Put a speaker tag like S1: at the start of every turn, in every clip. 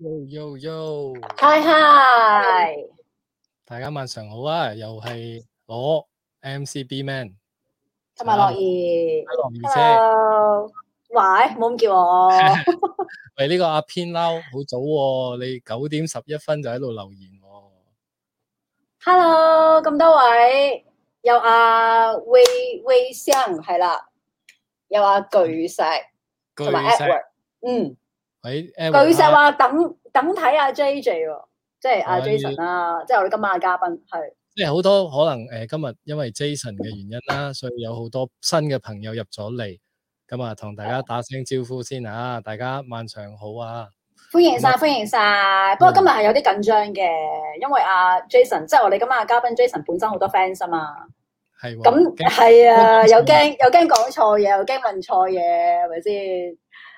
S1: Yo Yo，
S2: 嗨嗨，
S1: 大家晚上好啊！又係我 MC B Man
S2: 同
S1: 啊
S2: 埋樂
S1: 樂
S2: 兒
S1: 兒
S2: 啊
S1: 姐，
S2: ，hello，喂，冇咁 叫我，
S1: 喂呢個阿偏嬲好早喎、你九點十一分就喺度留言喎、
S2: hello，咁多位，有阿威威生係啦，有阿巨石
S1: 巨
S2: 同埋
S1: 石，
S2: Edward，嗯，
S1: 喂
S2: 巨石
S1: Edward 啊哎
S2: 話等等睇阿 JJ 喎，即係阿
S1: 係
S2: Jason 啦，即係我哋今晚嘅嘉賓係，
S1: 即係好多可能誒、呃今日因為 Jason 嘅原因啦，所以有好多新嘅朋友入咗嚟，咁啊同大家
S2: 哦
S1: 打聲招呼先啊！大家晚上好啊！嗯
S2: 歡迎晒，歡迎晒。不過今日係有啲緊張嘅，因為阿 Jason 即係我哋今晚嘅嘉賓 Jason 本身好多 fans 啊嘛。
S1: 係喎
S2: 咁
S1: 驚
S2: 係啊，
S1: 驚
S2: 又驚又驚講錯嘢，又驚問錯嘢，係咪先？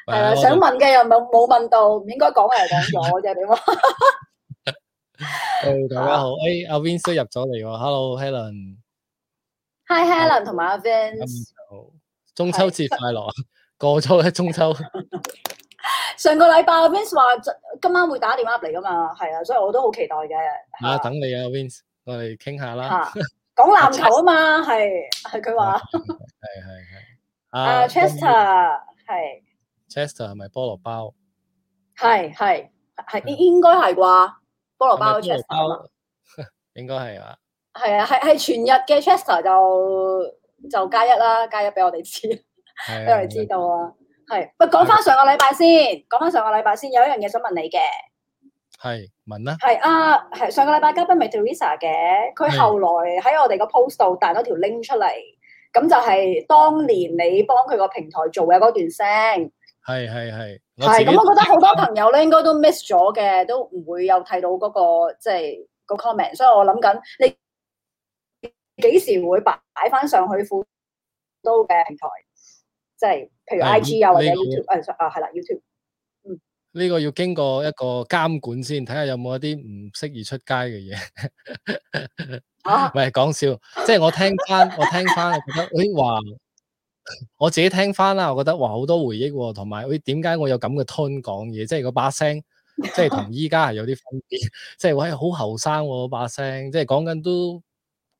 S2: 係
S1: 啊
S2: 啦，
S1: 我
S2: 想
S1: 哋
S2: 問嘅又冇冇問到，唔應該講嘅又 講咗啫，點啊？
S1: 對大家好，誒阿 Vince 都入咗嚟喎，Hello Helen。
S2: Hi Helen 同埋阿 Vince，
S1: 咁就中秋節快樂啊！ 過咗咧中秋，
S2: 上個禮拜阿 Vince 話今晚會打電話入嚟噶嘛，係啊，所以我都好期待嘅。
S1: 啊等你啊，Vince，我哋傾下啦。
S2: 嚇講籃球啊嘛，係啊係佢話
S1: 係係係。啊
S2: 阿 Chester 係
S1: Chester 係咪菠蘿包？
S2: 係係係應應該係啩？菠蘿包
S1: 係咪菠蘿
S2: Chester 啊嘛
S1: 包， 應該係啊。
S2: 係啊，係係全日嘅 Chester 就就加一啦，加一俾我哋知。
S1: 係
S2: 俾我
S1: 啊
S2: 哋知道啊。係，喂，講翻上個禮拜先，講翻上個禮拜先，有一樣嘢想問你嘅，
S1: 係問啦。
S2: 係啊，係上個禮拜嘉賓咪 Teresa 嘅，佢
S1: 係
S2: 後來喺我哋個 post 度彈咗條 link 出嚟，咁就係當年你幫佢個平台做嘅嗰段聲，
S1: 係係係。
S2: 係咁，我覺得好多
S1: 朋
S2: 朋友咧應該都 miss 咗嘅，都唔會有睇到嗰、個即係、個 comment，所以我諗緊你幾時會擺翻上去副都嘅平台，即係譬如
S1: 係
S2: IG 啊或者
S1: 呢個
S2: YouTube 誒啊係啦 YouTube。
S1: 呢個要經過一個監管先，睇下有冇一啲唔適宜出街嘅嘢。
S2: 啊，
S1: 唔係講笑，即係我聽 翻，我聽翻，我覺得，誒話，我自己聽翻啦，我覺得哇好多回憶喎、同埋誒點解我有咁嘅 tone 講嘢，即係嗰把聲，即係同依家係有啲分別， 即係喂好後生喎嗰把聲，即係講緊都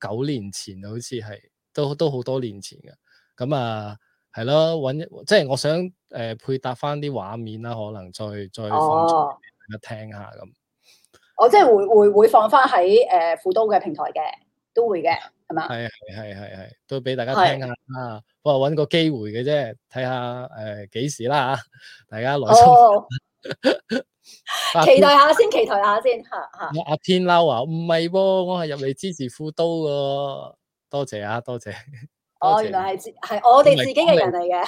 S1: 九年前啊好似係，都都好多年前嘅，咁啊係咯，揾一即係我想誒、呃配搭翻啲畫面啦，可能再再放出
S2: 哦，
S1: 嚟大家聽下咁，
S2: 我即係會會會放翻喺誒副都嘅平台嘅，都會嘅，係嘛？
S1: 係係係係，都俾大家
S2: 係
S1: 聽下啦。我話揾個機會嘅啫，睇下誒幾時啦嚇，大家耐心。
S2: 哦，
S1: 阿
S2: 期
S1: 偏
S2: 待下先，期待下先，嚇嚇。
S1: 阿阿偏嬲啊，唔係噃，我係入嚟支持副都個。多謝啊，多謝。多
S2: 哦，
S1: 謝
S2: 原來係自係我哋自己嘅人嚟嘅。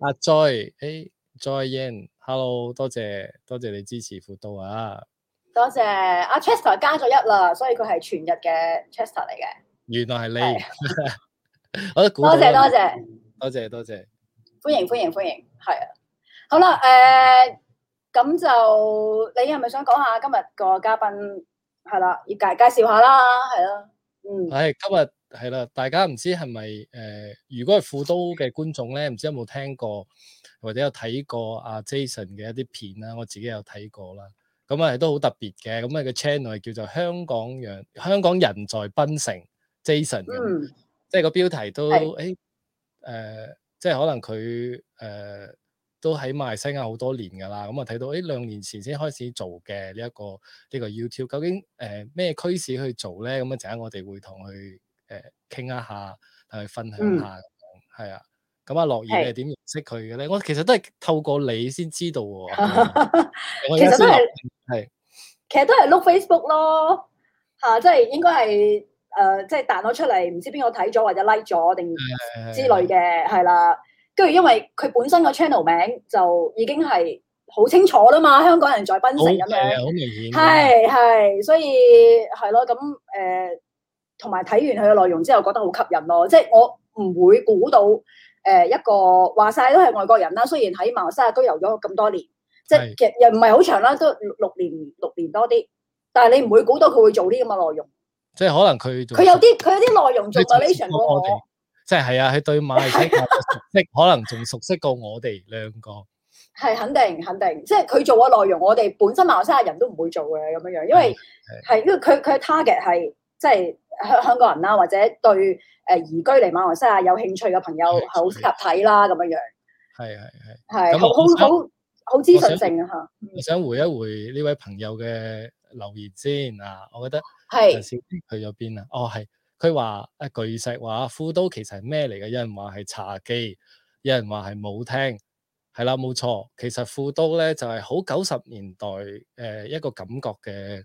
S1: 阿 Joy，誒 Joy Yan，Hello，多謝多謝你支持副都啊。
S2: 多謝阿 Chester 加咗一啦，所以佢係全日嘅 Chester 嚟嘅。
S1: 原來係
S2: 係
S1: 你， 我都估
S2: 多
S1: 到
S2: 謝
S1: 啦
S2: 多謝，
S1: 多謝多謝。
S2: 歡迎歡迎歡迎，係啊。好啦，誒、咁就你係咪想講下今日個嘉賓係啦，要介介紹下啦，係啦，嗯，
S1: 係今日係啦，大家唔知係咪誒？如果係副都嘅觀眾咧，唔知有冇聽過或者有睇過阿 Jason 嘅一啲片啦，我自己有睇過啦。咁啊都好特別嘅，咁啊個 channel 係叫做香港人香港人在檳城 Jason 咁
S2: 嗯，
S1: 即係個標題都
S2: 係
S1: 誒誒、呃即係可能佢誒、呃都喺馬來西亞好多年㗎啦。咁啊睇到誒兩年前先開始做嘅呢一個呢、個 YouTube，究竟誒咩驅使去做咧？咁啊陣間我哋會同佢誒傾一下，同佢分享
S2: 嗯
S1: 下咁樣，係、啊。咁啊樂兒你係
S2: 係
S1: 點認識佢嘅咧？我其實都係透過你先知道喎。 我而家先留
S2: 其實都係
S1: 係
S2: 其實都係碌 Facebook 咯，嚇、即係應該係誒，即係彈咗出嚟，唔知邊個睇咗或者 like 咗定
S1: 係係
S2: 之類嘅，係啦。跟住因為佢本身個 channel 名就已經係好清楚啦嘛，香港人在檳
S1: 好
S2: 城咁
S1: 係
S2: 樣，
S1: 啊好明顯啊。
S2: 係係，所以係咯，咁誒，同埋睇完佢嘅內容之後，覺得好吸引咯，即係我唔會估到誒、一個話晒都係外國人啦，雖然喺馬來西亞都遊咗咁多年，即係
S1: 係
S2: 其實又唔係好長啦，都六六年六年多啲，但係你唔會估到佢會做啲咁嘅內容，
S1: 即係可能佢仲
S2: 佢有啲佢有啲內容做
S1: 佢仲
S2: relation
S1: 熟
S2: 過
S1: 過
S2: 我
S1: 我，哋， 即係係啊，佢對馬來西亞嘅熟悉，可能仲熟悉過我哋兩個。
S2: 係肯定肯定，即係佢做嘅內容，我哋本身馬來西亞人都唔會做嘅咁樣樣，因為係因為佢佢嘅 target 係即係香香港人啦，或者對誒移居嚟馬來西亞有興趣嘅朋友
S1: 係
S2: 係好適合睇啦咁樣樣，
S1: 係係係。
S2: 係
S1: 咁
S2: 好
S1: 我想
S2: 好好好資訊性啊嚇，
S1: 我想回一回呢位朋友嘅留言先啊，我覺得
S2: 係
S1: 陣時去咗邊啊？哦，係佢話啊，巨石話副都其實係咩嚟嘅？有人話係茶記，有人話係舞廳，係啦，冇錯。其實副都咧就係好九十年代誒、呃一個感覺嘅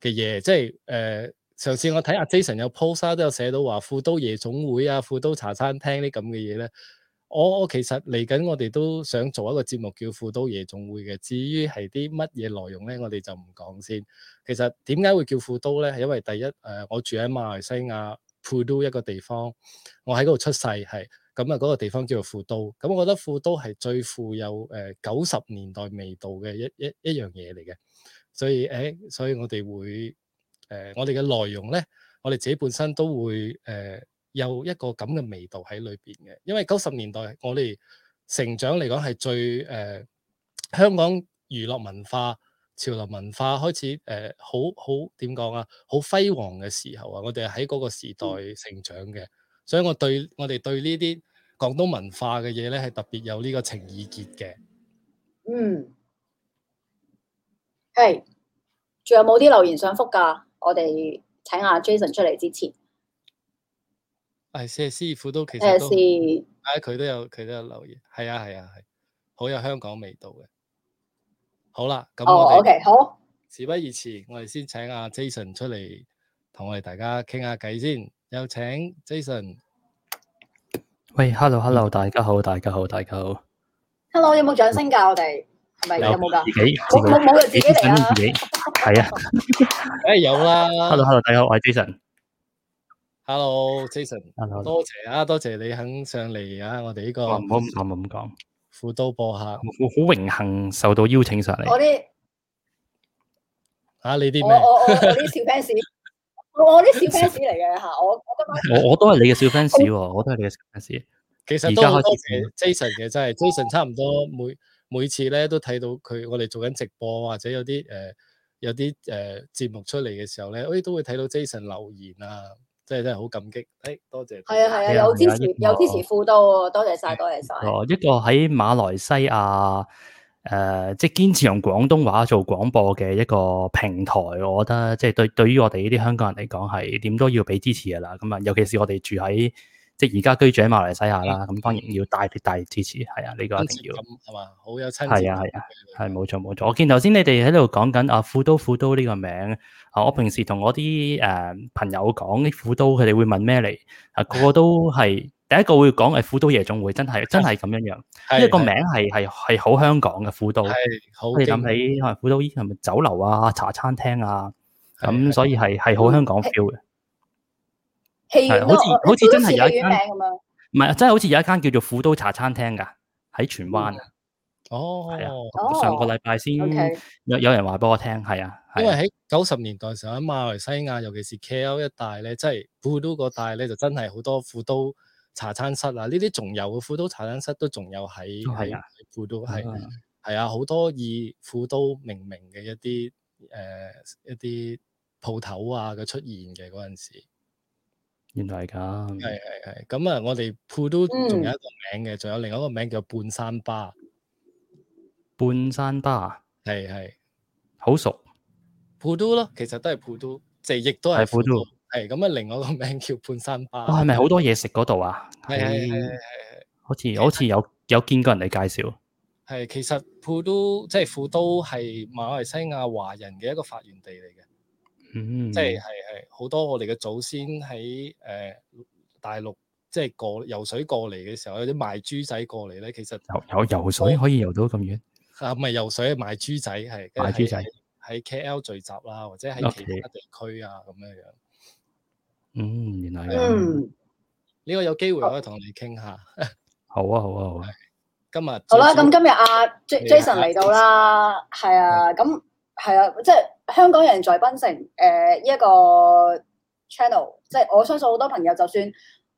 S1: 嘅嘢，即係誒、呃上次我睇阿 Jason 有 post 啊啦都有寫到話副都夜總會啊、副都茶餐廳呢咁嘅嘢咧。我我其實嚟緊，我哋都想做一個節目叫《副都夜總會》嘅。至於係啲乜嘢內容咧，我哋就唔講先。其實點解會叫副都咧？係因為第一，誒、我住喺馬來西亞 p 都一個地方，我喺嗰度出世，係咁啊，嗰、個地方叫做副都。咁我覺得副都係最富有誒九十年代味道嘅一一一樣嘢嚟嘅。所以誒、呃所以我哋會誒、我哋嘅內容咧，我哋自己本身都會誒、呃有一個咁嘅味道喺裏邊嘅。因為九十年代我哋成長嚟講係最誒、呃香港娛樂文化。潮流文化開始誒、呃好好點講啊，好輝煌嘅時候啊，我哋係喺嗰個時代成長嘅，所以我對我哋對呢啲廣東文化嘅嘢咧係特別有呢個情意結嘅。
S2: 嗯係，仲有冇啲留言想覆㗎？我哋請阿 Jason 出嚟之前，
S1: 係，哎謝師傅都其實都，
S2: 誒是。
S1: 啊佢都有佢都有留意，係啊係啊係，好有香港味道嘅。好啦，咁我
S2: 哦
S1: 哋
S2: ，OK，好，
S1: 事不宜遲，我哋先請阿 Jason 出嚟同我哋大家傾下偈先。有請 Jason。
S3: 喂，hello hello，大家好，大家好，大家好，
S2: Hello，有冇掌聲㗎？我哋係咪
S1: 有
S2: 有冇㗎？
S3: 自己
S2: 冇冇冇就自
S3: 自
S2: 己
S3: 己
S2: 嚟啊
S3: 等
S2: 啦
S3: 自。己，係啊
S1: 梗係哎有啦
S3: ，hello hello，大家好，我係 Jason，
S1: ，Hello，Jason。
S3: hello，
S1: 多謝啊，多謝你肯上嚟啊！我哋呢
S3: 唔
S1: 個
S3: 好唔好咁講，唔好咁講，好
S1: 副都播客
S3: 好榮幸受到邀請上嚟，
S2: 我啲
S1: 啊，你啲
S2: 我
S1: 咩？
S2: 我我我啲小 fans，我 我啲小 fans 嚟嘅嚇，我我今晚
S3: 我我都係你嘅小 fans 喎，我都係你嘅小 fans，
S1: 其實
S3: 而
S1: 都
S3: 家
S1: 好多
S3: 開始
S1: 謝 Jason 嘅，真係 Jason 差唔多每每次咧都睇到佢，我哋做緊直播或者有啲誒、呃有啲誒、呃、節目出嚟嘅時候咧，誒都會睇到 Jason 留言啊，真係真係好感激。誒、多謝。
S2: 係啊係
S3: 係
S2: 啊，
S3: 啊
S2: 有支持
S3: 係啊
S2: 有支持輔導，多謝晒多謝晒。
S3: 哦，一個喺馬來西亞誒，即係堅持用廣東話做廣播嘅一個平台，我覺得即係對對於我哋呢啲香港人嚟講係點都要俾支持噶啦，咁啊，尤其是我哋住喺即係而家居住喺馬來西亞啦，咁當然要大力大力支持，係啊，呢個一
S1: 親
S3: 定
S1: 切
S3: 要
S1: 感。係嘛？好有親切
S3: 係
S1: 感
S3: 啊係
S1: 啊，
S3: 係冇錯冇錯，我見頭先你哋喺度講緊啊富都富都呢個名啊，我平時同我啲誒、呃朋友講啲富都，佢哋會問咩嚟啊，個個都係第一個會講係富都夜總會，真係真係咁樣樣，因為個名係係係好香港嘅富都，
S1: 係好
S3: 我哋
S1: 經典
S3: 諗起可能富都係咪酒樓啊、茶餐廳啊，
S1: 係
S3: 咁所以係係好香港 feel 嘅，
S2: 戲院
S3: 係
S2: 咯
S3: 好似
S2: 我
S3: 好似真係有一
S2: 戲院名咁樣。
S3: 唔係真係好似有一間叫做富都茶餐廳㗎，喺荃灣啊，係啊
S1: 哦，
S2: 哦
S3: 上個禮拜先
S2: OK，
S3: 有有人話俾我聽，係啊，係啊
S1: 因為喺九十年代時候喺馬來西亞，尤其是 KL 一帶咧，即係富都嗰帶咧，就真係好多富都茶餐室啊！呢啲仲有嘅富都茶餐室都仲有喺
S3: 都係
S1: 喺
S3: 啊
S1: 喺富都係
S3: 啊
S1: 係啊，好多以富都命名嘅一啲誒、呃一啲鋪頭啊嘅出現嘅嗰陣時，
S3: 原來係咁，
S1: 係係係咁啊！我哋富都仲有一
S3: 嗯
S1: 個名嘅，仲有另一個名叫半山巴，
S3: 半山巴
S1: 係係
S3: 好熟，
S1: 富都咯，其實都係富都，即係亦都係
S3: 係
S1: 富
S3: 富
S1: 都
S3: 都，
S1: 係咁啊！另外一個名叫半山巴。
S3: 哦係咪好多嘢食嗰度啊？
S1: 啊係係係
S3: 喺好似好似有有見過人哋介紹，
S1: 係係，其實富都即係富都係馬來西亞華人嘅一個發源地嚟嘅，
S3: 嗯，
S1: 即係係係好多我哋嘅祖先喺誒、呃大陸即係過游水過嚟嘅時候，有啲賣豬仔過嚟咧，其實
S3: 游游游
S1: 哦
S3: 水可以游到咁遠
S1: 啊唔係游水係賣豬仔係跟住
S3: 賣豬仔
S1: 喺喺 KL 聚集啦，或者喺
S3: OK
S1: 其他地區啊咁樣樣。
S3: 嗯，原來係咁，
S2: 嗯，
S1: 呢、個有機會可以同你傾下。
S3: 好啊好啊好啊，
S1: 今日
S2: 好啦，
S1: 最
S2: 咁
S1: 主要
S2: 今日阿
S1: 嚟
S2: J-
S1: 啊
S2: Jason 嚟到啦，係
S3: 嗯
S2: 啊，咁係啊，即係香港人在檳城誒呢一個 channel，即係我相信好多朋友就算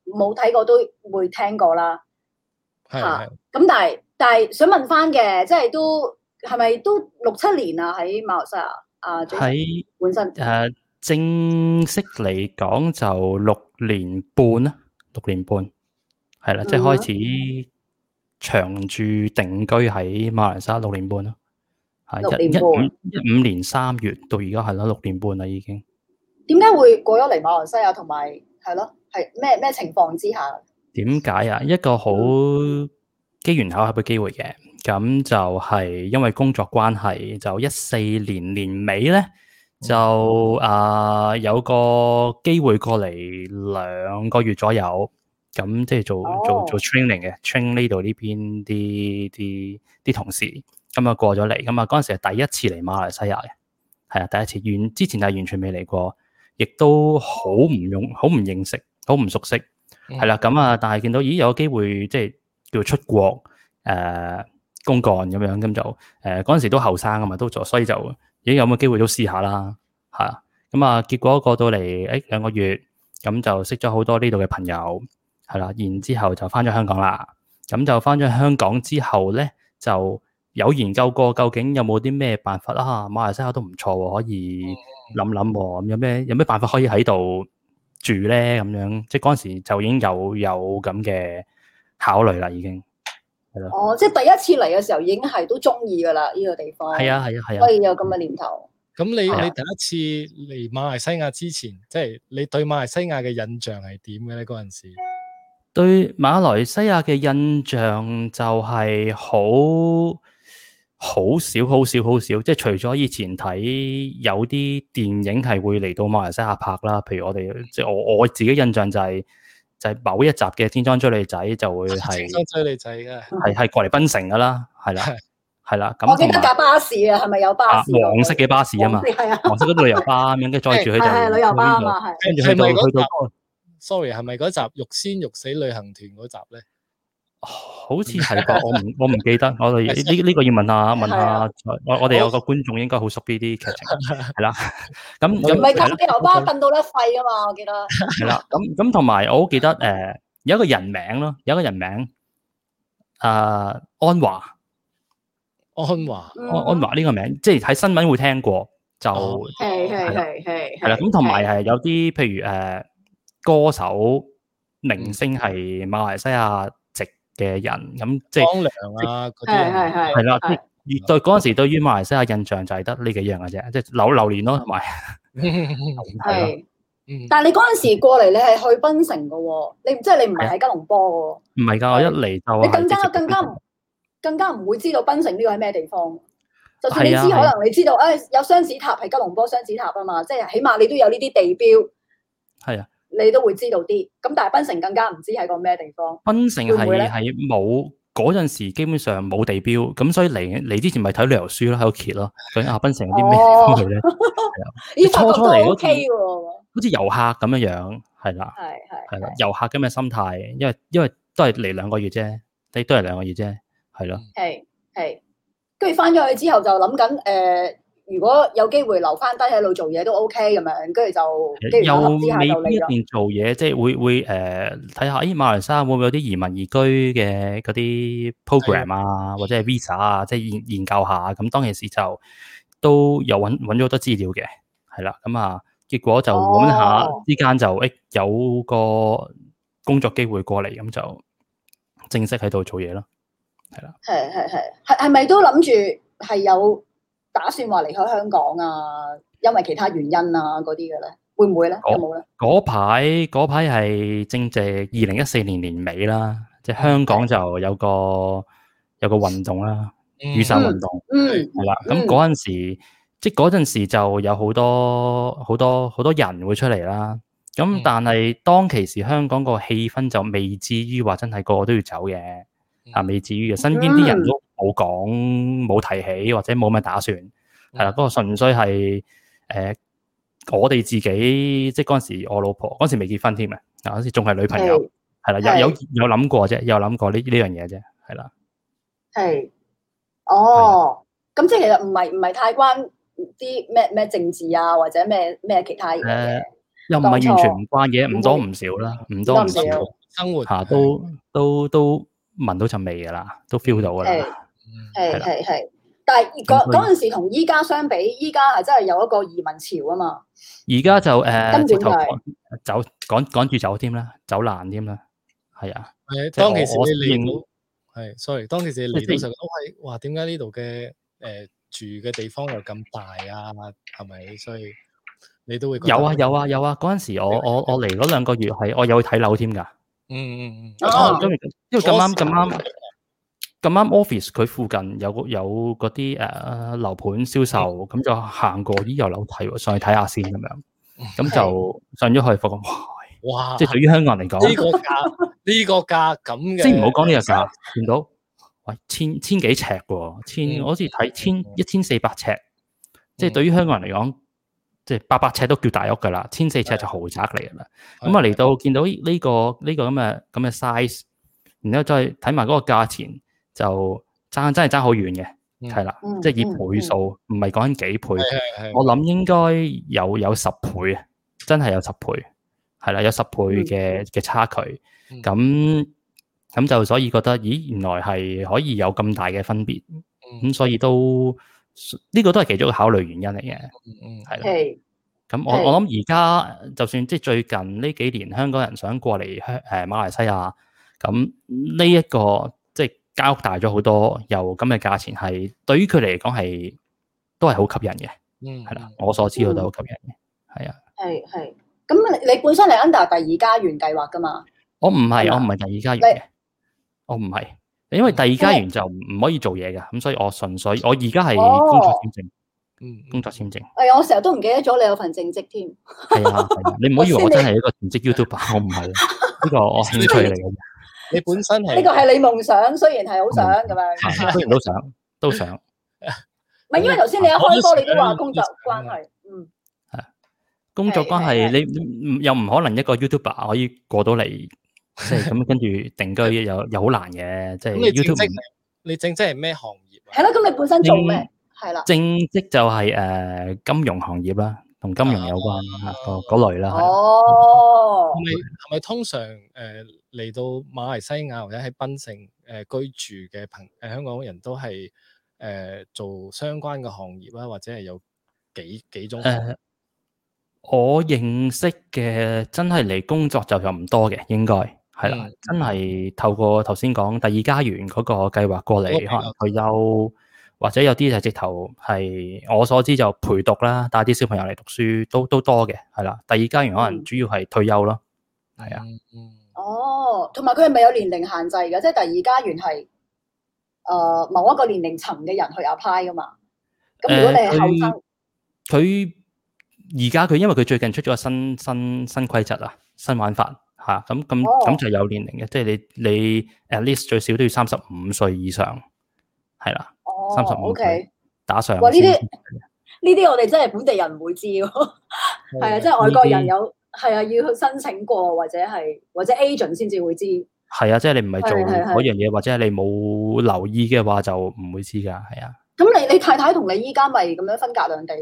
S2: 冇睇過都會聽過啦。
S1: 系
S2: 嚇
S1: 系
S2: 咁但係但係想問翻嘅，即係都係咪都六七年啊？喺馬來西亞啊，最
S3: 喺
S2: 本身
S3: 诶、呃正式嚟講就六年半啦，六年半係啦，即係
S1: 嗯
S3: 開始長住定居喺馬來西亞六年半啦，
S2: 六
S3: 係一
S2: 年
S3: 一
S2: 半
S3: 五一五年三月到而家係啦，六年半啦已經。
S2: 點解會過咗嚟馬來西亞，同埋係咯，係咩咩情況之下？
S3: 點解啊？一個好機緣巧合嘅機會嘅，咁就係因為工作關係，就一四年年尾咧，就啊、有個機會過嚟兩個月左右，咁即係做做
S2: 哦
S3: 做 training 嘅，train 呢度呢邊啲啲啲同事，咁啊過咗嚟，咁啊嗰陣時係第一次嚟馬來西亞嘅，係啊第一次，完之前係完全未嚟過，亦都好唔用，好唔認識，好唔熟悉。係啦，咁啊，但係見到咦有機會即係叫出國誒、呃公幹咁樣，咁就誒嗰陣時都後生啊嘛，都做，所以就咦有冇機會都試下啦，係啊，咁啊結果過到嚟誒兩個月，咁就識咗好多呢度嘅朋友，係啦，然之後就翻咗香港啦，咁就翻咗香港之後咧就。有研究過究竟有冇啲咩辦法啊？馬來西亞都唔錯喎，可以諗諗喎。咁有咩有咩辦法可以喺度住咧？咁樣即係嗰陣時就已經有有咁嘅考慮啦，已經
S2: 哦，即係第一次嚟嘅時候已經係都中意㗎啦，呢、個地方。
S3: 係，啊係啊係
S2: 所
S3: 啊，
S2: 以有咁嘅念頭。
S1: 咁你
S3: 係啊
S1: 你第一次嚟馬來西亞之前，即係你對馬來西亞嘅印象係點嘅咧？嗰陣時，
S3: 對馬來西亞嘅印象就係好好少好少好少，即係除咗以前睇有啲電影係會嚟到馬來西亞拍啦，譬如我哋即係我我自己印象就係、就係、某一集嘅《天裝追女仔》就會 係
S1: 青山追女仔嘅，
S3: 係係過嚟檳城噶啦，係啦
S1: 係
S3: 係啦，咁
S2: 我記
S3: 同
S2: 得
S3: 埋
S2: 架巴士啊，係咪有
S3: 啊
S2: 巴士嗰個？
S3: 黃色嘅巴士啊嘛
S2: 黃。色係啊，
S3: 黃色嗰度旅遊巴咁樣，跟 住載住佢就
S2: 係係旅遊巴啊嘛，係。
S3: 跟住去到
S1: 係咪嗰
S3: 去到
S1: 集 sorry 係咪嗰集《欲仙欲死旅行團》嗰集咧？
S3: 好似係吧？我 唔我唔記得，我哋呢呢個要問下問
S2: 啊係啊
S3: 下，我我哋有個觀眾應該好熟呢啲劇 情，係啦。咁咁
S2: 唔係
S3: 係
S2: 撳
S3: 啦
S2: 旅遊巴撳到咧廢啊嘛，我記得。
S3: 係啦，咁咁同埋我好記得誒有一個人名咯，有一個人名啊安華。
S1: 安華
S2: 嗯
S3: 安安華呢個名，即係喺新聞會聽過，就
S1: 哦
S2: 係係
S3: 係啦
S2: 係係
S3: 係啦。咁同埋係有啲譬如誒歌手明
S2: 嗯
S3: 星係馬來西亞籍嘅人，咁即
S2: 哦
S3: 係
S1: 光良啊嗰
S2: 係係
S1: 啲，
S2: 係
S3: 係啦
S2: 係
S3: 而對嗰陣時對於馬來西亞印象就係得呢幾樣嘅啫，即係榴榴蓮咯，同埋係咯，
S2: 係。
S1: 嗯
S2: 但係你嗰陣時過嚟，你係去檳城嘅喎，你唔即係你唔係喺吉隆坡
S3: 唔係啊㗎，我一嚟就
S2: 嘅
S3: 係
S2: 哦喎，你更加
S3: 直接
S2: 更加唔更加唔會知道檳城呢個係咩地方。就算你知，
S3: 係啊
S2: 可
S3: 係啊
S2: 能你知道，誒有雙子塔係吉隆坡雙子塔啊嘛，即係起碼你都有呢啲地標，
S3: 係啊，
S2: 你都會知道啲。咁但係檳城更加唔知係個咩地方。
S3: 檳城
S2: 會唔會咧
S3: 係係冇嗰陣時基本上冇地標，咁所以嚟嚟之前咪睇旅遊書咯，喺度揭咯，究竟啊檳城有啲咩
S2: 哦
S3: 地方去咧？
S2: 咦，發覺
S3: 初初
S2: 都
S3: 嚟嗰
S2: OK 嘅喎，
S3: 好似遊客咁樣樣，係啦。
S2: 係
S3: 係
S2: 係
S3: 啦，遊客咁嘅心態，因為因為都係嚟兩個月啫，你都係兩個月啫，係咯，
S2: 係係。跟住翻咗去之後就諗緊誒，如果有機會留翻低喺度做嘢都 OK 咁樣，跟住就跟住
S3: 又
S2: 巧合之下
S3: 未
S2: 就
S3: 必一
S2: 嚟咗。
S3: 邊做嘢，即係會會誒睇下，咦馬來西亞會唔會有啲移民移居嘅嗰啲 program 啊，或者係 visa 啊，即係研研究下，咁當其時就都有揾揾咗好多資料嘅，係啦，咁啊，結果就揾下
S2: 哦
S3: 之間就誒、有個工作機會過嚟，咁就正式喺度做嘢咯。
S2: 係係係係係咪都諗住係有打算話離開香港啊？因為其他原因啊嗰啲嘅咧，會唔會咧？
S3: 哦
S2: 有冇咧？
S3: 嗰排嗰排係正值二零一四年年尾啦，即係香港就有個有個運動啦，雨傘運動
S2: 嗯
S3: 係啦。
S2: 嗯
S3: 咁嗰陣時，即係嗰陣時就有好多好多好多人會出嚟啦。咁
S1: 嗯
S3: 但係當其時香港個氣氛就未至於話真係個個都要走嘅，啊未至於嘅。身邊啲人
S2: 嗯
S3: 都冇講冇提起或者冇咩打算。係
S1: 嗯
S3: 啦，嗰、個純粹係誒、呃我哋自己，即係嗰陣時我老婆嗰陣時未結婚添嘅，啊嗱嗰陣時仲係女朋友，係啦，有有有諗過啫，有諗過呢呢樣嘢啫，係啦，
S2: 係哦。咁即係其實唔係唔係太關啲咩咩政治啊，或者咩咩其他嘢嘅
S3: 誒。又唔係完嗯全唔關嘢，唔多唔少啦，唔多
S2: 唔多
S3: 唔
S2: 唔
S3: 少
S2: 少
S1: 生活
S3: 嚇，都都都聞到陣味噶啦，都 feel 到噶
S2: 係
S3: 啦。
S2: 係
S3: 嗯係啦
S2: 係係。但係嗰
S3: 咁所以
S2: 嗰陣時同依家相比，依家係真係有一個移民潮啊嘛。
S3: 而家就诶
S2: 根本
S3: 直頭
S2: 就係
S3: 趕走趕趕住走添啦，走爛添啦，係啊。
S1: 系
S3: 即係
S1: 当其時
S3: 我我
S1: 你
S3: 認
S1: 嚟到，係 sorry，當其時你嚟
S3: 即係
S1: 到就覺得喂，哇，點解呢度嘅诶住嘅地方又咁大啊？係咪？所以你都會覺得
S3: 有啊，有啊有啊！嗰阵时我我我嚟嗰兩個月係我有去睇樓添㗎，
S1: 嗯嗯嗯，
S2: 哦
S3: 因為因為咁啱咁啱咁啱 office 佢附近有個有嗰啲誒樓盤銷售，
S1: 嗯
S3: 咁就行過咦有樓睇喎，上去睇下先咁樣，咁就上咗去發覺哇！
S1: 哇，
S3: 即係對於香港人嚟
S1: 啊呢
S3: 講，
S1: 個價呢個價咁嘅，啊
S3: 即係唔好講呢個價，見到喂千千幾尺喎，千
S1: 嗯
S3: 我好似睇千
S1: 嗯
S3: 一千四百尺，即係
S1: 嗯
S3: 對於香港人嚟講，即係八百尺都叫大屋㗎啦，千四尺就豪宅嚟㗎啦。咁啊嚟到見到呢、個呢、個咁嘅咁嘅 size，然之後再睇埋嗰個價錢，就爭真係爭好遠嘅，
S1: 嗯
S3: 係啦，
S2: 嗯
S3: 即係以
S2: 嗯
S3: 倍數，唔係講緊幾倍。
S1: 係係
S3: 我諗應該有有十倍啊，真係有十倍，係啦，有十倍嘅嘅差距。
S1: 嗯
S3: 咁咁就所以覺得，咦，原來係可以有咁大嘅分別，
S1: 係，
S3: 咁所以都呢、個都係其中一個考慮原因嚟嘅，
S1: 嗯嗯
S3: 係啦。
S2: 係
S3: 咁我
S2: 係
S3: 我諗而家就算即係最近呢幾年香港人想過嚟香誒馬來西亞，咁呢一個即係交屋大咗好多，又咁嘅價錢係對於佢嚟講係都係好吸引嘅，
S1: 嗯
S3: 係啦，，我所知道都好吸引嘅，係啊。
S2: 係係。咁你你本身你 under 第二家園計劃㗎嘛？
S3: 我唔係，
S2: 係
S3: 我
S2: 嘛
S3: 唔係第二家園嘅，我唔係，因為第二家園就唔可以做嘢嘅，咁所以我純粹我而家係
S2: 哦
S3: 工作簽證，
S1: 嗯
S3: 工作 簽證
S2: 誒，我成日都唔記得咗你有份正職添。
S3: 係啊，係啊，你唔好以為我真係一個全職 YouTuber，我唔係，啊呢個我興趣嚟嘅，
S1: 你本身係
S2: 呢個係你夢想，雖然係好想咁樣。
S3: 係雖然都想都想，
S2: 唔係因為頭先你一開波你都話工作關係，嗯，
S3: 工作關係
S2: 係係
S3: 你唔又唔可能一個 YouTuber 可以過到嚟，即係 咁跟住定居又又好難嘅，即係
S1: 咁你正
S3: YouTube
S1: 職
S3: 唔
S1: 係，你正職係咩行業啊？
S2: 係啦。咁你本身做咩？係啦。
S3: 正職就係誒金融行業啦，同金融有關嚇嗰嗰類啦，係啦
S2: 哦，
S1: 係咪係咪通常誒嚟、到馬來西亞或者喺檳城誒、呃居住嘅朋誒、呃香港人都係誒、呃做相關嘅行業啊啦，或者係有幾幾種
S3: 誒、呃我認識嘅真係嚟工作就又唔多嘅，應該係啦，
S1: 嗯
S3: 真係透過頭先講第二家園嗰個計劃過嚟，
S1: 嗰個計劃
S3: 可能退休或者有啲就直頭係我所知就陪讀啦，帶啲小朋友嚟讀書都都多嘅，係啦。第二家園可能
S2: 嗯
S3: 主要係退休咯，係啊，
S1: 嗯嗯
S2: 哦，同埋佢係咪有年齡限制嘅？即係第二家園係誒某一個年齡層嘅人去 apply 噶嘛？咁如果你係後生，
S3: 呃佢而家佢因為佢最近出咗個新新新規則啊，新玩法嚇，咁咁
S2: 哦
S3: 咁就有年齡嘅，即係你你 at least 最少都要三十五歲以上，係啦，
S2: 哦
S3: 35
S2: ，OK，
S3: 打上
S2: 哇呢啲
S3: 先
S2: 呢啲我哋真係本地人唔會知喎，係
S1: 嗯
S2: 啊，即係外國人有係啊，要去申請過或者係或者 agent 先至會知。
S3: 係啊，即係你唔係做
S2: 係係係
S3: 嗰樣嘢，或者係你冇留意嘅話，就唔會知㗎，係啊，
S2: 咁你你太太同你依家咪咁樣分隔兩地，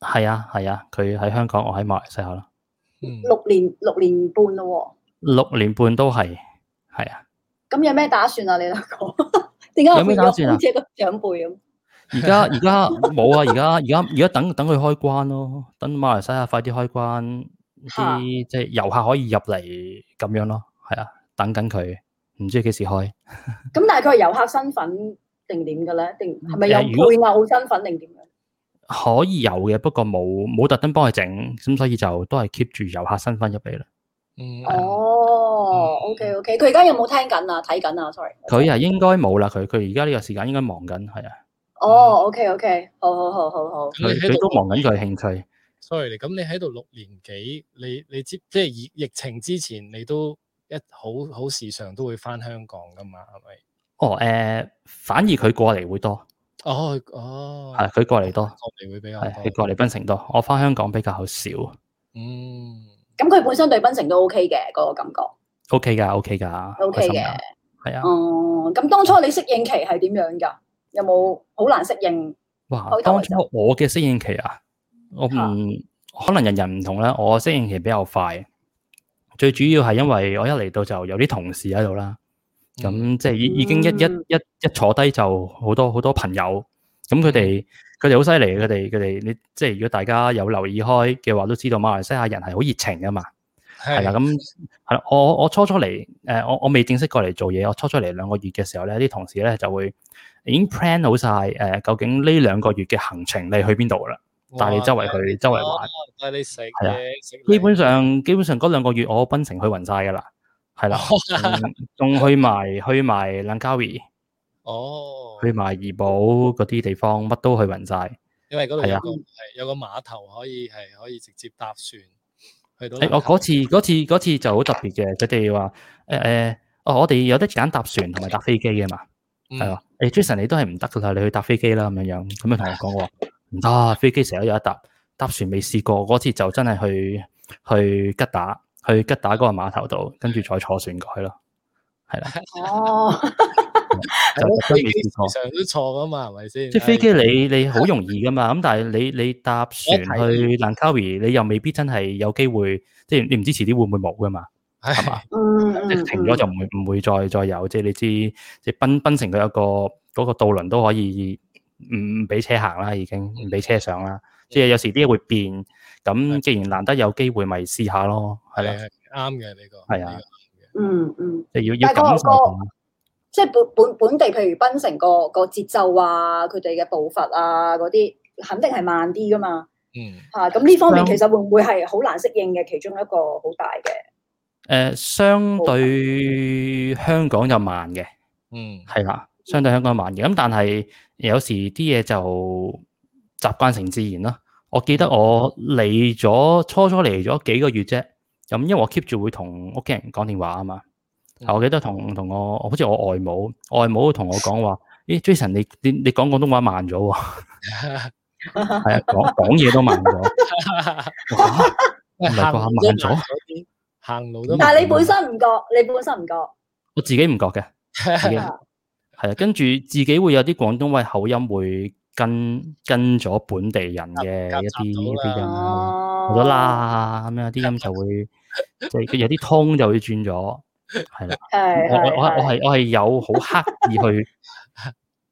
S3: 係啊，係啊，佢喺香港，我喺馬來西亞啦，
S1: 嗯
S2: 六年六年半咯
S3: 六年半都係，係啊。
S2: 喎，咁有咩打算啊？你兩個 點解我
S3: 有咩
S2: 變
S3: 打算
S2: 咗
S3: 啊
S2: 好似一個長輩咁？
S3: 而家而家冇啊！而家而家而家等等佢開關咯，等馬來西亞快啲開關，
S2: 嚇
S3: 啲即係遊客可以入嚟咁樣咯，係啊，等緊佢，唔知幾時開。
S2: 咁但係佢係遊客身份定點嘅咧？定係咪有
S3: 嗯誒如果
S2: 配偶身份定點樣？
S3: 可以有嘅，不過冇冇特登幫佢整，咁所以就都係 keep 住遊客身份入嚟啦。
S1: 嗯
S3: 啊
S2: 哦，OK OK，佢而家有冇聽緊啊？睇緊啊，sorry。
S3: 佢啊應該冇啦，佢佢而家呢個時間應該忙緊，係啊，
S2: 哦，OK OK，好好好好好。
S1: 咁
S3: 佢
S1: 你喺
S3: 佢都
S1: 度
S3: 忙緊佢嘅興趣。
S1: sorry，咁你喺度六年幾，你你知即係疫疫情之前，你都一好好時常都會翻香港噶嘛，係咪？
S3: 哦，誒、反而佢過嚟會多，
S1: 哦哦，
S3: 係啊佢過嚟多，
S1: 我哋會比較
S3: 係啊
S1: 多
S3: 佢，過嚟檳城多，我翻香港比較少。
S1: 嗯。
S2: 咁佢本身對檳城都 OK 嘅嗰個感覺
S3: O K 噶，O K 噶
S2: ，OK 嘅。
S3: 系啊，
S2: 哦，咁當初你適應期係點樣㗎？有冇好難適應？
S3: 哇
S2: 開！頭
S3: 當
S2: 嘅時
S3: 初我嘅適應期啊，我唔可能人人唔同啦，我適應期比較快。最主要係因為我一嚟到就有啲同事喺度啦，
S1: 嗯
S3: 咁即係已已經一一
S2: 嗯
S3: 一一坐低就好多好多朋友，咁佢哋佢哋好犀利，佢哋佢哋你即係如果大家有留意開嘅話，都知道馬來西亞人係好熱情噶嘛，係啦，
S1: 係
S3: 咁係啦，我我初初嚟誒、我我未正式過嚟做嘢，我初初嚟兩個月嘅時候咧，啲同事咧就會已經 plan 好晒誒、究竟呢兩個月嘅行程你去邊度噶啦，帶你周圍去周圍玩。，
S1: 帶你食
S3: 啦
S1: 嘢，食
S3: 基本上基本上嗰兩個月我檳城去暈晒噶啦，係啦， 嗯仲仲去埋去埋蘭卡威。
S1: 哦，
S3: 去埋怡保嗰啲地方，乜都去暈晒。
S1: 因為嗰度
S3: 係
S1: 有
S3: 啊
S1: 個係有個碼頭可以係可以直接搭船去到
S3: 誒、
S1: 南
S3: 我
S1: 頭。
S3: 嗰次嗰次嗰次就好特別嘅，佢哋話誒誒，哦，我哋有得揀搭船同埋搭飛機嘅嘛，係
S1: 嗯
S3: 啊。誒、Jason 你都係唔得噶啦，你去搭飛機啦咁樣樣，咁樣同我 講我話唔得，飛機成日都有得搭，搭船未試過。嗰次就真係去去吉打，去吉打嗰個碼頭度，跟住再坐船過
S1: 啊
S3: 去咯。係啦，
S2: 哦，
S1: 係咯飛
S3: 就真係未
S1: 機
S3: 試過
S1: 時常都錯噶嘛，係咪先？
S3: 即係飛機你你好容易噶嘛，咁但係你你搭船
S1: 我提
S3: 去蘭卡威，你又未必真係有機會，即係你唔知遲啲會唔會冇噶嘛，
S1: 唉
S3: 係嘛？
S2: 嗯 嗯
S3: 即係停咗就唔會唔會再再有，即係你知，即係檳檳城佢有個嗰個渡輪都可以唔唔俾車行啦，已經唔俾車上啦，即係有時啲嘢會變，咁既然難得有機會，咪試下咯，係啦，
S2: 啊
S1: 係啱嘅呢個。
S3: 係啊
S1: 呢
S2: 嗯嗯，
S3: 即係要要
S2: 但係嗰
S3: 感
S2: 個
S3: 受下。
S2: 即係本本本地，譬如檳城個個節奏啊，佢哋嘅步伐啊嗰啲，肯定係慢啲噶嘛。
S1: 個，嗯，
S2: 嚇咁呢方面
S3: 嗯
S2: 其實會唔會係好難適應嘅其中一個好大嘅？
S3: 誒、相
S2: 啊
S3: 對香港就慢嘅。
S1: 嗯，
S3: 係啦，相對香港慢嘅。咁但係有時啲嘢就習慣成自然啦。我記得
S1: 嗯
S3: 我嚟咗初初嚟咗幾個月啫，咁因為我 keep 住會同屋企人講電話啊嘛。
S1: 嗯
S3: 我記得同同我好似我外母，外母同我 講話：，咦，Jason，你你你講廣東話慢咗喎，係啊，講講嘢都慢咗。 啊哇唔
S1: 行路
S3: 係啩慢
S1: 都
S3: 咗
S1: 啲，行路都慢
S2: 但
S1: 咗。
S2: 係你本身唔覺，你本身唔覺。
S3: 我自己唔覺嘅，自己係啊，跟住自己會有啲廣東話口音會跟跟咗本地人嘅
S1: 夾
S3: 一啲
S1: 夾到啦
S3: 啲音咯，
S2: 哦
S3: 冇咗。啦咁樣啲音就會即係有啲通就會轉咗，係啦。
S2: 係
S3: 我我我係我
S2: 係
S3: 係我係有好刻意去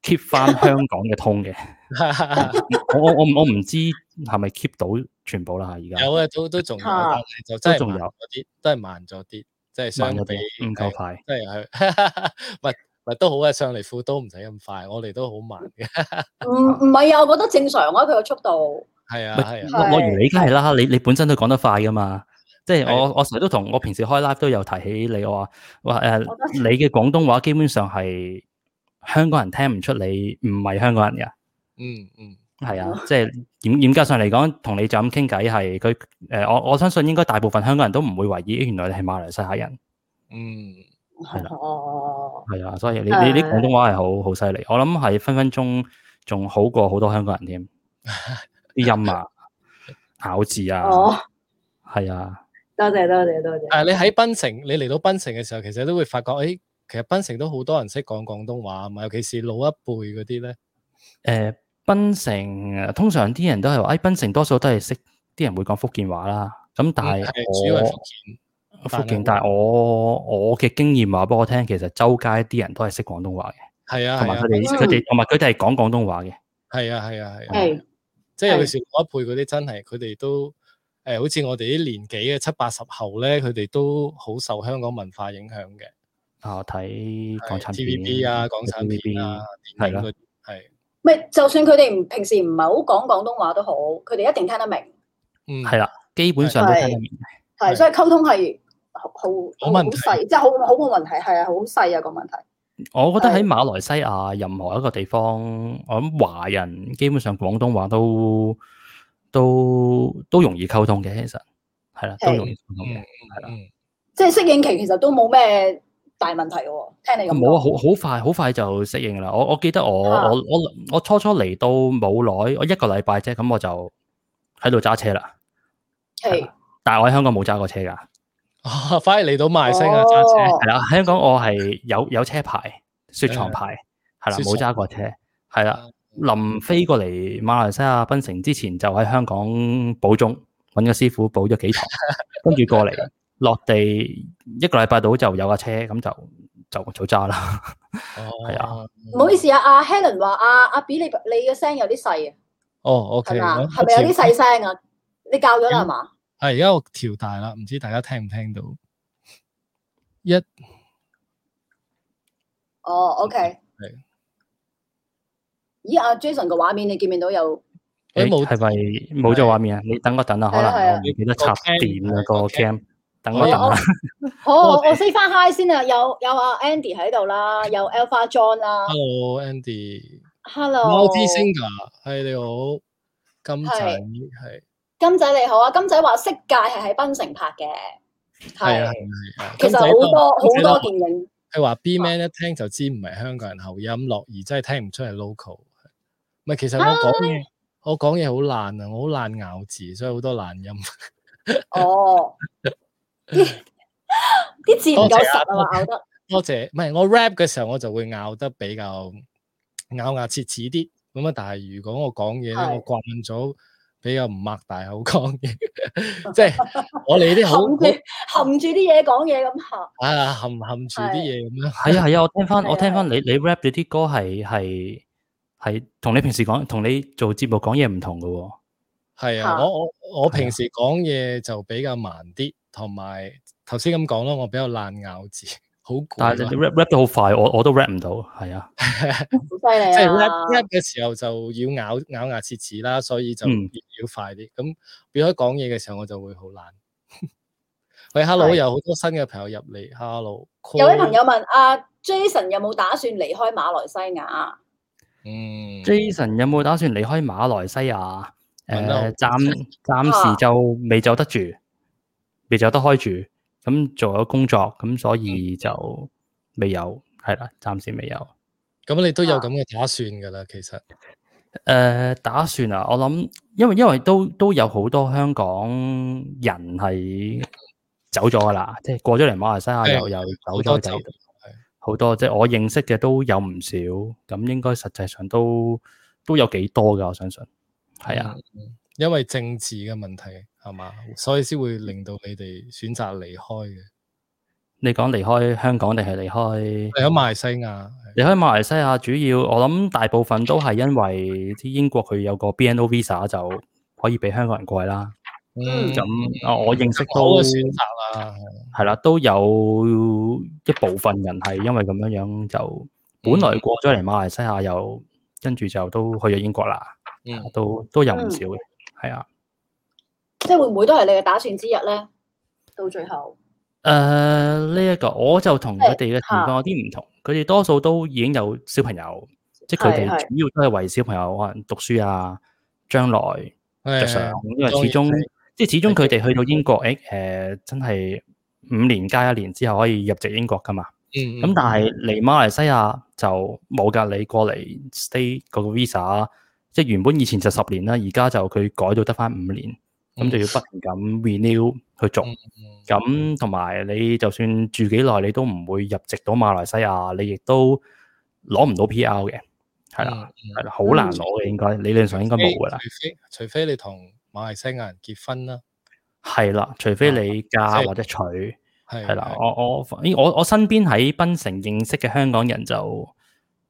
S3: keep 翻香港嘅通嘅，我我我唔我唔知係咪 keep 到全部啦，而 家
S1: 有啊，都都仲有，
S2: 啊
S1: 但係就真係
S3: 都仲有
S1: 慢咗啲，都係慢咗啲，即係
S3: 慢
S1: 相
S3: 咗
S1: 比
S3: 啲，唔夠快。
S1: 真係係， 唔係唔係都好嘅，上嚟副都唔使咁快，我哋都好慢嘅，
S2: 唔唔係啊！我覺得正常啊，佢個速度。
S1: 係啊
S3: 喂
S1: 係啊，
S3: 我我如你梗係啦，你你本身都講得快噶嘛，即係
S1: 係
S3: 我我成日都同我平時開 live 都有提起你，我話話誒，
S2: 我覺
S3: 你嘅廣東話基本上係香港人聽唔出你唔係香港人嘅，
S1: 嗯嗯，
S3: 係啊，即係嚴嚴格上嚟講，同你就咁傾偈係佢誒，我我相信應該大部分香港人都唔會懷疑，咦原來你係馬來西亞人，
S1: 嗯，
S3: 係啦
S2: 哦，
S3: 係啊，所以你你
S2: 係
S3: 啲廣東話係好好犀利，我諗係分分鐘仲好過好多香港人添，啲音啊、咬字啊，
S2: 哦，
S3: 係啊。
S2: 多謝多謝多謝。
S1: 但係你喺檳城，你嚟到檳城嘅時候，其實都會發覺，誒，其實檳城都好多人識講廣東話啊嘛，尤其是老一輩嗰啲咧，
S3: 誒、呃檳城呃通常啲人都係話，誒、哎檳城多數都係識啲人會講福建話啦。咁但嗯
S1: 嗯
S3: 係
S1: 係主要係
S3: 我
S1: 福建，
S3: 福
S1: 但
S3: 建，但係我我嘅經驗話俾我聽，其實周街啲人都係識廣東話嘅，
S1: 係啊
S3: 同埋
S1: 係
S3: 佢
S1: 啊
S3: 哋
S2: 嗯
S3: 佢哋同埋佢哋係講廣東話嘅。
S1: 係啊係啊係啊。
S2: 係
S1: 即係尤
S2: 係
S1: 其是老一輩嗰啲，真係佢哋都誒、好似我哋啲年紀嘅七八十後咧，佢哋都好受香港文化影響嘅，
S3: 啊，我睇
S1: 係
S3: 港產片
S1: TVB 啊、港產片啊、電
S3: 係
S1: 影
S3: 啦
S1: 嗰啲係，
S2: 咪就算佢哋唔平時唔係好講廣東話都好，佢哋一定聽得明。
S1: 嗯
S3: 係啦，基本上都聽得明。
S2: 係，
S1: 係
S2: 所以溝通係好好好
S1: 冇問題
S2: 細，即係好好冇問題，係啊，好細啊個問題。
S3: 我覺得喺馬來西亞任何一個地方，我諗華人基本上廣東話都都都容易溝通嘅，其實係啦，都
S2: 係
S3: 容易溝通嘅。係啦
S1: 嗯
S2: 即係適應期其實都冇咩大問題喎。聽你咁
S3: 冇啊，
S2: 講，
S3: 好好快好快就適應啦。我我記得我
S2: 嗯啊
S3: 我我我初初嚟到冇耐，我一個禮拜啫，咁我就喺度揸車啦。
S2: 係
S3: 但係我喺香港冇揸過車㗎，
S1: 啊 反而嚟到馬來西
S2: 哦
S1: 亞揸車，
S3: 係啦，香港我係有有車牌、雪藏牌，係啦，
S1: 雪藏
S3: 冇揸過車，係啦
S1: 啊。
S3: 臨飛過嚟馬來西亞檳城之前，就喺香港補鐘，揾個師傅補咗幾堂，跟住過嚟落地一個禮拜到就有架車，咁就就早揸啦。
S1: 係
S3: 係啊，
S1: 哦
S2: 唔好意思啊，阿 Helen 話阿阿 B 你你嘅聲有啲細啊，
S1: 哦，OK，
S2: 係嘛？
S1: 我
S2: 係咪有啲
S1: 我調
S2: 細聲啊？你教咗啦係嘛？
S1: 係而家我調大啦，唔知大家聽唔聽到？一
S2: 哦，OK。
S1: 係
S2: 咦，阿 Jason 個畫面你見唔見到有？
S1: 你
S3: 誒
S1: 冇
S3: 係咪冇咗畫面啊？你等我等啊，可
S2: 係啊係
S3: 能
S2: 啊
S3: 我唔記得插電啊
S1: 個
S3: 個
S1: cam，
S3: cam，等我等
S2: 我
S3: 啊。
S2: 哦好，我我 say 翻 hi 先啊！有有阿 Andy 喺度啦，有 Alpha John 啦
S1: Hello Andy，
S2: ，Hello。
S1: Multi Singer，係你好，金仔係
S2: 金仔你好啊！金仔話色戒係喺檳城拍嘅，
S1: 係啊
S2: 係。
S1: 係啊，
S2: 其
S1: 金
S2: 實
S1: 仔
S2: 好
S1: 都
S2: 多好
S1: 金仔都
S2: 多電影
S1: 佢話 B man 一聽就知唔係香港人口音，樂兒真係聽唔出係 local。唔係，其實
S2: 啊
S1: 我講嘢，我講嘢好爛啊，我好爛咬字，所以好多爛音。
S2: 哦，啲啲字唔夠實啊 嘛，咬得。
S1: 多謝，唔係我 rap 嘅時候我就會咬得比較咬牙切齒啲咁啊。但係如果我講嘢咧，
S2: 係
S1: 我慣咗比較唔擘大口講嘢， 即係我哋啲好
S2: 含住含住啲嘢講嘢咁嚇，
S1: 好啊含含住啲嘢咁樣。
S3: 係啊係啊，我聽翻
S2: 係
S3: 我
S2: 啊
S3: 聽翻你你 rap 你啲歌係係係同你平時講同你做節目講嘢唔同嘅喎。
S1: 係
S2: 嚇
S1: 啊，我我我平時講嘢就比較慢啲，同埋頭先咁講咯，我比較爛咬字，好攰啊。
S3: 但係你 rap rap 得好快，我我都 rap 唔到，係啊，
S2: 好犀利
S1: 即係
S2: 啊
S1: rap！rap 嘅時候就要咬咬牙切齒啦，所以就要
S3: 嗯
S1: 要快啲。咁變咗講嘢嘅時候，我就會好懶。 喂，hello，
S2: 係
S1: 有好多新嘅朋友入嚟，hello。
S2: 有位朋，友問阿、啊 Jason 有冇打算離開馬來西亞？
S1: 嗯，
S3: Jason 有冇打算離開馬來西亞？啊誒、
S1: 問得好
S3: 暫暫時就未走得住，未走得開住。咁做咗工作，咁所以就未有，係啦，暫時未有。誒、
S1: 咁你都有咁嘅打算㗎啦，其實
S3: 打算啊，我諗，因為因為都都有好多香港人係走咗噶啦，即係過咗嚟馬來西亞
S1: 係
S3: 又又
S1: 好
S3: 走
S1: 多
S3: 咗
S1: 走
S3: 第好多即係我認識嘅都有唔少，咁應該實際上都都有幾多噶，我相信係啊，，
S1: 嗯因為政治嘅問題係嘛，所以先會令到你哋選擇離開嘅。
S3: 你講離開香港定係離開
S1: 你喺馬來西亞，
S3: 離開馬來西亞，主要我諗大部分都係因為啲英國佢有個 BNO visa 就可以俾香港人過去啦。
S2: 嗯
S3: 咁啊，我認識
S1: 好
S3: 都
S1: 嘅選擇啦。
S3: 係啦，都有一部分人係因為咁樣樣就本
S1: 嗯
S3: 來過咗嚟馬來西亞，又跟住就都去咗英國啦，
S1: 嗯
S3: 都都有唔少嘅，係啊。
S2: 即係會唔會都係你嘅打算之一咧？到最後，
S3: 誒呃呢一個我就同佢哋嘅情況
S2: 嚇
S3: 有啲唔同，佢哋多數都已經有小朋友，即係佢哋
S2: 係係
S3: 主要都係為小朋友可能讀書啊，將來
S1: 係
S3: 着想，啊因為
S1: 當
S3: 始
S1: 然
S3: 終
S1: 係
S3: 即係始終佢哋去到英國，誒誒真係五年加一年之後可以入籍英國噶嘛。
S1: 嗯，
S3: 咁但係嚟馬來西亞就冇㗎，你過嚟 stay 嗰個 visa，即係啊原本以前就十年啦，而家就佢改到得返五年，咁就要不停咁 renew 去續。
S1: 嗯
S3: 咁同埋你就算住幾耐，你都唔會入籍到馬來西亞，你亦都攞唔到 P.R. 嘅，係啦，
S1: 嗯
S3: 係啦，好難攞嘅應該，理論上應該冇噶啦，
S1: 除非除非你同馬來西亞人結婚啦，
S3: 係啦，除非你嫁
S1: 啊即係
S3: 或者娶，係
S1: 係
S3: 啦，
S1: 係
S3: 我我咦我我身邊喺檳城認識嘅香港人就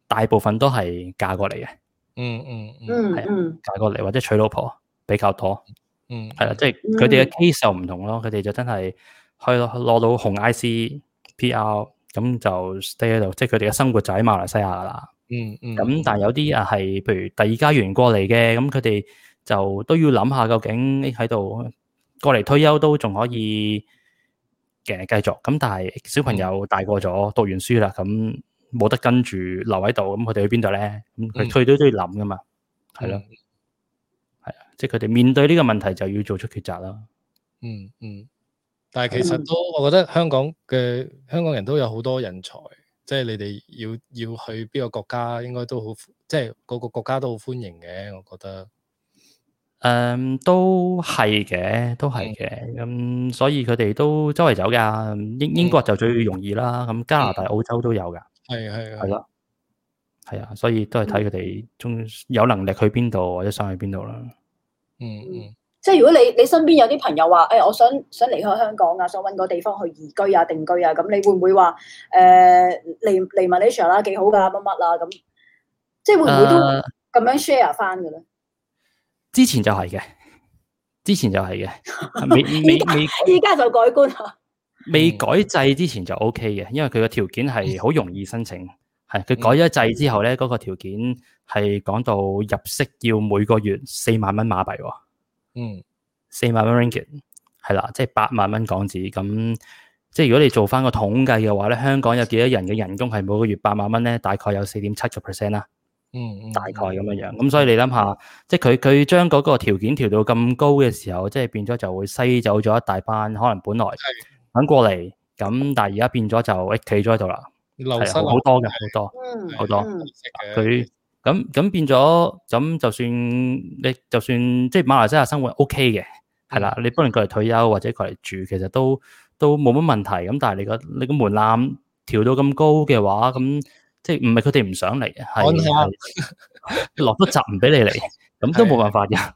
S3: 大部分都係嫁過嚟嘅，
S1: 嗯嗯嗯
S2: 嗯
S3: 係啊
S2: 嗯
S3: 嫁過嚟或者娶老婆比較多，
S1: 嗯，
S3: 係啦，即係
S2: 嗯
S3: 佢哋嘅 case 又唔同咯，佢哋就真係去攞到紅 I.C. P.R. 咁就 stay 喺度，即係佢哋嘅生活就喺馬來西亞噶啦。
S1: 嗯嗯
S3: 咁但係有啲啊係，譬如第二家園過嚟嘅，咁佢哋就都要諗下究竟誒喺度過嚟退休都仲可以嘅繼續。咁但係小朋友大個咗，讀完書啦，咁冇得跟住留喺度，咁佢哋去邊度咧？咁
S1: 嗯
S3: 佢退都都要諗噶嘛，係咯，，即係佢哋面對呢個問題就要做出抉擇啦。
S1: 嗯嗯，但係其實都，我覺得香港嘅香港人都有好多人才，即係你哋要要去邊個國家，應該都好，即係個個國家都好歡迎嘅，我覺得。
S3: 誒、嗯都係嘅，都係嘅。咁、所以佢哋都周圍走噶。英英國就最容易啦，咁加拿大、澳洲都有噶。
S1: 係係
S3: 係啦，係啊，所以都係睇佢哋中有能力去邊度或者想去邊度啦。
S1: 嗯嗯，
S2: 即係如果你你身邊有啲朋友話，誒、我想想離開香港啊，想揾個地方去移居啊、定居啊，咁你會唔會話誒嚟嚟 Malaysia 啦，幾好㗎乜乜啦咁？即係會唔會都
S3: 誒
S2: 咁樣 share 翻嘅咧？
S3: 之前就係嘅，之前就係嘅，未未未
S2: 依家就改觀啊啦。
S3: 未
S1: 嗯
S3: 改制之前就 O K 嘅，因為佢個條件係好容易申請。係
S1: 嗯
S3: 佢改咗制之後咧，嗰、個條件係講到入息要每個月四萬蚊馬幣喎。
S1: 嗯
S3: 四萬蚊 ringgit 係啦，即係八萬蚊港紙。咁即係如果你做翻個統計嘅話咧，香港有幾多人嘅人工係每個月八萬蚊咧？大概有四點七個 percent 啦，
S1: 嗯，嗯
S3: 大概咁樣樣。咁所以你諗下，即係佢佢將嗰個條件調到咁高嘅時候，即係變咗就會篩走咗一大班可能本來肯過嚟，咁但係而家變咗就誒企咗喺度啦，
S1: 流
S3: 係啊
S1: 失
S3: 好好多嘅好多。
S2: 嗯，
S3: 好多
S2: 嗯
S3: 佢咁咁變咗，咁就算你就算即係馬來西亞生活 OK 嘅，係
S2: 嗯
S3: 啦，你不論佢嚟退休或者佢嚟住，其實都都冇乜問題。咁但係你個你個門檻調到咁高嘅話，咁即係唔係佢哋唔想嚟，
S1: 趕下
S3: 係係落咗閘唔俾你嚟，咁都冇辦法㗎。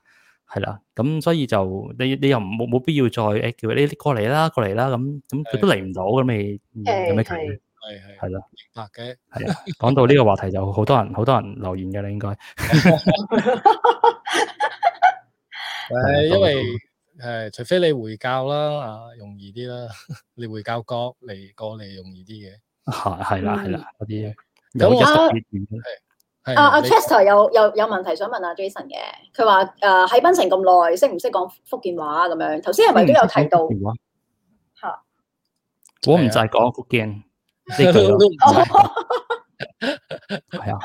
S3: 係啦，咁所以就你你又冇冇必要再誒叫佢你你過嚟啦，過嚟啦，咁咁佢都嚟唔到，咁你
S2: 係
S3: 有咩計
S2: 係
S3: 咧？
S1: 係係
S3: 係啦，
S1: 明白嘅。
S3: 講到呢個話題就好多人好多人留言嘅啦，應該。
S1: 诶，
S3: 咁
S1: 因為诶，除非你回教啦，啊，容易啲 啦，你回教國嚟過嚟容易啲嘅。
S3: 係係啦
S2: 嗯
S3: 係啦，嗰啲
S1: 咁
S3: 有一
S1: 我
S3: 十幾點嘅嗯
S1: 係
S2: 啊阿
S1: 你
S2: Chester 有有有問題想問阿 Jason 嘅，佢話誒喺檳城咁耐，識唔識講福建話咁樣？頭先係咪都有提到？
S3: 電話
S2: 嚇
S3: 我唔就係講福建呢句
S1: 都
S3: 咯，
S1: 都唔知
S2: Ờ. 哦
S3: 係啊。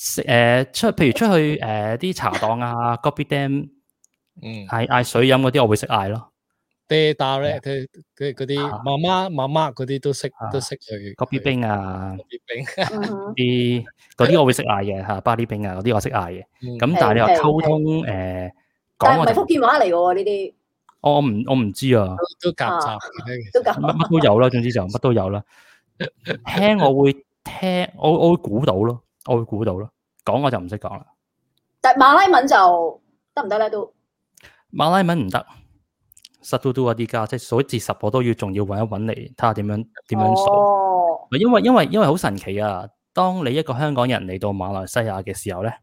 S3: 食誒出，譬如出去誒啲茶檔啊、coffee dam
S1: 嗯，
S3: 嗌嗌水飲嗰啲，我會識嗌咯。
S1: 爹打咧，佢佢嗰啲
S3: 啊
S1: 媽媽媽媽嗰啲都識
S3: 啊
S1: 都識去
S3: coffee 冰啊，
S1: 啲冰。
S2: 嗯哼
S3: 啲嗰啲我會識嗌嘅嚇，巴啲冰啊嗰啲我識嗌嘅。
S1: 嗯
S3: 咁但係你話
S2: 係係
S3: 溝通誒
S2: 但係
S3: 講啊
S2: 唔
S3: 我
S2: 係
S3: 哋
S2: 福
S3: 唔
S2: 建話嚟嘅喎呢啲。
S3: 我我唔我唔知啊。
S1: 都夾雜嘅，
S2: 都咁
S3: 乜乜都有啦，總之就乜都有啦。聽我會聽，我我會估到咯，我會估到咯。講我就唔識講啦。
S2: 但馬拉文就得唔得咧？都
S3: 馬拉文唔得，實嘟嘟嗰啲家，即係數一至十，我都要仲要揾一揾嚟，睇下點樣點樣數。
S2: 哦，
S3: 因為因為因為好神奇啊！當你一個香港人嚟到馬來西亞嘅時候咧，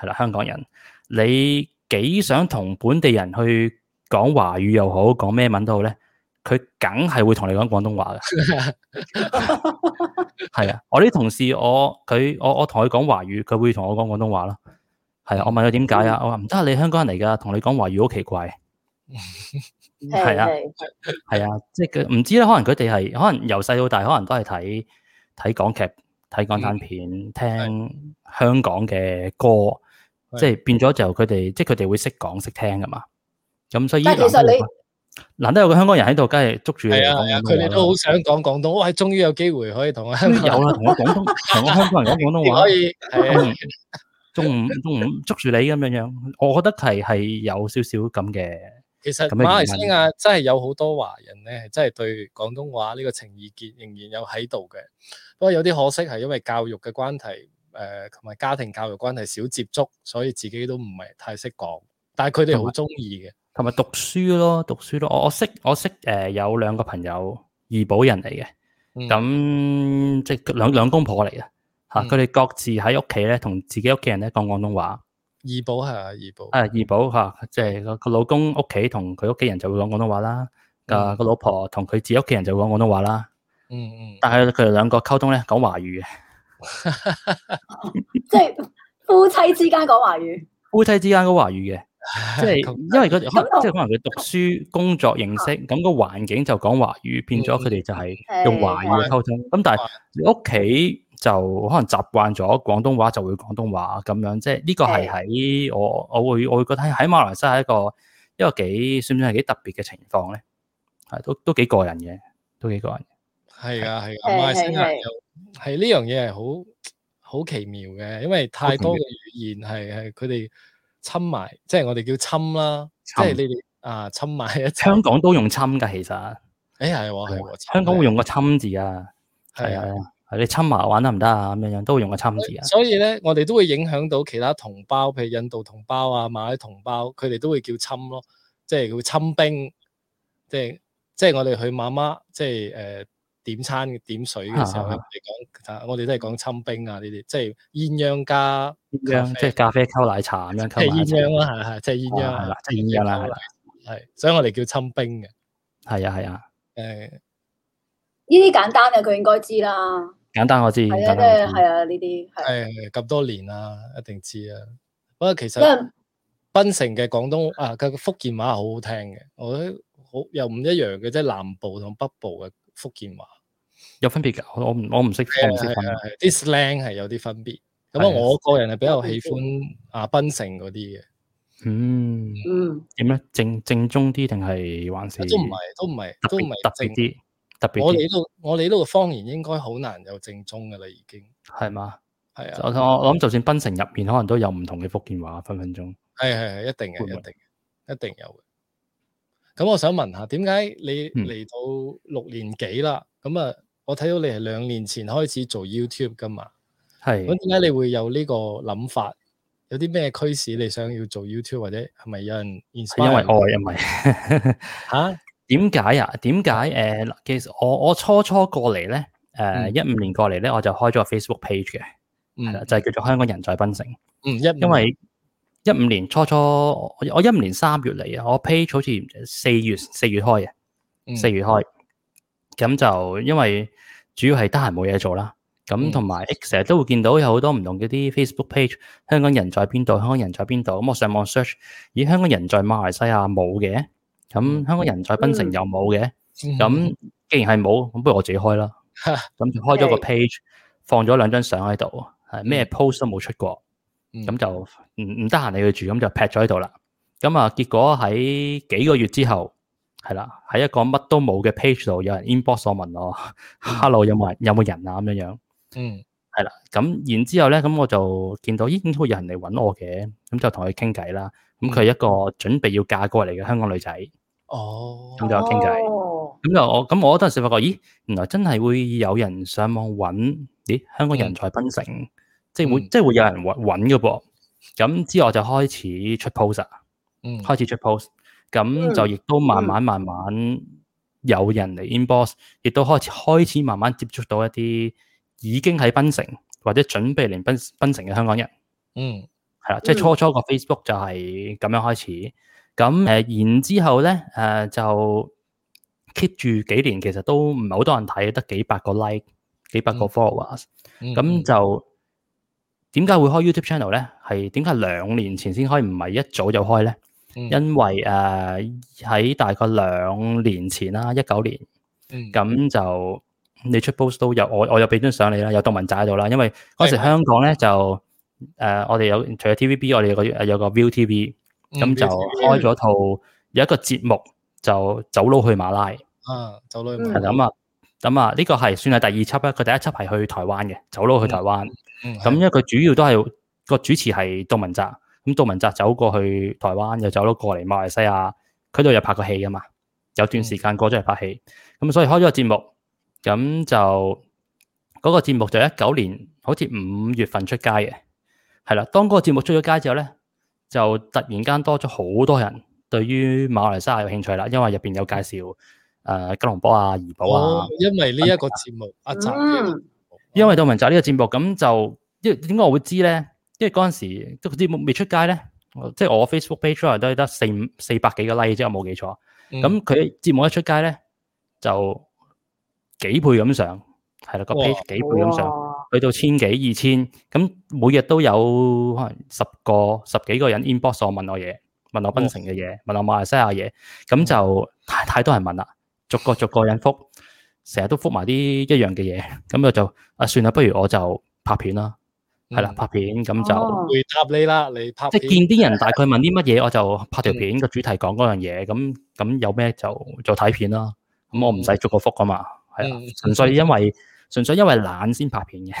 S3: 係啦，香港人，你幾想同本地人去講華語又好，講咩文都好咧，佢梗係會同你講廣東話嘅。係啊，我啲同事我佢我我同佢講華語，佢會同我講廣東話咯。係啊，我問佢點解啊？我話唔得啊，你香港人嚟㗎，同你講華語好奇怪。
S2: 係
S3: 係啊。
S2: 係
S3: 係啊，即係佢唔知咧，可能佢哋係可能由細到大，可能都係睇睇港劇、睇港
S1: 嗯
S3: 產片、聽香港嘅歌，
S1: 係
S3: 即係變咗就佢哋，即係佢哋會識講識聽噶嘛。咁所以
S2: 但係其實
S3: 難得
S2: 你
S3: 有個難得有個香港人喺度，梗係捉住你
S1: 係
S3: 嚟
S1: 啊
S3: 講
S1: 係啊，
S3: 廣
S1: 佢哋都
S3: 東話
S1: 好
S3: 啦。
S1: 想講廣東，哇！終於有機會可以同香
S3: 終於
S1: 港人
S3: 有啦，同我廣東，同我香港人講 廣東話
S1: 可。以係啊
S3: 中午中午中午捉住你咁樣樣，我覺得係係有少少咁嘅，
S1: 其實
S3: 咁嘅
S1: 馬來
S3: 原
S1: 西
S3: 因
S1: 亞真係有好多華人咧，係真係對廣東話呢個情意結仍然有喺度嘅。不過有啲可惜係因為教育嘅關係，誒同埋家庭教育關係少接觸，所以自己都唔係太識講。但係佢
S3: 啊
S1: 哋好中意嘅，
S3: 同埋讀書咯，讀書咯。我我識我識誒、呃有兩個朋友怡保人嚟嘅。
S1: 咁
S3: 咁即係兩兩公婆嚟嘅嚇，
S1: 嗯
S3: 佢哋各自喺屋企咧，同自己屋企人咧講廣東話。
S1: 怡保係啊，怡保
S3: 啊，二寶嚇，即係個個老公屋企同佢屋企人就會講廣東話啦。啊，
S1: 嗯
S3: 個老婆同佢自己屋企人就會講廣東話啦。
S1: 嗯嗯，
S3: 但係佢哋兩個溝通咧講華語嘅，
S2: 即係夫妻之間講華 語。
S3: 夫妻之間講華語嘅，即係因為佢哋可
S2: 咁我
S3: 能即係可能佢讀書、工作形式咁個環境就講華語，變咗佢哋就係用華語
S2: 啊
S3: 去溝通。咁但係你屋企就可能習慣咗廣東話就會廣東話咁樣，即係呢個係喺我我會我會覺得喺馬來西亞一個一個幾算唔算係幾特別嘅情況咧？係都都幾過癮嘅，都幾過癮。
S1: 係噶係噶，
S2: 係
S1: 馬來西亞
S2: 係
S1: 有嗯係呢樣嘢係好好奇妙嘅，因為太多嘅語言係係佢哋侵埋，即係我哋叫侵啦，即係
S3: 侵
S1: 你哋啊侵埋一哎齊。
S3: 香港都用侵㗎，其實
S1: 诶，系喎，系
S3: 係
S1: 喎，
S3: 香港會用個侵字啊，係啊，係你侵麻玩得唔得啊？咁樣樣都會用個侵字啊。
S1: 所以咧，我哋都會影響到其他同胞，譬如印度同胞啊、馬來同胞，佢哋都會叫侵咯，即係會侵兵，即係即係我哋去媽媽即係誒、呃、點餐點水嘅時候，
S3: 啊啊啊
S1: 我哋講我哋都係講侵兵啊呢啲，即係鸳鸯加
S3: 鴛鴦即係咖啡溝奶茶咁樣
S1: 即係
S3: 溝埋一
S1: 鸳鸯啦，係
S3: 齊
S1: 係即係鸳
S3: 啊係
S1: 鸯
S3: 啦即係鴛鴦啦係啦，
S1: 係，所以我哋叫侵兵嘅，
S3: 係啊係啊，
S1: 誒
S2: 呢啲簡單嘅佢應該知啦，
S3: 簡單我知。
S2: 係啊，
S3: 簡
S2: 即
S3: 單我
S2: 係
S3: 知
S2: 係啊呢啲
S1: 誒
S2: 係，
S1: 咁多年啦，一定知啦。不過其
S2: 即
S1: 實。
S2: 係
S1: 檳城嘅廣東啊，佢嘅福建話係好好聽嘅，我覺得好又唔一樣嘅，即係南部同北部嘅福建話，
S3: 有分別㗎。我我唔我唔識我唔識分。
S1: 係啲 slang 係有啲分別。咁啊，
S3: 係啊
S1: 我個人係比較喜歡啊檳城嗰啲嘅，
S3: 嗯，
S2: 嗯
S3: 點咧？正正宗啲定係還是
S1: 都唔係都唔係
S3: 特
S1: 都唔
S3: 別特別
S1: 係正。
S3: 啲？特別
S1: 我哋
S3: 啲
S1: 呢度我哋呢度嘅方言應該好難有正宗嘅啦，已經
S3: 係嘛？
S1: 係
S3: 我
S1: 啊，
S3: 我我諗就算檳城入面可能都有唔同嘅福建話，分分鐘。
S1: 係係係一定嘅，
S3: 會唔會
S1: 一定嘅一定有嘅。咁我想問下，點解你
S3: 嗯
S1: 嚟到六年幾啦？咁啊，我睇到你係兩年前開始做 YouTube 噶嘛？
S3: 係
S1: 咁點解你會有呢個諗法？有啲咩驅使你想要做 YouTube 或者係咪有人 i n s
S3: 係因為愛啊，唔係。
S1: 嚇
S3: 點解啊？點解？誒，嗱，其實我我初初過嚟咧，誒
S1: 嗯
S3: 一五年過嚟咧，我就開咗個 Facebook page 嘅，係啦
S1: 嗯
S3: 就係叫做香港人在檳城。
S1: 嗯一
S3: 因為一五年初初，我我一五年三月嚟啊，我 page 好似四月四月開啊
S1: 嗯
S3: 嘅，四月開。咁就因為主要係得閒冇嘢做啦，咁
S1: 嗯
S3: 同埋成日都會見到有好多唔同嗰啲 Facebook page，香港人在邊度，香港人在邊度。咁我上網 search，咦，香港人在馬來西亞冇嘅，
S1: 嗯
S3: 咁香港人在檳城又冇嘅。
S1: 咁
S3: 咁既然係冇，咁不如我自 己開啦。咁就開咗個 page，放咗兩張相喺度，係
S1: 嗯
S3: 咩 post 都冇出過。咁就唔唔得閒理佢住，咁就劈咗喺度啦。咁啊，結果喺幾個月之後，係啦，喺一個乜都冇嘅 page 度，有人 inbox 我問我，hello 有冇人有冇人啊咁樣樣，
S1: 嗯
S3: 係啦。咁然之後咧，咁我就見到咦，應該有人嚟揾我嘅，咁就同佢傾偈啦。咁佢係一個準備要嫁過嚟嘅香港女仔，咁
S1: 哦
S3: 就傾偈。
S2: 偈，
S3: 咁就我咁我嗰陣時發覺，咦，原來真係會有人上網揾，咦，香港人在檳城，即係會
S1: 嗯
S3: 即係會有人揾揾嘅噃。咁之後就開始出 post 啊，
S1: 嗯
S3: 開始出 post，咁就亦都慢慢慢慢有人嚟 inbox，亦都開始開始慢慢接觸到一啲已經喺檳城或者準備嚟檳檳城嘅香港人。
S1: 嗯
S3: 係啦，即係
S2: 嗯
S3: 初初個 Facebook 就係咁樣開始，咁誒、呃然之後咧誒、呃就 keep 住幾年，其實都唔係好多人睇，得幾百個 like，幾百個
S1: 嗯
S3: followers，
S1: 嗯
S3: 咁、就點解會開 YouTube channel 咧？係點解兩年前先開，唔係一早就開咧？
S1: 嗯
S3: 因為誒喺、大概兩年前啦，一九年。
S1: 嗯
S3: 咁就你出 post 都有，我我有俾張相你啦，有杜文仔喺度啦。因為嗰時
S1: 係
S3: 香港咧就誒、呃我哋有除咗 TVB，我哋有個有個 View TV，
S1: 嗯
S3: 咁就開咗套有一個節目就走佬去馬拉，係
S1: 啊走女
S2: 嗯
S1: 嘛
S3: 啦咁啊。咁啊，呢個係算係第二輯啦。佢第一輯係去台灣嘅，走佬去台灣。
S1: 嗯
S3: 咁因為佢主要都係個主持係杜汶澤，咁杜汶澤走過去台灣，又走咗過嚟馬來西亞，佢度又拍過戲噶嘛，有
S1: 嗯
S3: 段時間過咗嚟拍戲，咁所以開咗個節目，咁就嗰、個節目就一九年好似五月份出街嘅，係啦。當嗰個節目出咗街之後咧，就突然間多咗好多人對於馬來西亞有興趣啦，因為入邊有介紹誒、呃吉隆坡啊、怡保啊。
S1: 哦因為呢一個節目阿澤嘅一個節
S2: 嗯
S1: 目，啊
S3: 因為杜汶澤呢個節目咁就，因為點解我會知咧？因為嗰陣時都個節目未出街咧，我即係我 Facebook page 可能都係得四五四百幾個 like 啫，我冇記錯。
S1: 嗯
S3: 咁佢節目一出街咧，就幾倍咁上，係啦個
S1: 哇
S3: page 幾倍咁上，
S2: 哇
S3: 去到千幾二千，咁每日都有可能十個十幾個人 inbox 我問我嘢，問我檳城嘅嘢，問我馬來西亞嘢，咁就太太多人問啦，逐個逐個人覆，成日都覆埋啲一樣嘅嘢，咁我就啊算啦，不如我就拍片啦，係啦，
S1: 嗯
S3: 拍片咁就。
S2: 哦
S1: 回答你啦，你拍
S3: 即
S1: 片嗯
S3: 係見啲人大概問啲乜嘢，我就拍條片個主題講嗰樣嘢，咁咁有咩就就睇片啦。咁我唔使逐個覆噶嘛，係啦
S1: 嗯，
S3: 純粹因為純粹因為懶先拍片嘅，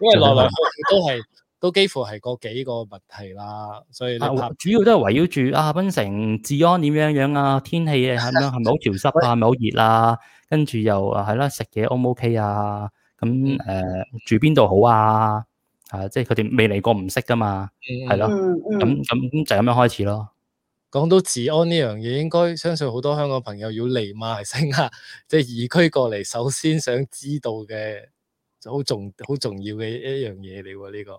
S1: 因為來來去去都係 都幾乎係嗰幾個問題啦。所以你
S3: 啊
S1: 拍
S3: 主要都係圍繞住啊槟城治安點樣樣啊，天氣係咪係咪好潮濕啊，係咪好熱啊？跟住又啊係啦，食嘢 O 唔 OK 啊？咁誒、呃住邊度好啊？啊，即係佢哋未嚟過唔識噶嘛，係咯
S2: 嗯
S3: 咁
S2: 嗯，
S3: 咁就咁樣開始咯。
S1: 講到治安呢樣嘢，應該相信好多香港朋友要嚟馬來西亞， 即係移居過嚟，首先想知道嘅就好重好重要嘅一樣嘢嚟喎，呢、個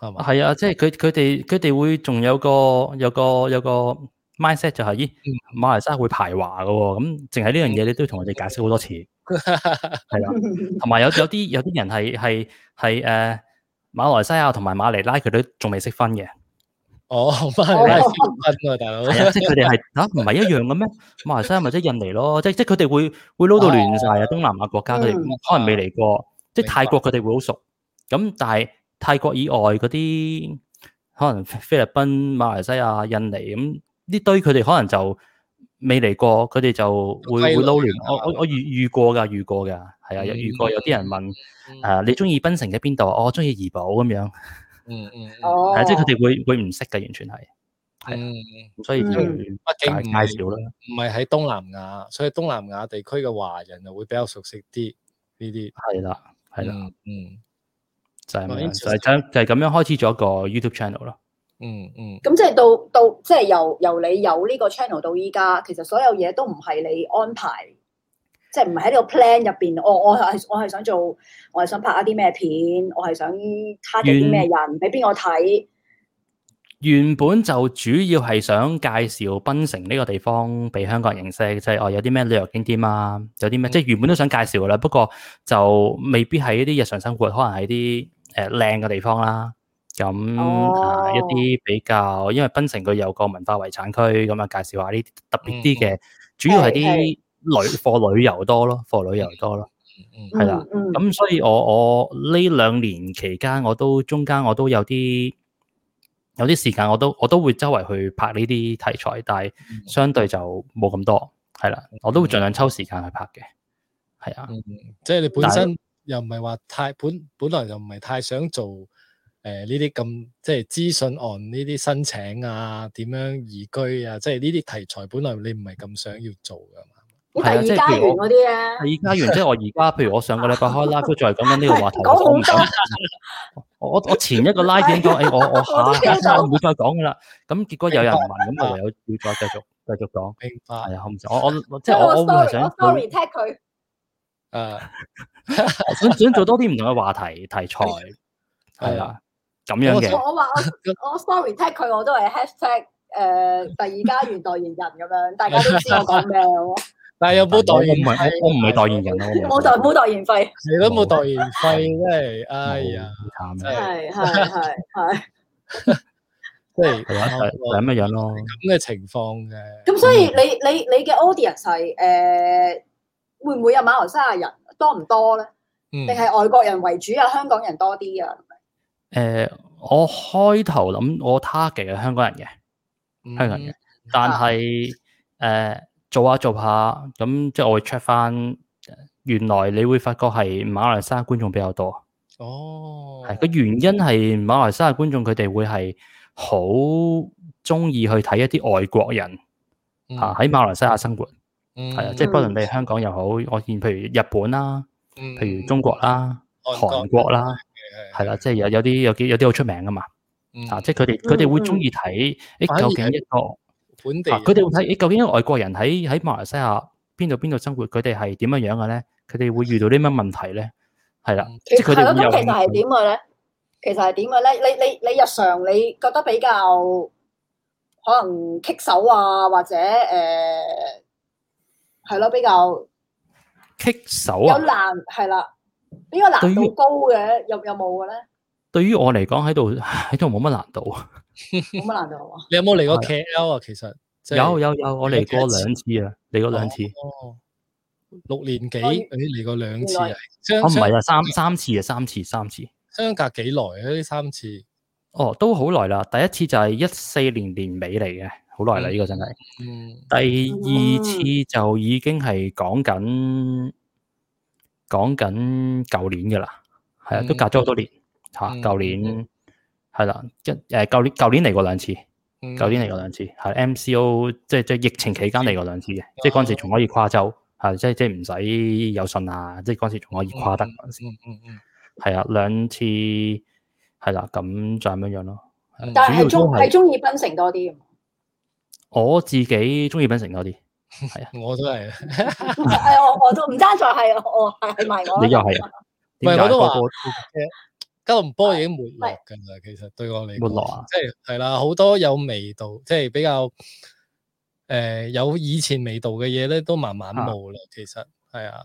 S1: 係嘛？
S3: 係啊，即係佢佢哋佢哋會仲有個有個有個 mindset 就係、咦
S1: 嗯
S3: 馬來西亞會排華嘅喎，咁淨係呢樣嘢你都要同我哋解釋好多次，係啦。同埋有有啲有啲人係係係誒馬來西亞同埋馬尼拉佢都仲未識分嘅，
S1: 哦，馬來西亞分喎，大佬。
S3: 係啊，即係佢哋係嚇唔係一樣嘅咩？馬來西亞咪即係印尼咯， 即即係佢哋會會撈到亂晒啊！東南亞國家佢
S2: 嗯
S3: 哋可能未嚟過，即係
S1: 明白
S3: 泰國佢哋會好熟，咁但係泰國以外嗰啲可能菲律賓、馬來西亞、印尼咁呢堆佢哋可能就未嚟過，佢哋就會
S1: 歸類
S3: 會撈
S1: 啊
S3: 亂。我我我遇遇過㗎，遇過㗎，係啊，有遇過有啲人問。
S1: 嗯
S3: 誒、你中意檳城嘅邊度？我中意怡保咁樣，
S1: 嗯嗯嗯
S2: 哦
S3: 係，即係佢哋會會唔識嘅，完全係，係
S1: 嗯，
S3: 咁所以要
S2: 嗯
S3: 介
S1: 畢竟唔係
S3: 介紹啦，
S1: 唔係喺東南亞，所以東南亞地區嘅華人啊就會比較熟悉啲呢啲。
S3: 係啦，係啦，
S1: 嗯，嗯
S3: 就係咁樣，
S1: interesting
S3: 就係將就係咁樣開始咗個 YouTube channel 咯。
S1: 嗯嗯，
S2: 咁即係到到即係由由你有呢個 channel 到依家，其實所有嘢都唔係你安排，即係唔係喺呢個 plan 入邊。我我係我係想做，我係想拍一啲咩片，我係想 target 啲咩人俾邊個睇。
S3: 原本就主要係想介紹檳城呢個地方俾香港人認識，即係哦有啲咩旅遊景點啊，有
S2: 嗯
S3: 啲咩即係原本都想介紹㗎啦，不過就未必喺啲日常生活，可能喺啲誒靚嘅地方啦。咁、
S2: 哦
S3: 啊一啲比較，因為檳城佢有個文化遺產區，咁啊介紹下呢啲特別啲嘅，主要係
S2: 嗯係
S3: 啲旅貨旅遊多咯，貨旅遊多咯。
S1: 嗯
S3: 係啦
S2: 嗯，嗯
S3: 咁所以我我呢兩年期間，我都中間我都有啲有啲時間，我都我都會周圍去拍呢啲題材，但係相對就冇咁多，係啦，
S2: 嗯
S3: 我都會盡量抽時間去拍嘅，係啊，
S1: 嗯，即係你本
S3: 但係
S1: 身又唔係話太本，本來就唔係太想做誒呢啲咁即係資訊案呢啲申請啊，點樣移居啊，即係呢啲題材本來你唔係咁想要做噶嘛。
S2: 咁
S3: 係啊
S2: 第
S3: 即
S2: 二
S3: 係
S2: 家
S3: 譬如
S2: 園
S3: 我
S2: 嗰啲啊咧，
S3: 係而家完，即係我而家，譬如我上個禮拜開 live 都仲係講緊呢個 話題，
S2: 講好多
S3: 我唔敢 我我 我前一個 live 已經講，誒我
S2: 我
S3: 我
S2: 都
S3: 下
S2: 聽到
S3: 下唔會再講噶啦，咁結果有人問，咁 我唯有要再繼續繼續講，
S1: 明白
S3: 係啊，我唔想我我我即係
S2: 有個
S3: 我我會係
S2: story，
S3: 想
S2: 我 story tag 佢。
S1: 啊，
S3: 想想做多啲唔同嘅話題 題材，係啦，咁樣嘅，
S2: 我我 話我我 story tag 佢，我都係 hashtag 誒第二家園代言人咁 樣，大家都知我講咩喎。
S1: 但係有冇代言
S3: 我唔係
S1: 費
S3: 我我唔係代言人咯，
S2: 冇代冇代言費，
S1: 你都冇代言費，真係哎呀，
S3: 好慘
S1: 真
S3: 啊，
S1: 係
S2: 係係係
S3: 嗯
S2: 係。
S1: 即係咁
S3: 係啊，就係就係咁樣樣咯。
S1: 嘅情況嘅。
S2: 咁所以你你你嘅 audience 係誒、呃、會唔會有馬來西亞人多唔多咧？
S1: 嗯
S2: 定係外國人為主啊，香港人多啲啊？
S3: 誒，我開頭諗我 target 係香港人嘅，
S1: 嗯
S3: 香港人嘅，但係誒做下做下，咁即係我會 check 翻，原來你會發覺係馬來西亞觀眾比較多。
S1: 哦，
S3: 係個原因係馬來西亞觀眾佢哋會係好中意去睇一啲外國人
S1: 嗯
S3: 啊喺馬來西亞生活，
S1: 係
S3: 係
S1: 嗯
S3: 啊，即係不論你香港又好，我見譬如日本啦，
S1: 嗯
S3: 譬如中國啦、韓國啦，係啦，即係有有啲有幾有啲好出名噶嘛啊，即係佢哋
S2: 嗯
S3: 佢哋會中意睇
S1: 反而
S3: 誒究竟一個
S1: 本地
S3: 啊，佢哋會睇誒究竟一個外國人喺喺馬來西亞邊度邊度生活，佢哋係點樣樣嘅咧？佢哋會遇到啲乜問題咧？係啦
S1: 嗯，
S2: 其
S3: 即係
S2: 實
S3: 佢
S2: 係
S3: 哋會
S2: 咯，
S3: 有
S2: 咁其實係
S3: 興趣
S2: 點嘅咧？其實係點嘅咧？你你你日常你覺得比較可能棘手啊，或者誒係咯，比較
S3: 棘手
S2: 有
S3: 啊！
S2: 難係啦，比較難
S3: 對
S2: 度
S3: 於
S2: 高嘅，有有冇嘅咧？
S3: 對於我嚟講喺度喺度冇乜難度。
S2: 冇乜難度啊係嘛？
S1: 你有冇嚟過 KL 啊？其實即係
S3: 有有有，我嚟過
S1: 有幾
S3: 兩次啊，嚟過兩次，
S1: 哦六年幾，
S2: 我
S1: 誒嚟過兩次
S2: 原
S1: 啊，相
S3: 我唔係
S1: 相
S3: 啊，三三次啊，三次三次，
S1: 相隔幾耐啊？呢三次，
S3: 哦，都好耐啦。第一次就係一四年年尾嚟嘅，好耐啦，
S1: 嗯
S3: 呢個真係。
S1: 嗯
S3: 第二次就已經係講緊講緊舊年嘅啦，係啊，
S1: 嗯
S3: 都隔咗好多年嚇。
S1: 嗯
S3: 舊年係啦，一誒舊年舊年嚟過兩次，
S1: 嗯
S3: 舊年嚟過兩次，係 MCO 即係即係疫情期間嚟過兩次嘅，即係嗰陣時
S1: 哦
S3: 仲可以跨州，係即係即係唔使有信啊，即係嗰陣時仲可以跨得
S1: 嗯
S3: 嗰陣時，
S1: 嗯嗯嗯
S3: 係啊兩次係啦，咁就咁樣樣咯。
S1: 嗯
S2: 但係
S3: 主要都
S2: 中
S3: 係
S2: 係中意檳城多啲。
S3: 我自己中意檳城多啲，
S1: 我都係，
S2: 係我我都唔爭在係我係咪我？
S3: 你又係啊？
S1: 唔係
S3: 點解
S1: 我都話
S3: 個個
S1: 吉隆坡已經沒落㗎啦。其實對我嚟講
S3: 沒落啊
S1: 即係係啦，好多有味道，即係比較诶、呃有以前味道嘅嘢咧，都慢慢冇啦。其實係啊，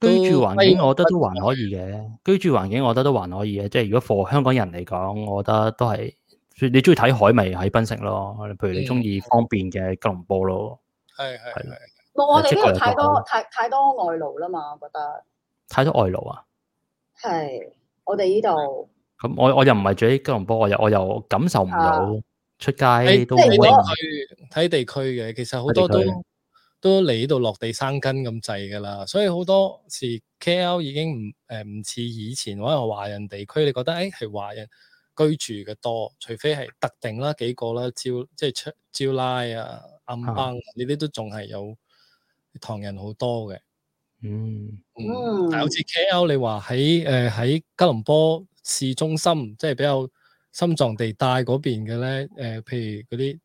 S3: 居住環境，
S1: 都
S3: 我覺得都還可以嘅。居住環境，我覺得都還可以嘅。即係如果 for 香港人嚟講，我覺得都係你中意睇海味喺檳城咯。譬如你中意方便嘅吉隆坡咯，
S1: 係係係
S2: 冇我哋呢
S3: 即係
S2: 度太
S3: 過嚟過
S2: 多
S3: 去
S2: 太太多外勞啦嘛，我覺得
S3: 太多外勞啊。
S2: 係我哋呢度
S3: 咁我我又唔係住喺吉隆坡，我又我又感受唔到
S2: 啊
S3: 出
S1: 睇
S3: 街都
S2: 即係
S1: 睇
S2: 如果
S3: 冇
S1: 地區睇地區嘅，其實好多
S3: 睇
S1: 都
S3: 地區
S1: 都嚟呢度落地生根咁滯㗎啦，所以好多時 KL 已經唔誒唔似以前可能華人地區，你覺得誒哎係、華人居住嘅多，除非係特定啦幾個啦，招即係出招拉啊、暗崩啊呢啲都仲係有唐人好多嘅。
S3: 嗯
S2: 嗯
S1: 但係好似 KL 你話喺誒喺吉隆坡市中心，即係比較心臟地帶嗰邊嘅咧，誒、譬如嗰啲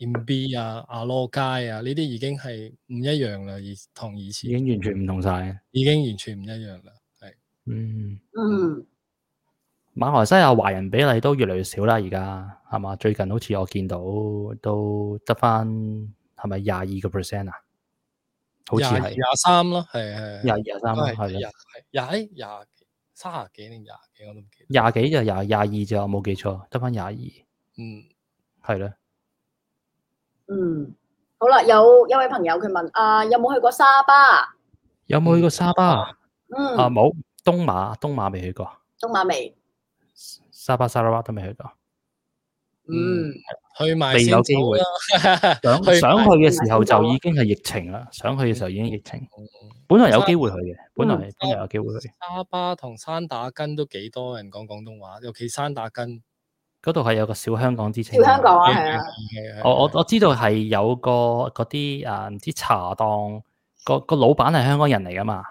S1: M B 啊、阿羅街啊，呢啲已經係唔一樣啦，以同以
S3: 已
S1: 前
S3: 經完全唔同晒。
S1: 已經完全唔一樣啦。
S3: 嗯，
S2: 嗯
S3: 馬來西亞華人比例都越嚟越少啦，而家係嘛？最近好似我見到都得翻係咪廿二個 percent 啊？好似
S1: 廿
S3: 係
S1: 廿。三咯，係係
S3: 廿二廿三
S1: 都
S3: 啦，
S1: 係
S3: 係啦
S1: 廿係廿廿幾三十幾定廿幾我都唔記得。
S3: 廿幾就廿廿二就我冇記錯，得翻廿二，係
S1: 嗯，
S3: 啦，
S2: 嗯，好啦，有一位朋友佢問啊，有冇去過沙巴？
S3: 有冇去過沙巴啊？啊
S2: 嗯，
S3: 冇，東馬東馬未去過，
S2: 東馬未？
S3: 沙巴沙拉巴都未去過。
S1: 嗯
S2: 嗯，
S1: 去埋
S3: 未
S1: 先
S3: 有機
S1: 走
S3: 會
S1: 啦。
S3: 想
S1: 去哦
S3: 想去嘅時
S2: 東
S3: 候
S2: 馬
S3: 就
S2: 啦
S3: 已經係疫情啦，想去嘅時候已經疫情。本來有機會去嘅，
S1: 嗯
S3: 本來本來有機會去。
S1: 沙巴同山打根都幾多人講廣東話，尤其山打根。
S3: 嗰度係有個小香港之稱。
S2: 跳香港啊，
S3: 嗯
S2: 係啊，
S1: 係啊
S3: 我我我知道係有個嗰啲啊唔知茶檔，個個老闆係香港人嚟噶嘛，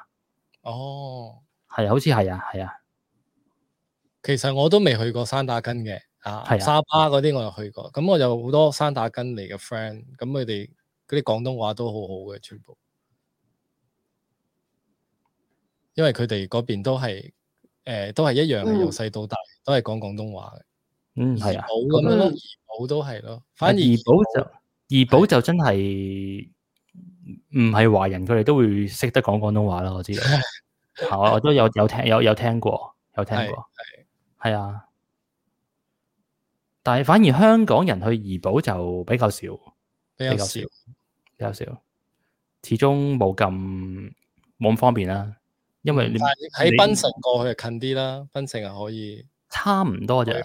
S1: 哦，
S3: 係好似係啊係啊。
S1: 其實我都未去過山打根嘅，啊，
S3: 係啊
S1: 沙巴嗰啲我又去過，咁我有好多山打根嚟嘅 friend，咁佢哋嗰啲廣東話都好好嘅，全部，因為佢哋嗰邊都係誒、呃都係一樣嘅，
S2: 嗯
S1: 由細到大都係講廣東話
S3: 嗯
S1: 嘅，
S3: 係啊
S1: 好。咁樣咯，
S2: 嗯
S1: 怡保都係咯，反而
S3: 怡
S1: 怡
S3: 保就怡保就真係唔係華人，佢哋都會識得講廣東話啦。我知 道，係我我都有有聽有有聽過，有聽
S1: 係
S3: 過，係啊。但係反而香港人去怡保就比較少，
S1: 比較
S3: 比較
S1: 少
S3: 少，，比較少，始終冇咁冇咁方便啦。因為你
S1: 但係喺
S3: 你
S1: 檳城過去就近啲啦，檳城係可以
S3: 差唔多啫
S1: 可以，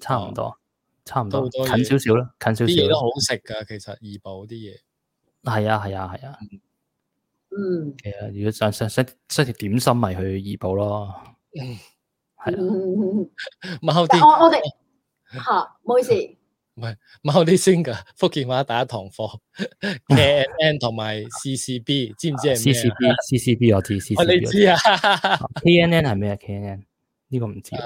S3: 差唔多，差唔
S1: 啊都
S3: 多，
S1: 好多嘢
S3: 近少少啦，近少
S1: 啲嘢都
S3: 少
S1: 好
S3: 啦。
S1: 食㗎，其實怡保啲嘢。
S3: 係啊，係啊，係啊。
S2: 嗯
S3: 其實如果想想想想食點心，咪去怡保咯。
S1: 嗯
S3: 係啊，
S2: 嗯，
S1: 猫
S2: 但
S1: 啲
S2: 我我哋嚇，唔好意思，
S1: 猫啲先噶，福建話第一堂課 K N N 同埋 C C B，知唔知係
S3: C
S1: 咩
S3: C
S1: 啊？
S3: B C C B 我知，C
S1: 我
S3: C
S1: 你
S3: B
S1: 知啊？
S3: K N N 係咩啊？K N N 呢個唔 知。
S1: 啊，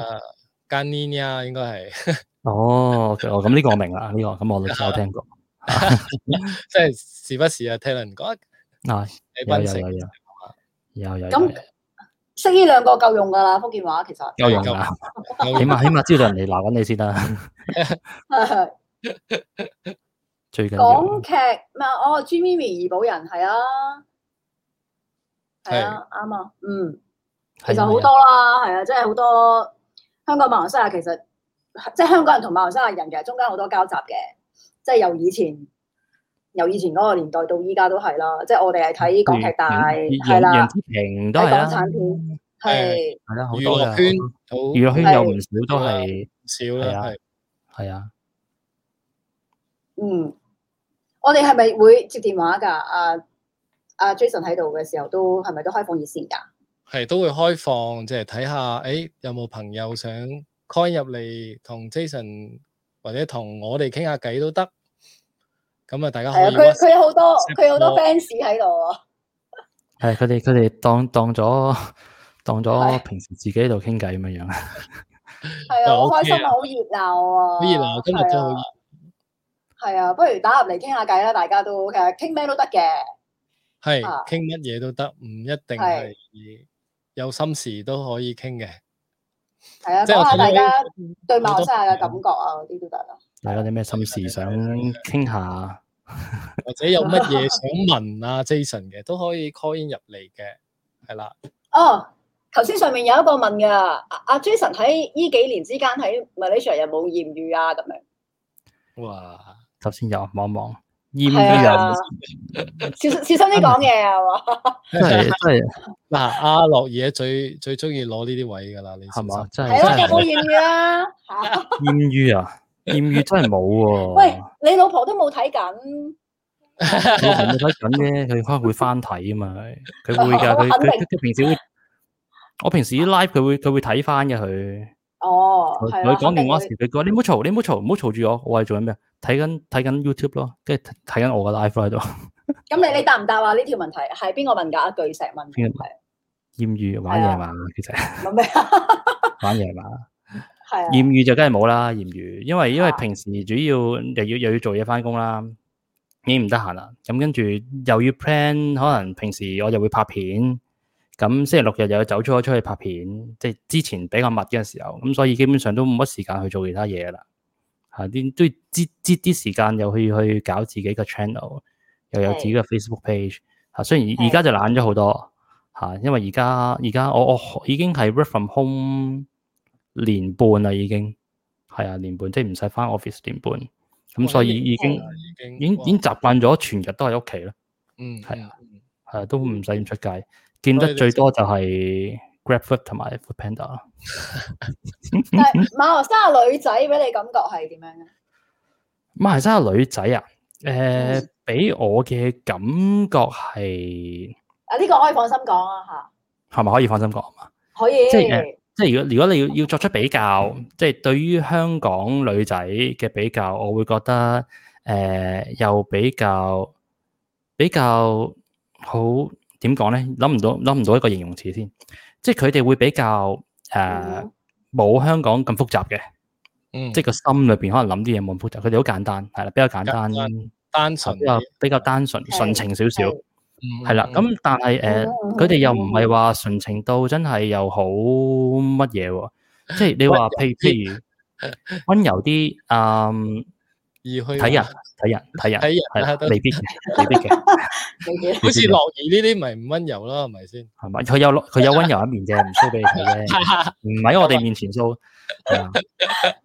S1: 間呢呀，應該係，
S3: 哦，OK，哦，咁呢個我明啦，呢個咁我都有聽
S1: 啊
S3: 過。
S1: 即係時不時啊，聽人講
S3: 啊，
S1: 喺
S3: 有
S1: 檳
S3: 有
S1: 城
S3: 有有有有
S2: 咁
S3: 有
S2: 識呢兩個夠用㗎啦，福建話其實
S3: 有用
S1: 啊
S3: 啦，
S1: 有
S3: 起碼起碼知道人哋鬧緊你先啦，最緊
S2: 港
S3: 要。
S2: 劇咩啊？哦，G Mimi 怡保人係啊，係啊，啱啊，嗯，其實好多啦，係啊，即係好多香港馬來西亞其實即係香港人同馬來西亞人其實中間好多交集嘅，即係由以前由以前嗰個年代到依家都係啦，即係我哋係
S1: 嗯
S2: 睇港劇大係
S3: 啊嗯楊楊
S2: 啦，
S3: 紫瓊都
S2: 睇
S3: 係
S2: 港
S3: 啦，
S2: 產片係
S3: 係啦，好
S1: 娛
S3: 多
S1: 樂
S3: 嘅
S1: 圈好
S3: 娛樂圈有唔少都係
S1: 少
S3: 係
S1: 啦，
S3: 啊
S1: 係
S3: 係啊。
S2: 嗯，我哋係咪會接電話㗎？啊啊 Jason 喺度嘅時候都係咪
S1: 哦
S2: 都開放熱線㗎？
S1: 係都會開放，即係睇下，誒有冇朋友想 coin 入嚟同 Jason 或者同我哋傾下偈都得。咁啊，大家
S2: 係
S1: 可
S2: 啊，
S1: 以
S2: 佢
S1: WhatsApp
S2: 佢有好多
S1: 我
S2: 佢有好多 fans 喺度喎。
S3: 系佢哋佢哋當當咗當咗
S2: 係
S3: 平時自己喺度傾偈咁樣樣。
S2: 係啊，好
S1: 啊，OK
S2: 開心
S1: 啊
S2: 啊，好熱鬧啊！
S1: 好熱鬧今日真係好熱
S2: 係啊。係啊，不如打入嚟傾下偈啦，大家都其實傾咩都得嘅，
S1: 係
S2: 啊
S1: 傾乜嘢都得，唔一定
S2: 係
S1: 係有心事都可以傾嘅。
S2: 係啊，
S1: 即係我
S2: 講下
S1: 睇
S2: 大
S1: 到
S2: 家對馬
S1: 好
S2: 來
S1: 多
S2: 西亞嘅感覺啊，嗰啲都得啦。
S3: 大家有啲咩心事想傾下？
S1: 或者有乜嘢想問 啊 Jason 嘅，都可以 call in 入嚟嘅，係啦。
S2: 哦，頭先上面有一個問㗎，阿阿 Jason 喺呢幾年之間喺 Malaysia 有冇豔遇啊？咁樣
S1: 哇！
S3: 頭先有望一望，豔遇
S2: 係
S3: 人
S2: 啊， 小小心啲講嘢啊！係嘛
S3: 真係真
S1: 啊
S3: 係
S1: 嗱，阿樂嘢最最中意攞呢啲位㗎啦，你
S3: 係 嘛？真係哦
S2: 係咯，
S3: 真
S2: 有冇
S3: 係
S2: 豔遇啊？ 嚇
S3: 豔遇啊！豔遇真係冇
S2: 喂
S3: 喎。，
S2: 你老婆都冇睇緊，
S3: 老婆冇睇緊啫，佢可能會翻睇啊嘛，佢會㗎，佢佢佢佢平時會，我平時啲 live 佢會佢會睇翻嘅佢。
S2: 哦，
S3: 佢
S2: 係
S3: 佢
S2: 啦，
S3: 講
S2: 肯定
S3: 電話
S2: 會
S3: 時，佢講你唔好嘈，你唔好嘈，唔好嘈住我。我係做緊咩？睇緊睇緊 YouTube 咯，跟住睇睇緊我嘅 live 喺度。
S2: 咁你你答唔答啊？呢條問題係邊個問㗎？阿巨石問
S3: 邊
S2: 嘅
S3: 個
S2: 係
S3: 豔遇玩
S2: 係
S3: 嘢
S2: 啊
S3: 嘛，其實
S2: 問咩啊？
S3: 玩嘢嘛。
S2: 係啊，
S3: 豔遇就梗係冇啦，豔遇，因為因為
S2: 啊
S3: 平時主要又要又要做嘢翻工啦，已經唔得閒啦。咁跟住又要 plan，可能平時我就會拍片，咁星期六日又要走出出去拍片，即係之前比較密嘅時候，咁所以基本上都冇乜時間去做其他嘢啦。嚇啲都要擠擠啲時間又去去搞自己嘅 channel，又有自己嘅 Facebook page。嚇，雖然而
S2: 係
S3: 而家就懶咗好多嚇，因為而家而家我我已經係 work from home 年半啦，已經係啊年半，即係唔使翻 office 年半，咁所以已經
S1: 已經
S3: 已經已經習慣咗全日都喺屋企啦，
S1: 嗯
S3: 係啊
S1: 啊，嗯
S3: 係啊都唔使咁出街，見
S1: 所以
S3: 得
S1: 你
S3: 最多就係 GrabFood 同埋 Foodpanda 啦。
S2: 但係馬來西亞女仔俾你感覺係點樣啊咧？
S3: 馬來西亞女仔啊，誒、
S2: 嗯
S3: 俾我嘅感覺係
S2: 啊，呢個可以放心講啊嚇，
S3: 係咪可以放心講啊？
S2: 可以。
S3: 即係誒即係如果如果你
S1: 嗯
S3: 要要作出比較，即係對於香港女仔嘅比較，我會覺得誒、呃又比較比較好點講咧？諗唔到諗唔到一個形容詞先，即係佢哋會比較誒
S2: 嗯
S3: 冇、香港咁複雜嘅，
S1: 嗯，即
S3: 即係個心裏邊可能諗啲嘢冇咁複雜，佢哋好簡單係啦，比較簡單，
S1: 簡單純嗯
S3: 比較比較單純
S2: 係
S3: 純情少少。
S1: 係
S3: 係啦，咁但係呃誒，
S2: 嗯
S3: 佢哋又唔係話純情到真係又好乜嘢喎，即係你話譬譬如温柔啲，嗯，
S1: 而去
S3: 睇人睇人睇
S1: 睇
S3: 人係
S1: 人
S3: 啦
S1: 啊，都
S3: 未必嘅，未必嘅，
S2: 你見
S1: 好似樂兒呢啲咪唔温柔啦，係咪先？
S3: 係咪？佢有佢有温柔一面嘅，唔 show 俾你睇啫，唔喺我哋面前 show。係啊 咁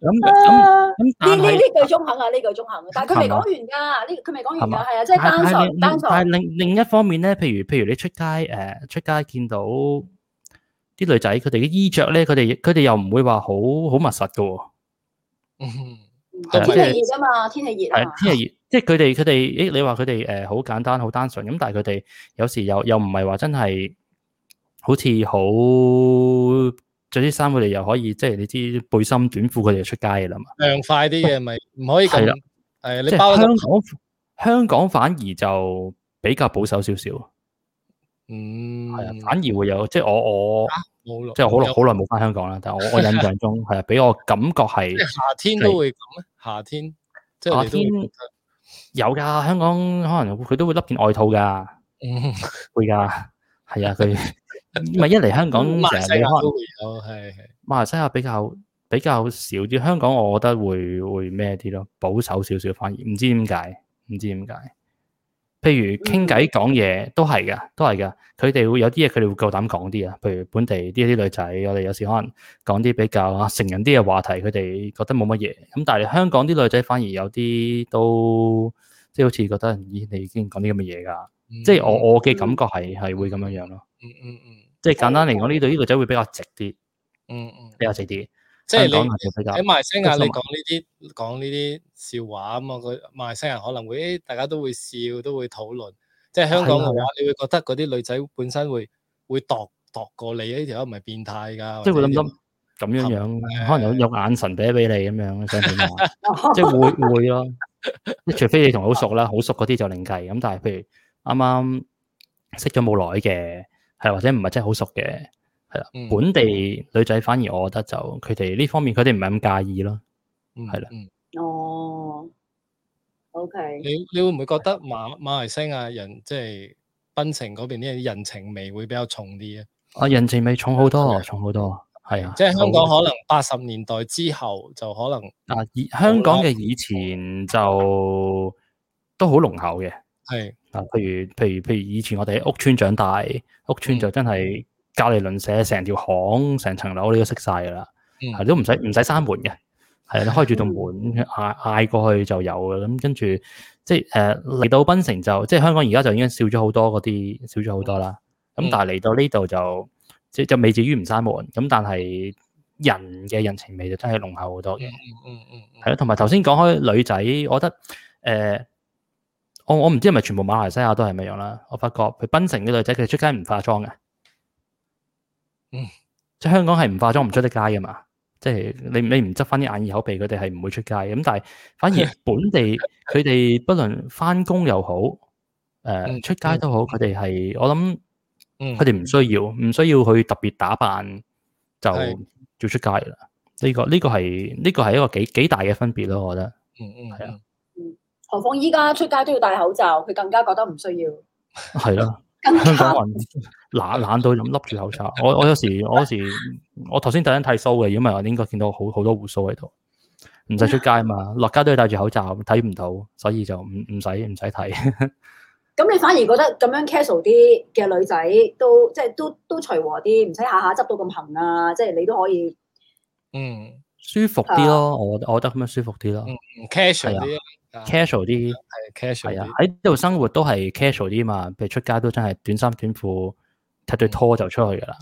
S3: 咁
S2: 啊
S3: 咁，
S2: 呢
S3: 但
S2: 呢
S3: 係
S2: 呢句中肯啊，呢句中肯啊，但係佢未
S3: 係嘛
S2: 講完㗎，呢佢未講完
S3: 係
S2: 㗎，
S3: 嘛
S2: 係啊，即係單
S3: 但係
S2: 純
S3: 另
S2: 單
S3: 但係
S2: 純，
S3: 另另一方面咧，譬如譬如你出街誒、呃出街見到啲女仔，佢哋嘅衣着咧，佢哋佢哋又唔會話好好密實嘅喎。
S1: 嗯
S3: 係
S2: 天
S3: 啊
S2: 氣熱啊嘛，天氣熱啊嘛，
S3: 係天氣呃熱，即係佢哋佢哋，誒你話佢哋誒好簡單好單純，咁但係佢哋有時又又唔係話真係好似好着啲衫，佢哋又可以即係你知背心短褲，佢哋就出街嘅啦嘛。
S1: 涼快啲嘅咪唔可以
S3: 係
S1: 咁
S3: 啦。
S1: 係啊
S3: 即
S1: 你
S3: 係
S1: 包得
S3: 香港香港反而就比較保守少少，係
S1: 嗯
S3: 啊，反而會有即係我我
S1: 冇咯，
S3: 即係好耐
S1: 有
S3: 好耐冇翻香港啦，但係我我印象中係啊，俾我感覺係
S1: 即係夏天都會咁咩？夏天即係你都會覺得
S3: 有㗎，香港可能佢都會笠件外套㗎。
S1: 嗯
S3: 會㗎，係啊， 佢咪一嚟香港成
S1: 馬來西
S3: 日你可
S1: 亞都
S3: 能
S1: 會有係係
S3: 馬來西亞比較比較少啲，香港我覺得會會咩啲咯，保守少少反而唔知點解，唔知點解。譬如傾偈講嘢都係㗎，都係㗎。佢哋會有啲嘢佢哋會夠膽講啲啊。譬如本地啲啲女仔，我哋有時可能講啲比較啊成人啲嘅話題，佢哋覺得冇乜嘢。咁但係香港啲女仔反而有啲都即係好似覺得，咦你已經講啲咁嘅嘢㗎。即係我我嘅感覺係係會咁樣樣咯。
S1: 嗯嗯嗯
S3: 即係簡單嚟講，呢度呢女仔會比較直啲，
S1: 嗯嗯，
S3: 比較直啲。
S1: 即係
S3: 香
S1: 你
S3: 港。係比較
S1: 喺馬來西亞，
S3: 即係
S1: 你講呢啲講呢啲笑話咁啊，佢馬來西亞可能會誒，大家都會笑，都會討論。即係香港嘅
S3: 係啊係
S1: 話，你會覺得嗰啲女仔本身會會度度過你呢條友唔係變態㗎，
S3: 即係會
S1: 或者
S3: 諗諗，咁樣樣，可能有有眼神俾俾你咁 樣，想點啊？
S2: 哦
S3: 即係會會咯，即係除非你同佢好熟 啦，好熟嗰啲就另計。咁但係譬如啱啱識咗冇耐嘅，係或者唔係真係好熟嘅，係啦
S1: 嗯，
S3: 本地女仔反而我覺得就佢哋呢方面佢哋唔係咁介意咯。係啦
S1: 嗯
S2: 哦，OK，
S1: 你你會唔會覺得馬馬來西亞人即係檳城嗰邊啲人情味會比較重啲啊？
S3: 啊，人情味重好多，
S1: 係
S3: 重好多，係啊，
S1: 即係香港可能八十年代之後就可能
S3: 啊，以香港嘅以前就都好濃厚嘅。
S1: 係
S3: 啊，譬如譬如譬如以前我哋喺屋村長大，屋
S1: 嗯
S3: 村就真係隔離鄰舍，成條巷、成層樓你都識晒噶啦，
S1: 嗯
S3: 係都唔使唔使閂門嘅，係你開住道門嗌嗌過去就有嘅。咁跟住即係誒嚟到檳城就即係香港而家就已經少咗好多嗰啲少咗好多啦。咁
S1: 嗯
S3: 但係嚟到呢度就即就未至於唔閂門，咁但係人嘅人情味就真係濃厚好多嘅。
S1: 嗯嗯嗯
S3: 係咯，同埋頭先講開女仔，我覺得誒、呃我我唔知係咪全部馬來西亞都係咁樣啦。我發覺佢檳城嘅女仔，佢哋出街唔化妝嘅，
S1: 嗯，
S3: 即係香港係唔化妝唔出得街噶嘛。即係你你唔執翻啲眼耳口鼻，佢哋係唔會出街嘅。咁但係反而本地佢哋，不論翻工又好，誒、
S1: 嗯
S3: 出街都好，佢哋係我諗
S1: 嗯
S3: 佢哋唔需要，唔需要去特別打扮就
S1: 係
S3: 要出街啦。呢、個呢、個係呢、個係一個幾幾大嘅分別咯，我覺得。
S1: 嗯嗯
S3: 係啊
S2: 何況依家出街都要戴口罩，佢更加覺得唔需要，
S3: 係 咯，
S2: 更
S3: 香
S2: 加
S3: 港人懶懶到咁笠住口罩。我我有時我有時我頭先特登剃須嘅，如果唔係我應該見到好好多胡鬚喺度。唔使出街 啊嘛，落街都要戴住口罩，睇唔到，所以就唔唔使唔使 睇。
S2: 咁你反而覺得咁樣 casual 啲嘅女仔都即係都都隨和啲，唔使下下執到咁痕啊！即係你都可以
S1: 嗯
S3: 舒服啲咯，我我覺得咁樣舒服啲咯
S1: 嗯嗯 casual
S3: 係啊
S1: 啲啊
S3: ，casual 啲
S1: 係 casual
S3: 係啊
S1: 啲，
S3: 喺呢度生活都係 casual 啲嘛，譬如出街都真係短衫短褲，踢對拖就出去噶啦。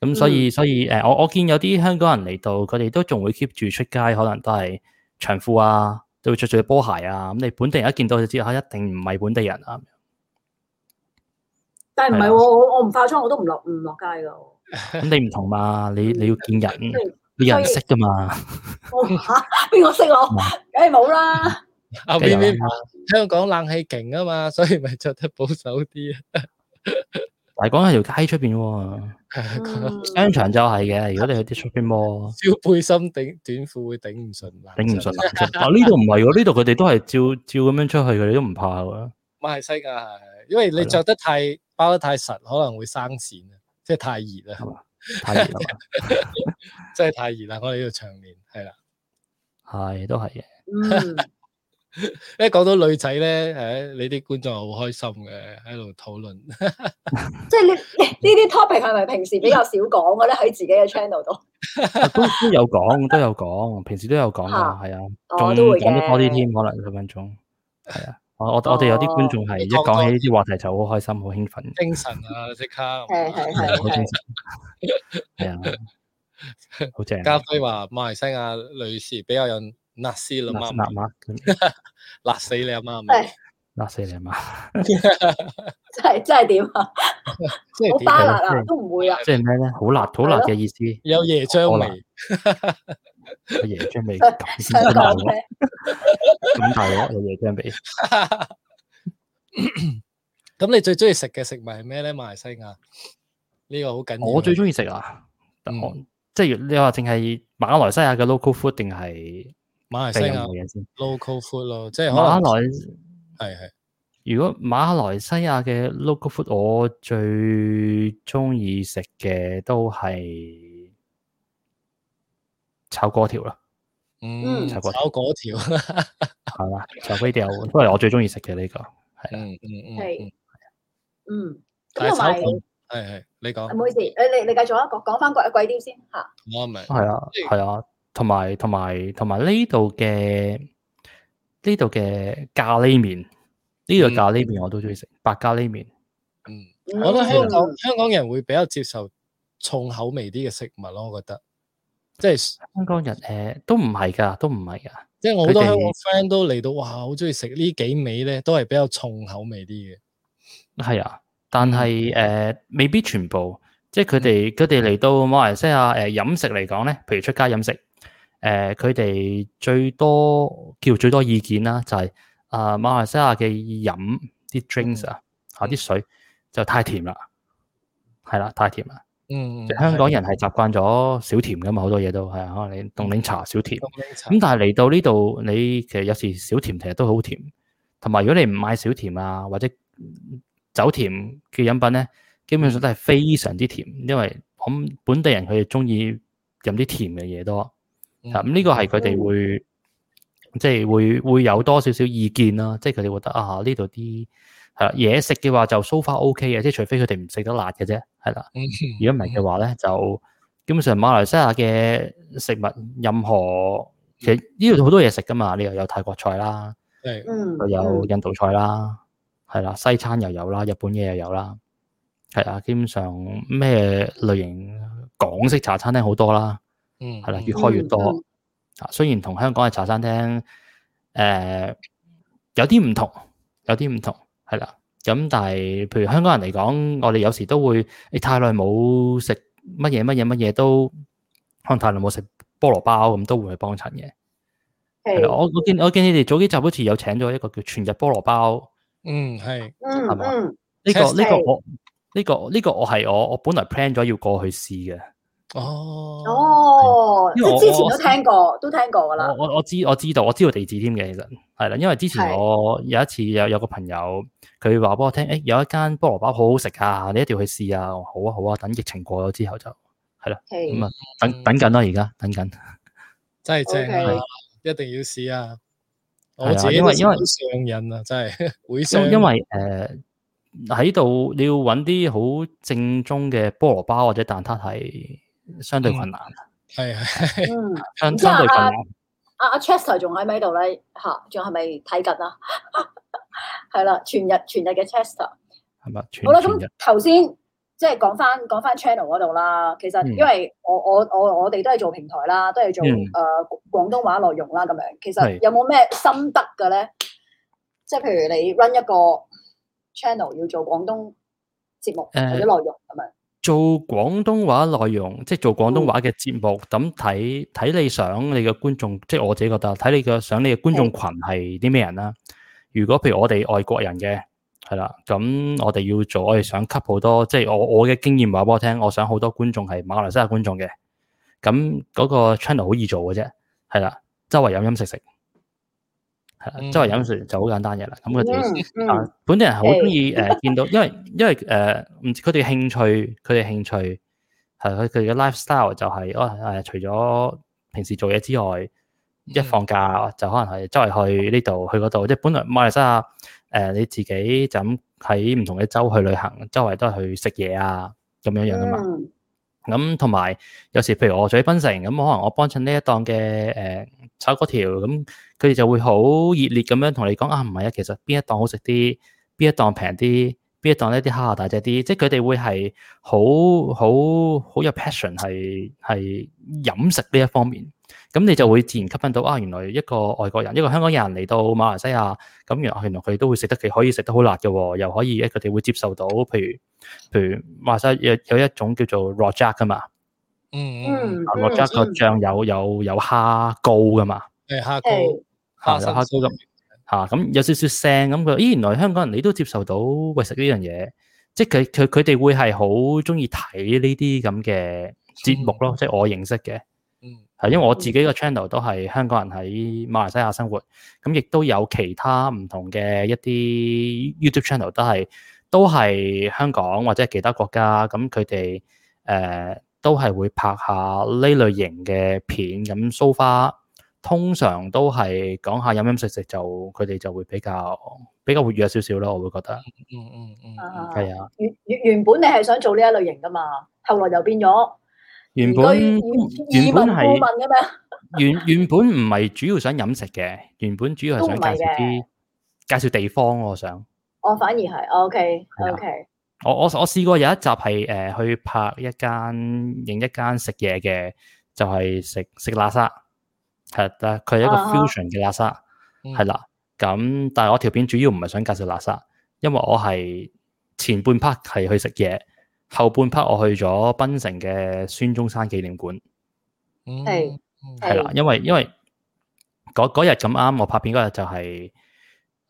S3: 咁所以所以誒、呃我我見有啲香港人嚟到，佢哋都仲會 keep 住出街，可能都係長褲啊，都會着住對波鞋啊。咁你本地人一見到就知，嚇、啊一定唔係本地人啊。
S2: 但係唔係
S3: 係啊
S2: 喎，我我唔化妝我都唔落唔落街㗎。
S3: 咁你唔同嘛，你你要見人
S2: 嗯，
S3: 你人識噶嘛。
S2: 我嚇邊個識我？
S3: 嗯
S2: 梗係冇啦。
S1: 阿
S3: 梗係
S1: V
S3: 有
S1: V
S3: 啦
S1: 啊香港冷氣勁啊嘛， 所以咪着得保守啲啊。
S3: 但係講喺條街出邊喎，
S2: 嗯
S3: 商場就係嘅。如果你去啲 shopping mall，
S1: 燒背心頂短褲會頂唔順冷
S3: 頂唔
S1: 氣
S3: 順。啊呢度唔係喎，呢度佢哋都係照照咁樣出去，佢哋都唔怕㗎。
S1: 馬來西亞係，因為
S3: 係
S1: 你
S3: 咯
S1: 着得太包得太實，可能會生蘚啊，即係太熱啦，
S3: 太熱啦。
S1: 真係太熱啦！我哋呢度長年係啦。
S3: 係，都係嘅。
S2: 嗯，
S1: 一講到女仔咧，誒，你啲觀眾係好開心嘅，喺度討論。
S2: 即係呢呢啲 topic 係咪平時比較少講嘅咧？喺自己嘅 channel 度，
S3: 啊都都有講，都有講，平時都有講㗎，
S2: 啊
S3: 係啊，
S2: 我
S3: 仲
S2: 都會
S3: 講
S2: 嘅。
S3: 得多啲添，可能分分鐘。係啊，我我我哋有啲觀眾係一講起呢啲話題就好開心，好興奮，
S1: 精神啊，即刻。
S2: 係係
S3: 係啊
S2: 係
S3: 好精
S2: 係。
S3: 神，係啊，好正。啊
S1: 家輝話馬來西亞女士比較有辣死啦
S3: 辣
S1: 媽，
S3: 辣辣
S1: 辣死你阿媽咪
S2: 係。
S3: 辣死你阿媽！
S2: 真係真係點啊？
S1: 即係
S2: 好
S1: 點
S2: 巴
S1: 啊
S2: 辣啊，都唔會啊。
S3: 即係咩咧？好辣，好辣嘅意思，
S1: 有椰漿味，
S3: 個椰漿味咁
S2: 想
S3: 大
S2: 講
S3: 鑊，
S2: 咩？
S3: 咁大鑊有椰漿味。
S1: 咁你最中意食嘅食物係咩咧？馬來西亞呢個好緊要。
S3: 我最中意食啊，
S1: 嗯
S3: 我即係你話淨係馬來西亞嘅 local food 定係
S1: 馬來西
S3: 定係有
S1: 亞
S3: 冇嘢先？
S1: local food 咯，即係可
S3: 馬
S1: 能
S3: 來
S1: 係係
S3: 如果馬來西亞嘅 local food，我最中意食嘅都係炒粿條啦，
S1: 嗯
S2: 嗯
S1: 炒
S3: 炒粿條
S1: 粿條，
S3: 係啊嘛？炒粿條都係我最中意食嘅呢個，係啊
S1: 嗯嗯嗯嗯
S2: 係，嗯，
S1: 但
S2: 咁
S1: 係炒
S2: 同埋
S1: 粿係係你
S2: 唔
S1: 講，
S2: 好意思，誒你你繼續啊，講講翻貴貴啲先嚇。
S1: 我明，
S3: 係啊，
S1: 即係
S3: 係啊，同埋同埋同埋呢度嘅呢度嘅咖喱麵，呢度
S1: 嗯
S3: 咖喱麵我都中意食，白咖喱麵。
S1: 嗯，
S2: 嗯
S1: 我覺得香港香港人會比較接受重口味啲嘅食物咯，我覺得，即係
S3: 香港人誒、呃都唔係㗎，都唔係㗎。
S1: 即係我好多
S3: 佢哋
S1: 香港 friend 都嚟到，哇，好中意食呢幾味咧，都係比較重口味啲嘅。
S3: 係啊，但係誒、呃未必全部，即係佢哋佢哋嚟到馬來西亞誒、呃、飲食嚟講咧，譬如出街飲食，誒佢哋最多叫最多意見啦，就係、啊、馬來西亞嘅飲啲 drinks 啊，嚇啲水就太甜啦，係啦，太甜啦。
S1: 嗯，
S3: 香港人係習慣咗少甜噶嘛，好多嘢都係啊可能你凍檸茶少甜。咁
S1: 咁
S3: 但係嚟到呢度，你其實有時小甜其實都好甜，同埋如果你唔買小甜啊或者酒甜嘅飲品咧，基本上都係非常之甜，因為我諗本地人佢哋中意飲啲甜嘅嘢多，啊咁呢個係佢哋會即係會會有多少少意見啦，即係佢哋覺得啊呢度啲係啦嘢食嘅話就 so far OK 嘅，即係除非佢哋唔食得辣嘅啫，係啦。如果唔係嘅話咧，就基本上馬來西亞嘅食物任何其實呢度好多嘢食噶嘛，你又有泰國菜啦，
S1: 係
S2: 嗯，
S3: 又有印度菜啦，係啦，西餐又有啦，日本嘢又有啦，係啊，基本上咩類型港式茶餐廳好多啦，
S1: 嗯
S3: 係啦，
S1: 嗯
S3: 越開越多
S2: 嗯
S3: 啊。雖然同香港嘅茶餐廳誒、呃有啲唔同，有啲唔同係啦。咁但係譬如香港人嚟講，我哋有時都會你太耐冇食乜嘢乜嘢乜嘢都，可能太耐冇食菠蘿包咁，都會去幫襯嘅。係
S2: 係，
S3: 啦我我見我見你哋早幾集好似有請咗一個叫全日菠蘿包
S1: 嗯係
S2: 嗯
S3: 係嘛
S2: 嗯，
S3: 呢、個呢、個
S2: Yes.
S3: 我呢、個呢、個我係我我本來 plan 咗要過去試嘅。
S1: 哦
S2: 哦，即
S3: 因為我
S2: 係之前
S3: 我
S2: 都聽過，都聽過噶啦
S3: 我，我我知我知道我知道地址添嘅，其實係啦，因為之前
S2: 係
S3: 我有一次有有個朋友佢話俾我聽，誒、有一間菠蘿包好好食啊，你一定要去試啊！我好啊好啊，等疫情過咗之後就
S2: 係
S3: 咁啊，
S2: 嗯
S3: 等等緊啦，而家等緊。
S1: 真係正啊
S2: OK！
S1: 一定要試啊！
S3: 係
S1: 我
S3: 啊
S1: 自己
S3: 因為因為
S1: 為上癮啊，真係會上
S3: 因因為誒喺度你要揾啲好正宗嘅菠蘿包或者蛋撻係相對困難，
S1: 係係
S2: 嗯。
S3: 相
S2: 唔知啊
S3: 相對困難。
S2: 阿阿啊 Chester 仲喺咪度咧？吓、仲係咪睇緊啊？ 係啦，全日全日嘅 Chester。
S3: 係咪？全
S2: 好啦，
S3: 全
S2: 咁
S3: 日
S2: 頭先即係講翻講翻 channel 嗰度啦。其實
S3: 嗯
S2: 因為我我我我哋都係做平台啦，都係做
S3: 嗯
S2: 誒、呃、廣東話內容啦咁樣。其實
S3: 係
S2: 有冇咩心得嘅咧？即係譬如你 run 一個 channel 要做廣東節目
S3: 誒
S2: 或者內容咁樣。
S3: 做廣東話內容，即係做廣東話嘅節目，咁睇睇你想你嘅觀眾，即係我自己覺得睇你嘅想你嘅觀眾群係啲咩人啦。如果譬如我哋外國人嘅係啦，咁我哋要做，我哋想吸好多，即係我我嘅經驗話俾我聽，我想好多觀眾係馬來西亞觀眾嘅，咁嗰個 channel 好易做嘅啫，係啦，周圍飲飲食食，係啦，
S1: 嗯
S3: 周圍飲食就好簡單嘅啦，咁佢哋。
S2: 嗯
S3: 啊
S2: 嗯，
S3: 本地人好中意誒見到，因為因為誒唔知佢哋興趣，佢哋興趣係佢佢哋嘅 lifestyle 就係、哦誒，除咗平時做嘢之外，一放假就可能係周圍去呢度去嗰度，即係本來馬來西亞誒、呃你自己就咁喺唔同嘅州去旅行，周圍都係去食嘢啊咁樣樣噶嘛。
S2: 嗯
S3: 咁同埋有時譬如我住喺檳城，咁可能我幫襯呢一檔嘅誒炒粿條，咁佢哋就會好熱烈咁樣同你講啊，唔係啊，其實邊一檔好食啲，邊一檔平啲，邊一檔呢啲蝦大隻啲，即係佢哋會係好好好有 passion 係係飲食呢一方面。咁你就會自然吸引到啊！原來一個外國人、一個香港人嚟到馬來西亞，咁原來原來佢哋都會食得幾可以食得好辣嘅喎，又可以誒佢哋會接受到，譬如譬如馬來西亞有有一種叫做 rojak 噶嘛
S1: 嗯嗯
S2: 嗯嗯
S3: ，rojak 個醬有有有蝦膏噶嘛，
S1: 係蝦膏
S2: 係
S3: 嚇
S1: 花
S3: 有
S1: 生
S3: 啊蝦膏咁嚇，咁有少少腥咁佢，咦原來香港人你都接受到喂食呢樣嘢，即係佢佢佢哋會係好中意睇呢啲咁嘅節目咯，即係我認識嘅。
S1: 嗯
S3: 係因為我自己個 channel 都係香港人喺馬來西亞生活，咁亦都有其他唔同嘅一啲 YouTube channel 都係都係香港或者係其他國家，咁佢哋誒都係會拍下呢類型嘅片，咁 so far 通常都係講下飲飲食食就佢哋就會比較比較活躍少少咯，我會覺得
S1: 嗯嗯嗯
S2: 啊
S3: 係啊，
S2: 原原原本你係想做呢一類型噶嘛，後來又變咗
S3: 原本
S2: 移居移
S3: 原
S2: 移民
S3: 本
S2: 顧問
S3: 係。
S2: 咁樣。
S3: 原原本唔係主要想飲食嘅，原本主要係想介紹啲介紹地方。我想
S2: 我哦反而係，OK
S3: 係啊
S2: OK，
S3: 我我我試過有一集係誒、呃去拍一間影一間食嘢嘅，就係食食喇沙，係但係佢係一個
S2: 啊哈
S3: fusion 嘅喇沙，
S1: 嗯
S3: 係啦。咁但係我條片主要唔係想介紹喇沙，因為我係前半 part 係去食嘢，後半 part 我去咗檳城嘅孫中山紀念館，
S1: 嗯
S2: 係
S1: 嗯
S2: 係
S3: 係啦，因為因為嗰嗰日咁啱，我拍片嗰日就係、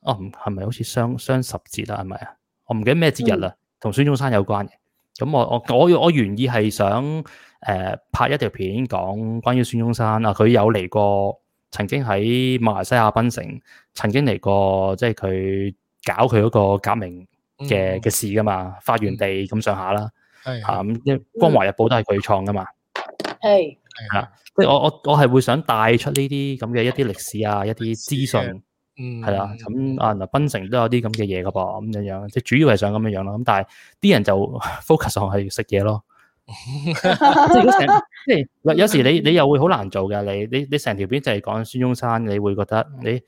S3: 哦唔係咪好似雙雙十節啦？係咪啊？我唔記得咩節日
S1: 嗯
S3: 啦，同孫中山有關嘅。咁我我我我原意係想誒、呃拍一條片講關於孫中山啊，佢有嚟過，曾經喺馬來西亞檳城，曾經嚟過，即係佢搞佢嗰個革命
S1: 嗯
S3: 嘅嘅事噶嘛，發源地咁上下啦
S1: 係
S3: 嚇咁，因為光華日報都係佢創噶嘛。
S2: 係
S1: 係
S3: 啦即係我我我係會想帶出呢啲咁嘅一啲歷史啊，一啲資
S1: 歷史
S3: 訊
S1: 嗯
S3: 係啦。咁啊，嗱，檳城都有啲咁嘅嘢噶噃，咁樣樣即係主要係想咁樣樣咯。咁但係啲人就 focus on 係食嘢咯。即係如果成即係有有時你你又會好難做㗎。你你你成條片就係講孫中山，你會覺得你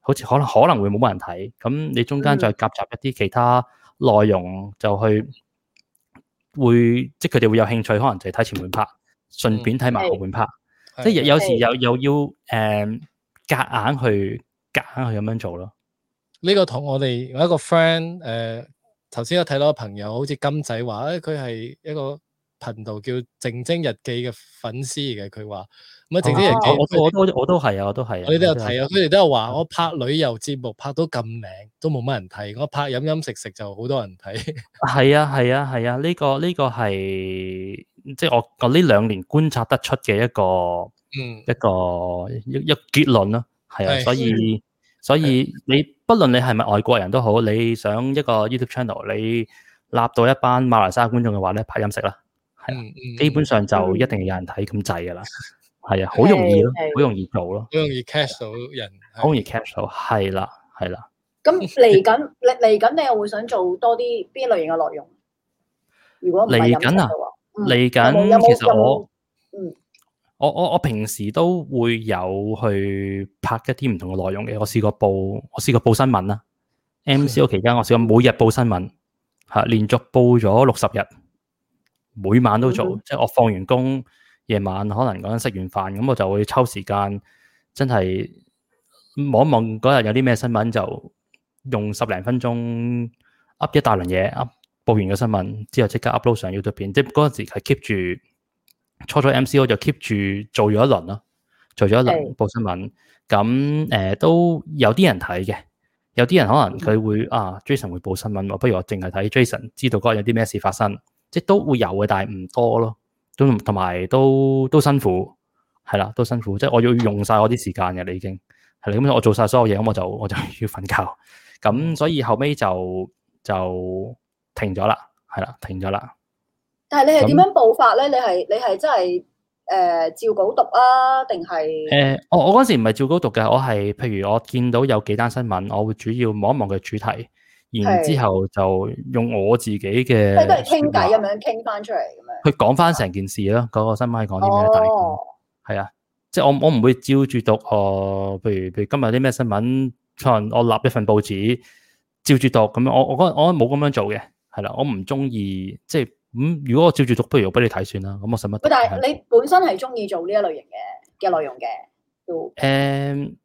S3: 好似可能可能會冇乜人睇。咁你中間
S2: 嗯
S3: 再夾雜一啲其他內容，就去會即係佢哋會有興趣，可能就係睇前半 part，順便睇埋後半 part。
S1: 係
S3: 即係有有時
S2: 係
S3: 又又要誒夾硬去夾硬去咁樣做咯。
S1: 呢個同我哋有一個 friend 誒、頭先有睇到個朋友，好似金仔話，誒佢係一個頻道叫《靜晶日記》嘅粉絲嘅，佢話咁啊《靜晶日
S3: 我哦我
S1: 記
S3: 都》我都我都係啊，我都係啊。
S1: 我哋都有
S3: 係
S1: 睇啊，佢哋都有話我拍旅遊節目拍到咁靚都冇乜人睇，我拍飲飲食食就好多人睇。
S3: 啊。係啊係啊係啊！呢個呢個係即係我我呢兩年觀察得出嘅一個
S1: 嗯，
S3: 一個一一結論咯。係啊，
S1: 係
S3: 所以所以你不論你係咪外國人都好，你想一個 YouTube channel，你立到一班馬來西亞觀眾嘅話咧，拍飲食啦。係 啊
S1: 嗯嗯
S3: 基本上就一定有人睇咁滯噶啦，係 啊，好容易咯，
S2: 係係
S3: 好容易做咯，
S1: 嗯好容易 catch 到人。係
S3: 好容易 catch 到，係啦，係啦。
S2: 咁嚟緊 嚟嚟緊，你又會想做多啲邊類型嘅內容？如果唔係飲
S3: 嚟緊啊
S2: 食嘅話嗯
S3: 嚟
S2: 有
S3: 緊
S2: 冇
S3: 其實我
S2: 有冇嗯
S3: 我我我平時都會有去拍一啲唔同嘅內容嘅，我試過報我試過報新聞啦，MCO
S2: 嗯
S3: 期間我試過每日報新聞嚇，連續報咗六十日，每晚都做，
S2: 嗯
S3: 即係我放完工夜晚可能嗰陣食完飯咁，我就會抽時間真係望一望嗰日有啲咩新聞就用十零分鐘 up 一大輪嘢 up。報完個新聞之後，即刻 upload 上 YouTube 片，即係嗰陣時係 keep 住初初 MCO 就 keep 住做咗一輪咯，做咗一輪
S2: 係
S3: 報新聞。咁誒、呃都有啲人睇嘅，有啲人可能佢會啊 Jason 會報新聞喎，不如我淨係睇 Jason，知道嗰日有啲咩事發生，即係都會有嘅，但係唔多咯。都同埋都都辛苦，係啦，都辛苦。即係我要用晒我啲時間嘅，你已經係啦。咁我做晒所有嘢，咁我就我就要瞓覺。咁所以後尾就就停咗啦，係啦，停咗啦。
S2: 但係你係點
S3: 咁
S2: 樣步法咧？你係你係真係誒照稿讀啊，定係？
S3: 誒、我我嗰時唔係照稿讀嘅，我係譬如我見到有幾單新聞，我會主要望一望佢主題，然
S2: 係
S3: 之後就用我自己嘅
S2: 即係都係傾偈
S3: 説
S2: 咁
S3: 話
S2: 樣傾翻出嚟咁樣。
S3: 去講翻成件事咯。嗰、個新聞係講啲咩？大概
S2: 哦，
S3: 係啊，即係我我唔會照住讀哦、譬如譬如今日有啲咩新聞，可能我立一份報紙照住讀咁樣，我我嗰我冇咁樣做嘅，係啦，我唔中意即係咁、如果我照住讀，不如我俾你睇算啦，咁我使乜讀？
S2: 喂但
S3: 係啊
S2: 係你本身係中意做呢一類型嘅嘅內容嘅，都
S3: 誒、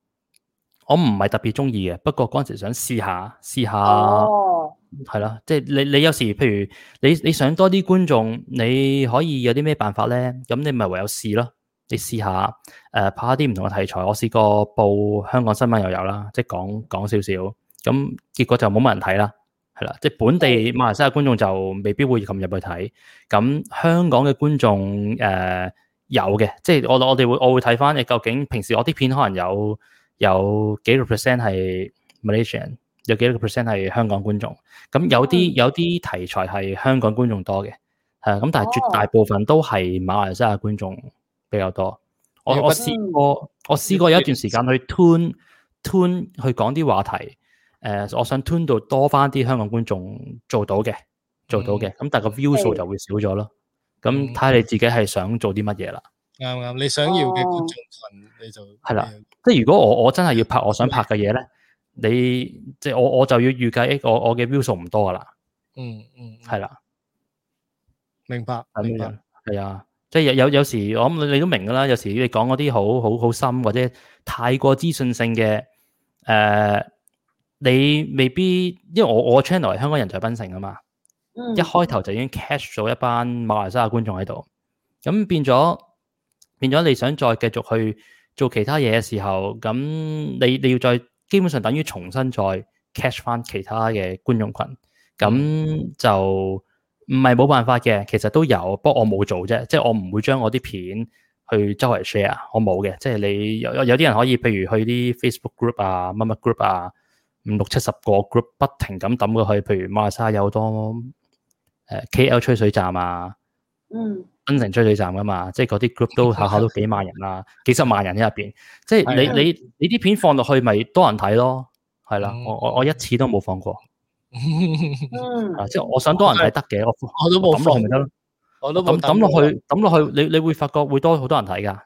S3: 我唔係特別中意嘅，不過嗰陣時想試下試下。
S2: 哦，
S3: 係啦，即係你你有時譬如你你想多啲觀眾，你可以有啲咩辦法咧？咁你咪唯有試咯，你試下誒、呃拍一啲唔同嘅題材。我試過報香港新聞又有啦，即係講講少少，咁結果就冇乜人睇啦，係啦，即係本地馬來西亞觀眾就未必會撳入去睇，咁香港嘅觀眾誒、呃有嘅，即係我我哋會我會睇翻誒究竟平時我啲片可能有有幾個 percent 係 Malaysian，有幾多個 percent 係香港觀眾。咁有啲
S2: 嗯
S3: 有啲題材係香港觀眾多嘅，係啊咁，但係絕
S2: 哦
S3: 大部分都係馬來西亞觀眾比較多。我
S1: 要
S3: 我
S1: 不
S2: 嗯
S3: 試過，我試過有一段時間去 tune tune 去講啲話題，誒、我想 tune 到多翻啲香港觀眾做到嘅，做到嘅，咁但係個 view 數
S2: 嗯係
S3: 就會少咗咯。
S1: 嗯
S3: 咁睇下你自己係想做啲乜嘢啦。
S1: 啱啱你想要嘅觀眾群，你就
S3: 係啦。即係如果我我真係要拍我想拍嘅嘢咧，你即係我我就要預計誒我我嘅 view 數唔多噶啦，
S1: 嗯嗯，
S3: 係啦。
S1: 明白
S3: 咁
S1: 明白
S3: 樣。係啊，即係有有有時我諗你都明㗎啦。有時你講嗰啲好好好深或者太過資訊性嘅誒、呃你未必因為我我 channel 係香港人在檳城啊嘛，
S2: 嗯
S3: 一開頭就已經 catch 咗一班馬來西亞觀眾喺度，咁變咗變咗你想再繼續去做其他嘢嘅時候，咁你你要再基本上等於重新再 catch 翻其他嘅觀眾群，咁就唔係冇辦法嘅，其實都有，不過我冇做啫，即係我唔會將我啲片去周圍 share，我冇嘅，即係你有有有啲人可以譬如去啲 Facebook group 啊、乜乜 group 啊。五六七十個 group 不停咁抌過去，譬如馬來西亞有好多誒 KL 吹水站啊、
S2: 嗯
S3: 新城吹水站噶嘛，即係嗰啲 group 都下下都幾萬人啦、幾十萬人喺入邊。即係
S1: 係啊
S3: 你你你啲片放落去，咪多人睇咯。係啦，
S1: 嗯
S3: 我我我一次都冇放過。
S2: 嗯
S3: 啊，即係我想多人睇得嘅，我
S1: 我都哦冇
S3: 抌落
S1: 放
S3: 去咪，得咯。
S1: 我都冇啊
S3: 抌抌
S1: 過
S3: 落去，抌落去，你你會發覺會多好多人睇㗎。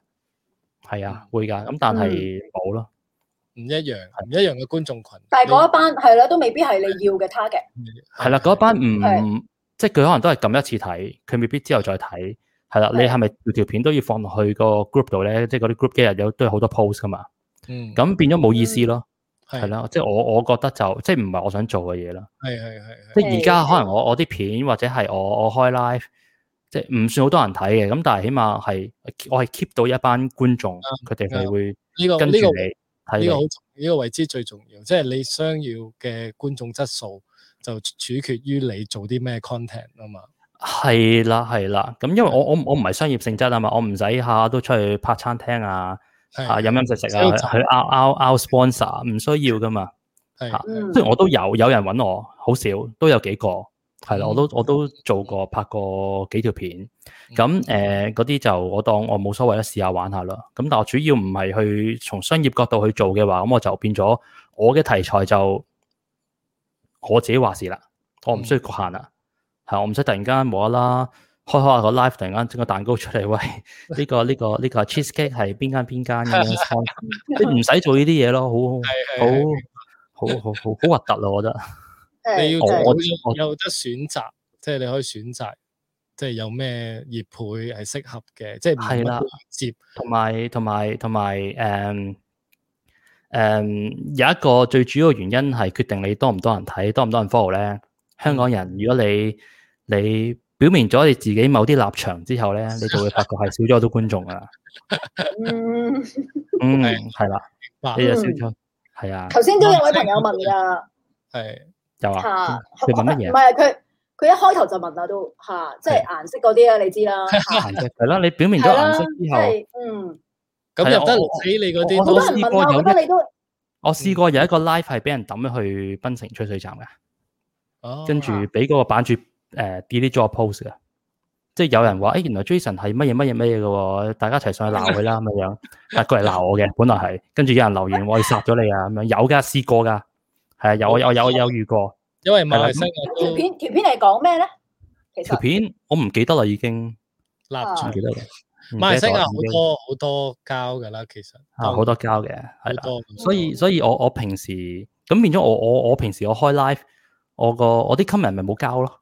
S3: 係
S1: 嗯
S3: 啊，會㗎。咁但係冇咯。
S1: 唔一樣，唔一樣嘅觀眾群。
S2: 但係嗰一班係啦，都未必係你要嘅 target。
S3: 係啦，嗰一班唔
S2: 係
S3: 即係佢可能都係撳一次睇，佢未必之後再睇。係啦，你係咪條條片都要放落去個 group 度咧？即係嗰啲 group 今日有都有好多 post 噶嘛，
S1: 你，咁
S3: 咁變咗冇意思咯。係
S1: 嗯係啦，
S3: 啦，即係我我覺得就即係唔係我想做嘅嘢啦。
S1: 係係係係
S3: 即係而家可能我我啲片或者係我我開 live，即係唔算好多人睇嘅，咁但係起碼係我係 keep 到一班觀眾，佢哋係會
S1: 嗯啊呢個
S3: 跟
S1: 呢
S3: 住
S1: 個
S3: 你睇
S1: 呢個好
S3: 你。
S1: 重呢個位置最重要，即係你想要嘅觀眾質素就處決於你做啲咩 content 啊嘛。
S3: 係啦係啦，咁因為我我唔我唔係商業性質啊嘛，我唔使下下都出去拍餐廳啊。啊
S1: 係
S3: 飲飲食食啊，
S1: 所以就
S3: 去 out out out sponsor 唔需要噶嘛。
S1: 係
S3: 嚇
S2: 嗯
S1: 係
S3: 雖然我都有有人揾我，好少都有幾個係啦，
S1: 嗯
S3: 我都我都做過拍過幾條片。咁誒嗰啲就我當我冇所謂啦，試下玩下啦。咁但我主要唔係去從商業角度去做嘅話，咁我就變咗我嘅題材就我自己話事啦，我唔需要局限啦，係我唔使突然間無啦啦。開開下個 live，突然間整個蛋糕出嚟，喂！呢、個呢、個呢、個 cheesecake 係邊間邊間咁樣 sponsor，即係 唔使做呢啲嘢咯，好
S1: 係
S3: 好
S1: 係係
S3: 好好好好核突啊咯，我覺得
S1: 你要
S2: 係
S3: 我
S1: 做
S2: 真係
S3: 我
S1: 有有得選擇，即係你可以選擇，即係有咩業配係適合嘅，即係唔
S3: 係啦
S1: 乜都接
S3: 同埋同埋同埋誒誒有一個最主要嘅原因係決定你多唔多人睇，多唔多人 follow 咧。香港
S1: 嗯
S3: 人如果你你表明咗你自己某啲立場之後咧， 你就會發覺係少咗好多觀眾噶啦。
S2: 嗯，
S3: 嗯，
S1: 係嗯
S3: 係啊啦，
S1: 白
S3: 你就少咗，係啊，
S2: 頭先都有位朋友問㗎。
S1: 係
S3: 就話
S2: 嚇，
S3: 你問乜嘢
S2: 唔係佢佢一開頭就問啦，都嚇，即係顏色嗰啲啊，你知 啦。嚇
S3: 係啦，你表明咗
S2: 係
S3: 顏
S2: 啦，
S3: 色
S2: 即
S3: 之後。
S2: 係嗯，
S1: 咁
S3: 係啊
S1: 入得
S3: 我
S1: 睇你嗰
S3: 我
S1: 啲
S2: 好多
S1: 都
S2: 人
S3: 試過
S2: 問啊，
S3: 有
S2: 我覺
S3: 啲
S2: 得你都
S3: 我試過有一個 live 係俾人抌咗去檳城吹水站嘅，
S1: 哦
S3: 跟住俾嗰個版主誒 delete 咗個 post 嘅，即係有人話誒、欸原來 Jason 係乜嘢乜嘢乜嘢嘅喎，大家一齊上去鬧佢啦咁樣，但係佢嚟鬧我嘅，本來係，跟住有人留 言我要殺咗你啊咁樣，有㗎試過㗎，係啊有我有有有遇過
S1: 因為馬來西
S2: 條
S1: 亞
S2: 片條片係講咩咧？其
S3: 條
S2: 實
S3: 片，我唔記得啦已經，
S1: 都立
S2: 啊
S3: 唔
S1: 場
S3: 記得啦，唔記得咗
S1: 馬來西亞
S3: 已經
S1: 好多好多交㗎啦，其實
S3: 啊好多交嘅，係啦。
S1: 好多
S3: 所以所以我我平時咁變咗我我我平時我開 live，我個我啲 comment 咪冇交咯。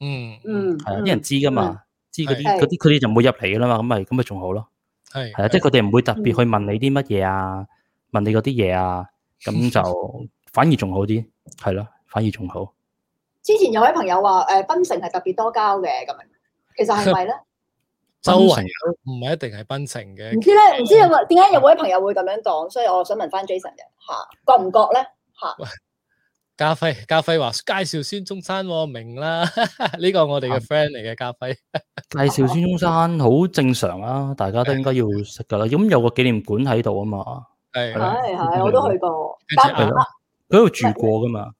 S1: 嗯嗯
S2: 嗯，
S3: 係啊，
S2: 嗯
S3: 啲人知噶嘛，知嗰啲
S2: 係
S3: 嗰啲佢哋就唔會入嚟噶啦嘛，咁咪咁咪仲好咯，
S1: 係
S3: 係啊，即係佢哋唔會特
S1: 嗯
S3: 別去問你啲乜嘢啊，問你嗰啲嘢啊， 咁就反而仲好啲，係咯，反而仲 好。
S2: 之前有位朋友話誒，檳城係特別多膠嘅咁樣，其實係咪咧？
S1: 周
S3: 檳
S1: 圍
S3: 城
S1: 都唔係一定係檳城
S2: 唔
S1: 嘅，
S2: 知咧，唔知有點解有位朋友會咁樣講，所以我想問翻 Jason 嘅嚇，覺唔覺咧？
S1: 家輝家輝話介紹孫中山喎，明啦， 呢個我哋嘅 friend 嚟嘅家輝，
S3: 介
S1: 啊
S3: 紹孫中山好正常啊，大家都應該要識噶啦。咁有個紀念館喺度啊嘛，係
S1: 係啊
S3: 啦
S2: 係係，我都去過，
S1: 跟住
S2: 但
S3: 係咯，佢喺度住過噶嘛，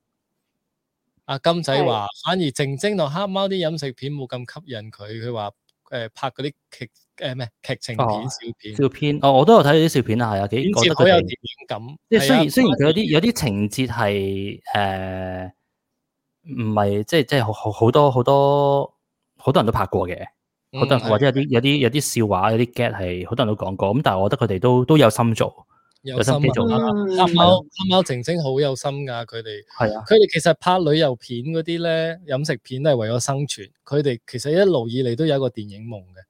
S1: 阿金仔話反而靜晶同黑貓啲飲食片冇咁吸引佢，佢話誒拍嗰啲劇誒咩劇情片
S3: 哦
S1: 笑片，
S3: 照片哦，我都有睇啲照片啊，係啊，幾
S1: 啊片
S3: 覺
S1: 接
S3: 得
S1: 好
S3: 佢
S1: 有
S3: 哋
S1: 電影感，
S3: 即係雖
S1: 係
S3: 然
S1: 啊
S3: 雖然佢有啲有啲情節係誒唔係即係即係好好好多好多好多人都拍過嘅，好多人
S1: 嗯
S3: 或者有啲有啲有啲笑話有啲 get 係好多人都講過，咁但係我覺得佢哋都都有心做，
S1: 有
S3: 有
S1: 心
S3: 心機
S1: 啊
S3: 做
S2: 係
S3: 啦，
S2: 嗯
S1: 黑貓黑貓靜晶好有心㗎，佢哋。
S3: 係啊，
S1: 佢哋其實拍旅遊片嗰啲咧，飲食片都係為咗生存。佢哋其實一路以嚟都有一個電影夢嘅，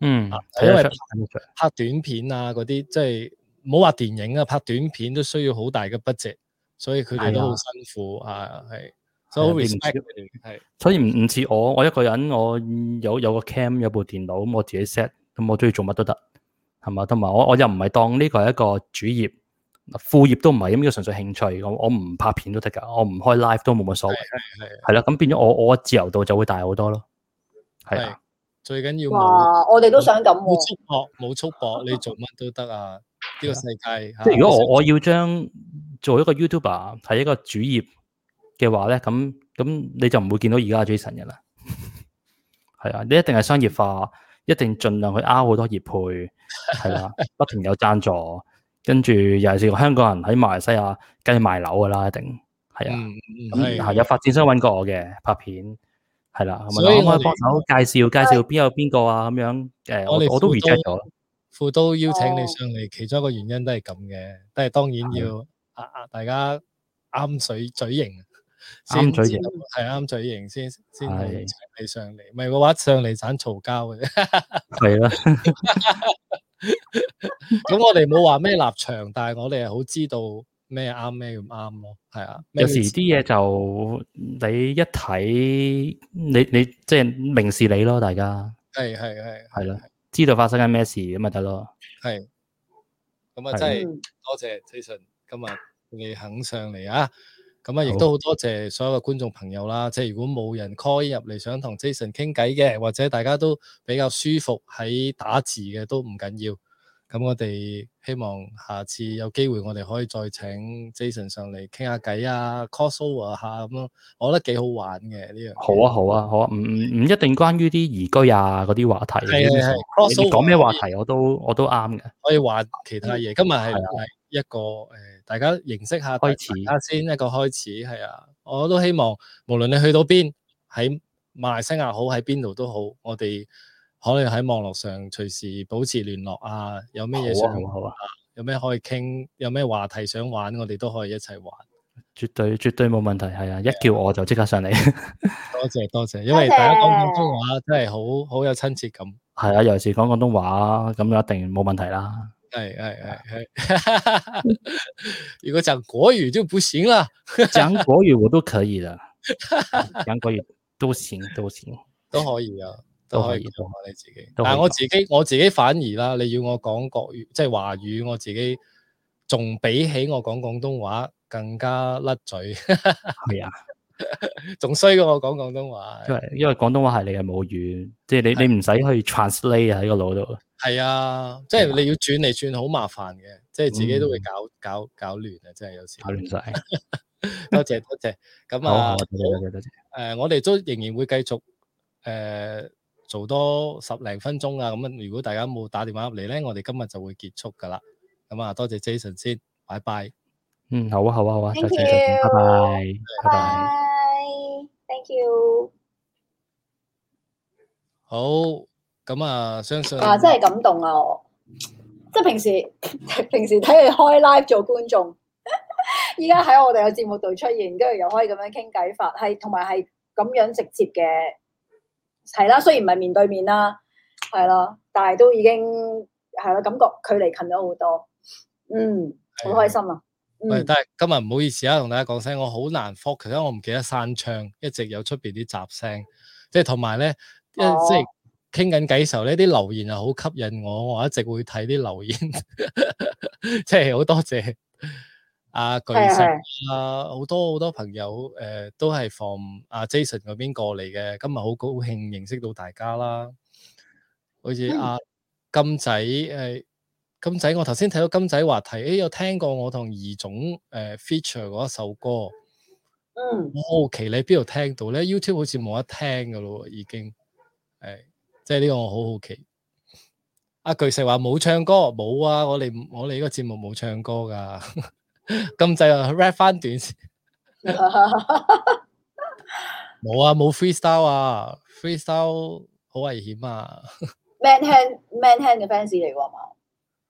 S3: 嗯
S1: 啊，
S3: 睇得
S1: 因為
S3: 出睇得出，
S1: 拍短片啊嗰啲，即係唔好話電影啊，拍短片都需要好大嘅 budget，所以佢哋都好辛苦啊，係。所以好
S3: 係啊你唔知
S1: respect 佢哋係
S3: 所以唔唔似我，我一個人，我有有個 cam，有部電腦，咁我自己 set，咁我中意做乜都得，係嘛？同埋我我又唔係當呢個係一個主業，副業都唔係，咁呢個純粹興趣。我我唔拍片都得㗎，我唔開 live 都冇乜所謂。係啊啦，咁變咗我我自由度就會大好多咯。係啊，
S1: 最緊要冇
S2: 哇！我哋都想咁
S1: 冇
S2: 喎，
S1: 束縛，冇束縛，你做乜都得啊！呢個世界
S3: 即係如果我
S1: 我
S3: 我要將做一個 YouTuber 係一個主業嘅話咧，咁咁你就唔會見到而家嘅 Jason 嘅啦。 係啊，你一定係商業化，一定盡量去 R 好多業配，係啦，不停有贊助，跟住尤其是香港人喺馬來西亞，梗係賣樓噶啦，一定係啊。
S1: 嗯嗯
S3: 咁係
S1: 係
S3: 有發展商揾過我嘅拍片，係啦，咁啊
S1: 所以
S3: 可唔可
S1: 我
S3: 以幫手介紹介紹邊有邊個啊？咁樣誒，
S1: 我哋
S3: 我我都
S1: 輔
S3: reject
S1: 導
S3: 咗啦。
S1: 副都邀請你
S2: 哦
S1: 上嚟，其中一個原因都係咁嘅，都係當然要啊啊大家啱水嘴型，
S3: 啱
S1: 先
S3: 嘴
S1: 知
S3: 型
S1: 道係啱嘴型先先
S3: 係
S1: 會請你上嚟，唔係嘅話上嚟盞嘈交嘅啫。
S3: 係啦，
S1: 咁我哋冇話咩立場，但係我哋係好知道咩啱咩唔啱咯，係啊。咩
S3: 有時啲嘢就你一睇，你你即係明示你咯，大家
S1: 係係係
S3: 係啦，知道發生緊咩事咁咪得咯。
S1: 係。咁啊，
S3: 係
S1: 真係
S2: 嗯
S1: 多謝 Jason 今日你肯上嚟啊！咁啊，亦都好多謝所有嘅觀眾朋友啦。即係如果冇人 call 入嚟想同 Jason 傾偈嘅，或者大家都比較舒服喺打字嘅，都唔緊要。咁我哋希望下次有機會，我哋可以再請 Jason 上嚟傾下偈啊，crossover 下咁咯。我覺得幾好玩嘅呢樣嘢。
S3: 好啊，好啊，好啊，唔唔唔一定關於啲移居啊嗰啲話題。
S1: 係係係
S3: 你你
S1: crossover
S3: 講咩話題我都我都啱嘅。
S1: 可以玩其他嘢。今日係
S3: 嗯係啊
S1: 係一個誒、呃大家認識下
S3: 開始
S1: 大家先一個開始係啊。我都希望無論你去到邊，喺馬來西亞好，喺邊度都好，我哋可以喺網絡上隨時保持聯絡啊。有咩嘢
S3: 好啊，
S1: 想，
S3: 好啊，好啊，
S1: 有咩可以傾，有咩話題想玩，我哋都可以一齊玩。
S3: 絕對絕對冇問題。係啊，一叫我就即刻上嚟。
S1: 多謝多謝，因為
S2: 多謝
S1: 大家講廣東話真係好好有親切感。
S3: 係啊，尤其是講廣東話，咁就一定冇問題 啦。
S1: 係係係係， 如果講國語就不行啦。
S3: 講國語我都可以的，講國語都行都行。
S1: 都可以啊，
S3: 都
S1: 都
S3: 可
S1: 可
S3: 以
S1: 以講下你自己。
S3: 都可以
S1: 但係我自己我自己反而啦，你要我講國語，即係華語，我自己仲比起我講廣東話更加甩嘴，
S3: 係啊。
S1: 仲衰過我講廣東話。
S3: 因為因為廣東話係啊你嘅母語，即係你你唔使去 translate 啊喺個腦度。
S1: 係啊，即係你要轉嚟轉好麻煩嘅，即係自己都會搞搞搞亂啊！真係有時。
S3: 嗯搞亂晒。
S1: 多謝多謝。咁
S3: 好好，
S1: 啊，
S3: 多謝多謝多謝。
S1: 誒、呃我哋都仍然會繼續誒、呃做多十零分鐘啊。咁啊，如果大家冇打電話入嚟咧，我哋今日就會結束噶啦。咁啊，多謝 Jason 先，拜拜。
S3: 嗯，好啊，好啊，好啊，再
S2: Thank
S3: 見，再見，拜
S2: you
S3: 拜，拜拜。
S2: Bye，thank you。
S1: 好，咁啊，相信
S2: 啊！真係感動啊！我即係平時 平時睇你開 live 做觀眾， 依家喺我哋嘅節目度出現，跟住又可以咁樣傾偈法，係同埋係咁樣直接嘅，係啦。雖然唔係面對面啦，係啦，但係都已經係啦，感覺距離近咗好多。嗯，好開心啊！
S1: 喂，
S2: 嗯，
S1: 但係今日唔好意思啊，同大家講聲，我好難 focus，因為我唔記得閂窗，一直有出邊啲雜聲，即係同埋咧，一即
S2: 哦
S1: 係傾緊偈嘅時候呢啲留言啊又好吸引我，我一直會睇啲留言， 即係好多謝阿巨
S2: 係啊
S1: 石
S2: 係啊
S1: 啊，好多好多朋友誒、呃都係 from 阿 Jason 嗰邊過嚟嘅，今日好高興認識到大家啦，好似
S2: 嗯
S1: 阿、金仔誒。呃金仔，我頭先睇到金仔話題，誒有聽過我同怡總誒、呃 feature 嗰一首歌，我
S2: 嗯，
S1: 好奇你邊度聽到咧？YouTube 好似冇得聽噶咯喎，已經係，即係呢個我好好奇。阿巨石話冇唱歌，冇啊！我哋唔我哋呢個節目冇唱歌噶。 金仔話 rap 翻段先，
S2: 啊嗯
S1: 冇啊，冇 freestyle 啊，freestyle 好危險啊！
S2: man hand man hand 嘅 fans 嚟喎係嘛？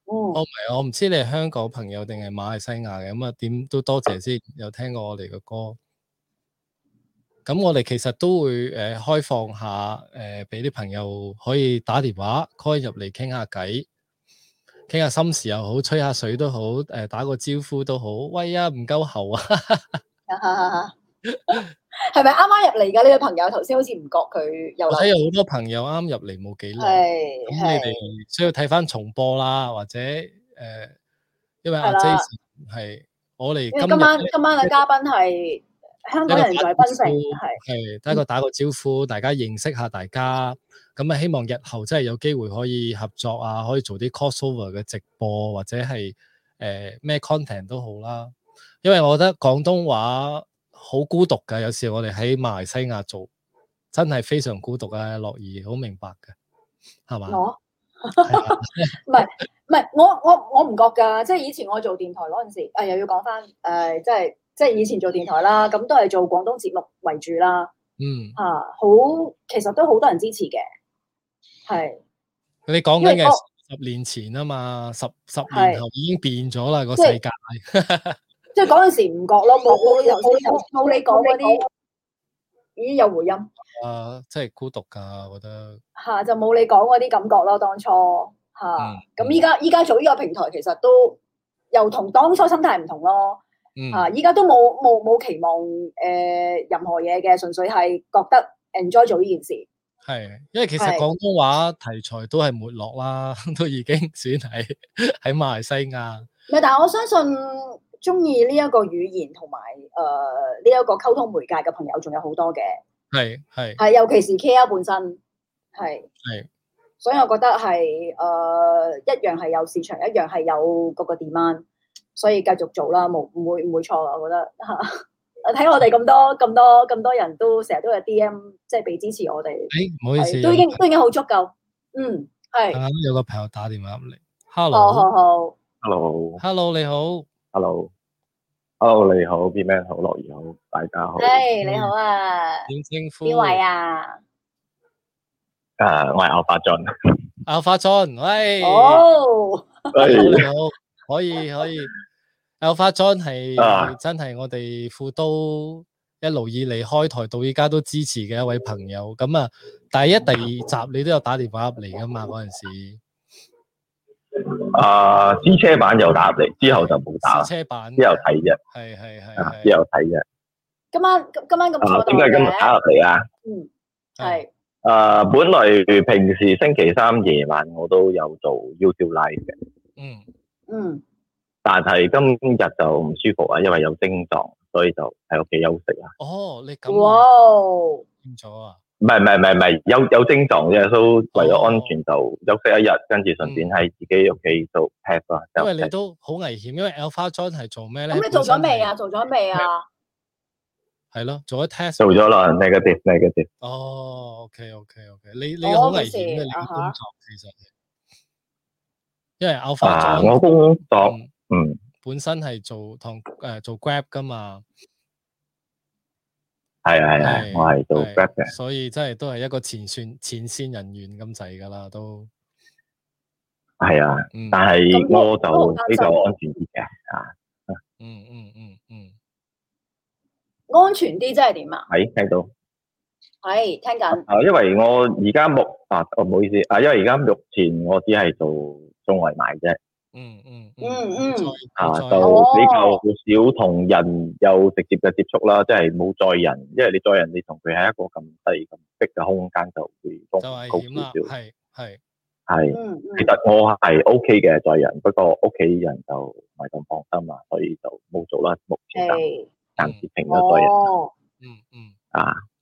S2: 嗯
S1: 我，唔係，我唔知你係香港朋友定係馬來西亞嘅，咁啊點都多謝先，有聽過我哋嘅歌。咁我哋其實都會誒、呃、開放下誒，俾、啲朋友可以打電話 call 入嚟傾下偈，傾下心事又好，吹下水都好，誒、 打個招呼都好。喂啊，唔夠喉啊！
S2: 係咪啱啱入嚟㗎？呢位朋友頭先好似唔覺佢有
S1: 我
S2: 留
S1: 睇
S2: 言，
S1: 哎有好多朋友啱入嚟冇幾耐，咁
S2: 係
S1: 你
S2: 係
S1: 哋需要睇翻重播啦，或者诶、呃因為阿
S2: 係啦
S1: Jason 係我哋
S2: 因為
S1: 今
S2: 今晚
S1: 日
S2: 今晚嘅嘉賓係香港人在檳城，係
S1: 係
S2: 嗯
S1: 得一個打個招呼，大家認識下大家。咁啊，希望日後真係有機會可以合作啊，可以做啲 crossover 嘅直播，或者係誒咩 content 都好啦。因為我覺得廣東話好孤獨㗎，有時我哋喺馬來西亞做真係非常孤獨啊，樂兒好明白嘅，係嘛？
S2: 我
S1: 係啊
S2: 唔係我我我唔覺㗎，即係以前我做電台嗰陣時，誒、又要講翻誒，即係即係以前做電台啦，咁都係做廣東節目為主啦，
S1: 嗯，
S2: 啊，好其實都好多人支持嘅，係
S1: 你講緊
S2: 因為
S1: 嘅
S2: 我
S1: 十年前啊嘛，十十
S2: 係
S1: 年後已經變咗啦個
S2: 即係
S1: 世界。
S2: 即係嗰陣時唔覺咯，冇冇你頭先冇你講嗰啲，咦有回音嚇、
S1: 啊，真係孤獨噶，我覺得。
S2: 就冇你講嗰啲感覺咯，當初嚇。
S1: 嗯
S2: 咁依家依家做呢個平台其實都又同當初心態唔同咯，
S1: 嗯，
S2: 嚇依家都冇冇冇期望誒、呃任何嘢嘅，純粹係覺得 enjoy 做呢件事，
S1: 係，因為其實
S2: 係
S1: 廣東話題材都係沒落啦， 都已經算係 喺馬來西亞。
S2: 咪但係我相信中意呢一個語言同埋誒呢一個溝通媒介嘅朋友仲有好多嘅，
S1: 係係
S2: 係尤其是 K R 本身係
S1: 係，
S2: 所以我覺得係誒、呃一樣係有市場，一樣係有嗰個 demand，所以繼續做啦，冇唔會唔會錯啦，我覺得 嚇。睇我哋咁多咁多咁多人都成日都有 D M，即係俾支持我
S1: 誒
S2: 哋，
S1: 哎唔好意思，
S2: 係都已經都已經好足夠。嗯，係，
S1: 啱啊啱有個朋友打電話入嚟
S2: 好好好。
S4: Hello，Hello，Hello，
S1: ，hello，hello，你好，
S4: 你好，B Man 好，樂兒好，大家好。
S2: 唉，你好啊，
S1: 點稱呼？
S2: 邊位？啊？
S4: 誒、啊我係牛發俊。
S1: 阿花俊，喂，
S2: 哦，
S1: hello，
S4: 哎
S1: 你好，可以可以。阿花俊
S4: 啊
S1: 係真係我哋副都一路以嚟開台到依家都支持嘅一位朋友。咁啊，第一、第二集你都有打電話入嚟噶嘛？嗰陣時。
S4: 啊，私車版又打入嚟，之後就冇啊打 啦
S1: 試，車版
S4: 之後睇啫，
S1: 係係係
S4: 啊
S1: 係
S4: 之後睇啫。
S2: 今晚今今晚咁
S4: 啊，
S2: 錯
S4: 點解今日打
S2: 嘅，
S4: 入嚟啊？
S2: 嗯，係
S4: 誒、本來平時星期三夜晚我都有做 YouTube Live 嘅，
S1: 嗯
S2: 嗯，
S4: 但係今日就唔舒服啊，因為有症狀，所以就喺屋企休息啦。
S1: 哦，你咁
S2: 哇
S1: 啊
S2: 哦，
S1: 清楚啊，
S4: 唔係唔係唔係唔係，有有症狀嘅，都為咗安全就休息一日，跟住順便喺自己屋企做 test 啦。
S1: 因
S4: self
S1: 為你都好危險，因為 Alpha John 係做咩咧？
S2: 咁你做咗未啊？？做咗未啊？
S1: 係咯，做咗 test
S4: 做咗啦，negative negative。
S1: 哦，OK OK OK，你你好危險嘅
S2: 哦
S1: 你
S2: 啊
S1: 嘅
S2: 哈
S1: 工作其實，因為 Alpha
S4: 啊，我
S1: John
S4: 工作
S1: 嗯
S4: 嗯
S1: 本身係做同誒做 Grab 噶嘛，
S4: 係係係，我係做
S1: 係
S4: grab 嘅，
S1: 所以真係都係一個前線前線人員咁滯噶啦，都
S4: 係啊，
S1: 嗯
S4: 但係
S2: 咁都
S4: 我
S2: 都好
S4: 就
S2: 擔
S4: 比較
S2: 心
S4: 安全啲嘅，
S1: 嗯嗯嗯嗯，
S2: 安全啲即係點啊？
S4: 係聽到
S2: 係聽緊，
S4: 啊，因為我而家目啊，我唔好意思啊，因為而家目前我只係做送外賣啫，
S1: 嗯嗯
S2: 嗯嗯
S1: 冇錯
S4: 啊，
S1: 冇
S4: 就
S1: 錯
S2: 哦
S4: 比較少同人有直接嘅接觸啦，即係冇載人，因為你載人你同佢喺一個咁低咁逼嘅空間就會風
S1: 就危
S4: 高
S1: 險啦，
S4: 少
S1: 係係。
S4: 少，係。
S2: 嗯嗯
S4: 其實我係 O K 嘅載人，不過屋企人就唔係咁放心啦，所以就冇做啦。目前暫
S2: 係，
S4: 暫時停咗載人。
S2: 哦，
S1: 嗯嗯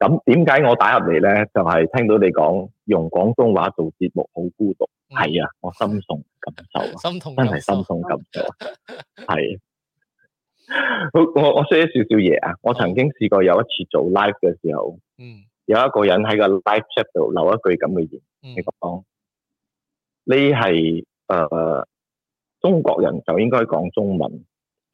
S4: 咁點解我打入嚟咧？就係、聽到你講用廣東話做節目好孤獨，
S1: 嗯
S4: 係啊，我心痛感受 啊，
S1: 心痛
S4: 真
S1: 感
S4: 係
S1: 受
S4: 心，痛感受啊，係。好，我我 share 少少嘢啊！我曾經試過有一次做 live 嘅時候，
S1: 嗯
S4: 有一個人喺個 live chat 度留一句咁嘅言。
S1: 嗯
S4: 你講，呢係誒中國人就應該講中文，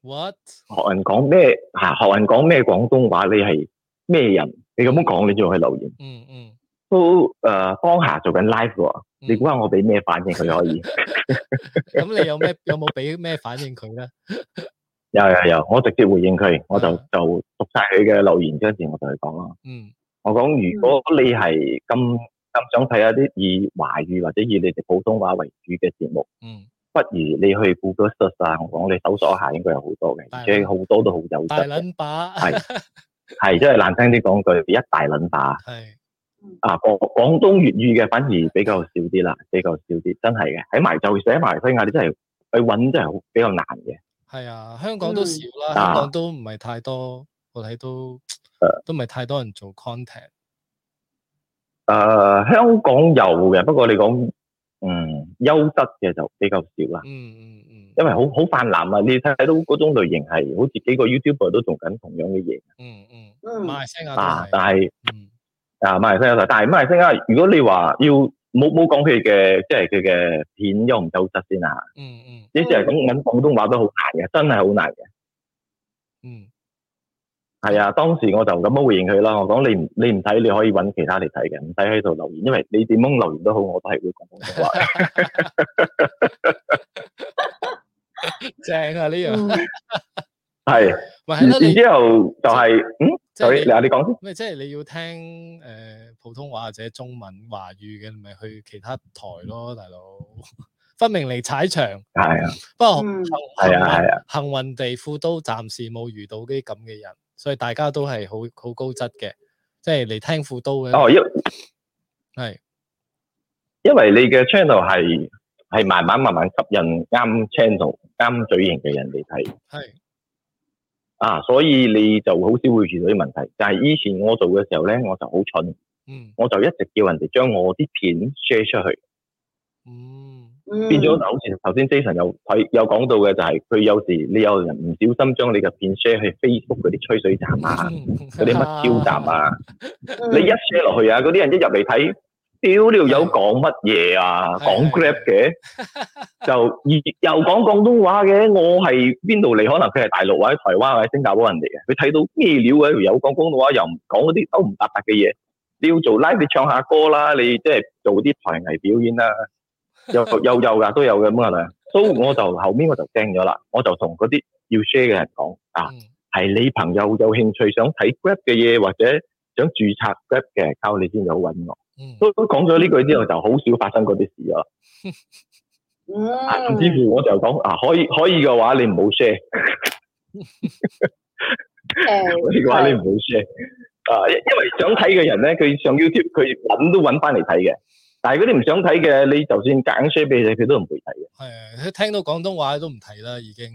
S1: ，what？
S4: 學人講咩嚇，學人講咩廣東話，你係咩人？你咁樣講，你仲去留言
S1: 嗯嗯，
S4: 都誒、呃當下做緊 live 喎，
S1: 嗯
S4: 你估下我俾咩反應佢 可以？
S1: 咁你有咩有冇俾咩反應佢咧？
S4: 有有有，我直接回應佢，我就
S1: 啊
S4: 就讀晒佢嘅留言，跟住我同佢講啦。
S1: 嗯
S4: 我講如果你係咁咁想睇一啲以華語或者以你哋普通話為主嘅節目。
S1: 嗯，
S4: 不如你去 Google search 啊，我講你搜索一下應該有好多嘅，
S1: 大
S4: 而
S1: 撚
S4: 且好多都好有
S1: 大
S4: 質嘅。
S1: 撚把，
S4: 係係即係難聽啲講句，一大撚把
S1: 系
S4: 啊！廣廣東粵語嘅反而比較少啲啦，比較少啲，真係嘅。喺埋就寫埋西亞，你真係去揾真係好比較難嘅。
S1: 系啊，香港都
S2: 嗯
S1: 少啦，
S4: 啊呃
S1: 香港都唔係太多，我睇都都唔係太多人做 content。
S4: 誒、啊香港有嘅，不過你講嗯優質嘅就比較少啦，
S1: 嗯嗯
S4: 因為好好泛濫啊！你睇到嗰種類型係好似幾個 YouTuber 都做緊同樣嘅嘢
S1: 嗯嗯嗯，
S2: 嗯，
S1: 馬來西亞
S4: 啊，
S1: 都
S4: 但
S1: 係，
S4: 係。
S1: 嗯
S4: 啊，馬來西亞，但係馬來西亞，如果你話要冇冇講佢嘅，即係佢嘅片優唔優質先啊？
S1: 嗯嗯
S4: 呢啲係咁揾廣東話都好難嘅，真係好難嘅。
S1: 嗯
S4: 係啊，當時我就咁樣回應佢啦，我講你唔你唔睇，你可以揾其他嚟睇嘅，唔使喺度留言，因為你點樣留言都好，我都係會講廣 東話。
S1: 正啊呢樣，
S2: 嗯
S4: 係，
S1: 咪係
S4: 然
S1: 咯
S4: 然
S1: 你
S4: 之後就係，嗯，
S1: 即係
S4: sorry，
S1: 你
S4: 你啊，你講先。
S1: 咩？即係你要聽诶、呃普通話或者中文華語嘅，你咪去其他台咯，大佬。 分明嚟踩場，
S4: 係啊，
S1: 不過幸
S2: 嗯
S1: 幸
S4: 係啊，
S1: 運
S4: 係啊，
S1: 幸運地富都暫時冇遇到啲咁嘅人，所以大家都係好好高質嘅，即係嚟聽富都嘅。
S4: 哦，因
S1: 係
S4: 因為你嘅 channel 係係慢慢慢慢吸引啱 channel 啱嘴型嘅人嚟睇。
S1: 係
S4: 啊，所以你就好少會遇到啲問題。但係以前我做嘅時候咧，我就好蠢，
S1: 嗯
S4: 我就一直叫人哋將我啲片 share 出去，
S1: 嗯
S2: 嗯
S4: 變咗就好似頭先 Jason 有睇有講到嘅，就係佢有時你有人唔小心將你嘅片 share 去 Facebook 嗰啲吹水站
S1: 嗯
S4: 啊，嗰 啲乜超站啊，
S2: 嗯
S4: 你一 share 落去啊，嗰啲人一入嚟睇，屌你條友講乜嘢啊？
S1: 係係
S4: 講 Grab 嘅，就又又講廣東話嘅，我係邊度嚟？可能佢係大陸或者台灣或者新加坡人嚟嘅，佢睇到咩料啊？條友講廣東話又唔講嗰啲勾唔搭搭嘅嘢，你要做 live 你唱下歌啦，你即係做啲台藝表演啦，有有有㗎都有嘅咁可能。所以我就後面我就驚咗啦，我就同嗰啲要 share 嘅人講啊。
S1: 嗯
S4: 係你朋友有興趣想睇 Grab 嘅嘢，或者想註冊 Grab 嘅，靠你先有揾我。
S1: 嗯
S4: 都都講咗呢句之後，就好少發生嗰啲事啦。啊甚至
S2: 嗯，
S4: 乎我就講啊，可以可以嘅話，你唔好 share；可以嘅話，你
S2: 誒，
S4: 唔好 share。啊，因因為想睇嘅人咧，佢上 YouTube 佢揾都揾翻嚟睇嘅。但係嗰啲唔想睇嘅，你就算夾硬 share 俾佢，佢都唔會睇嘅。
S1: 係啊佢聽到廣東話都唔睇啦，已經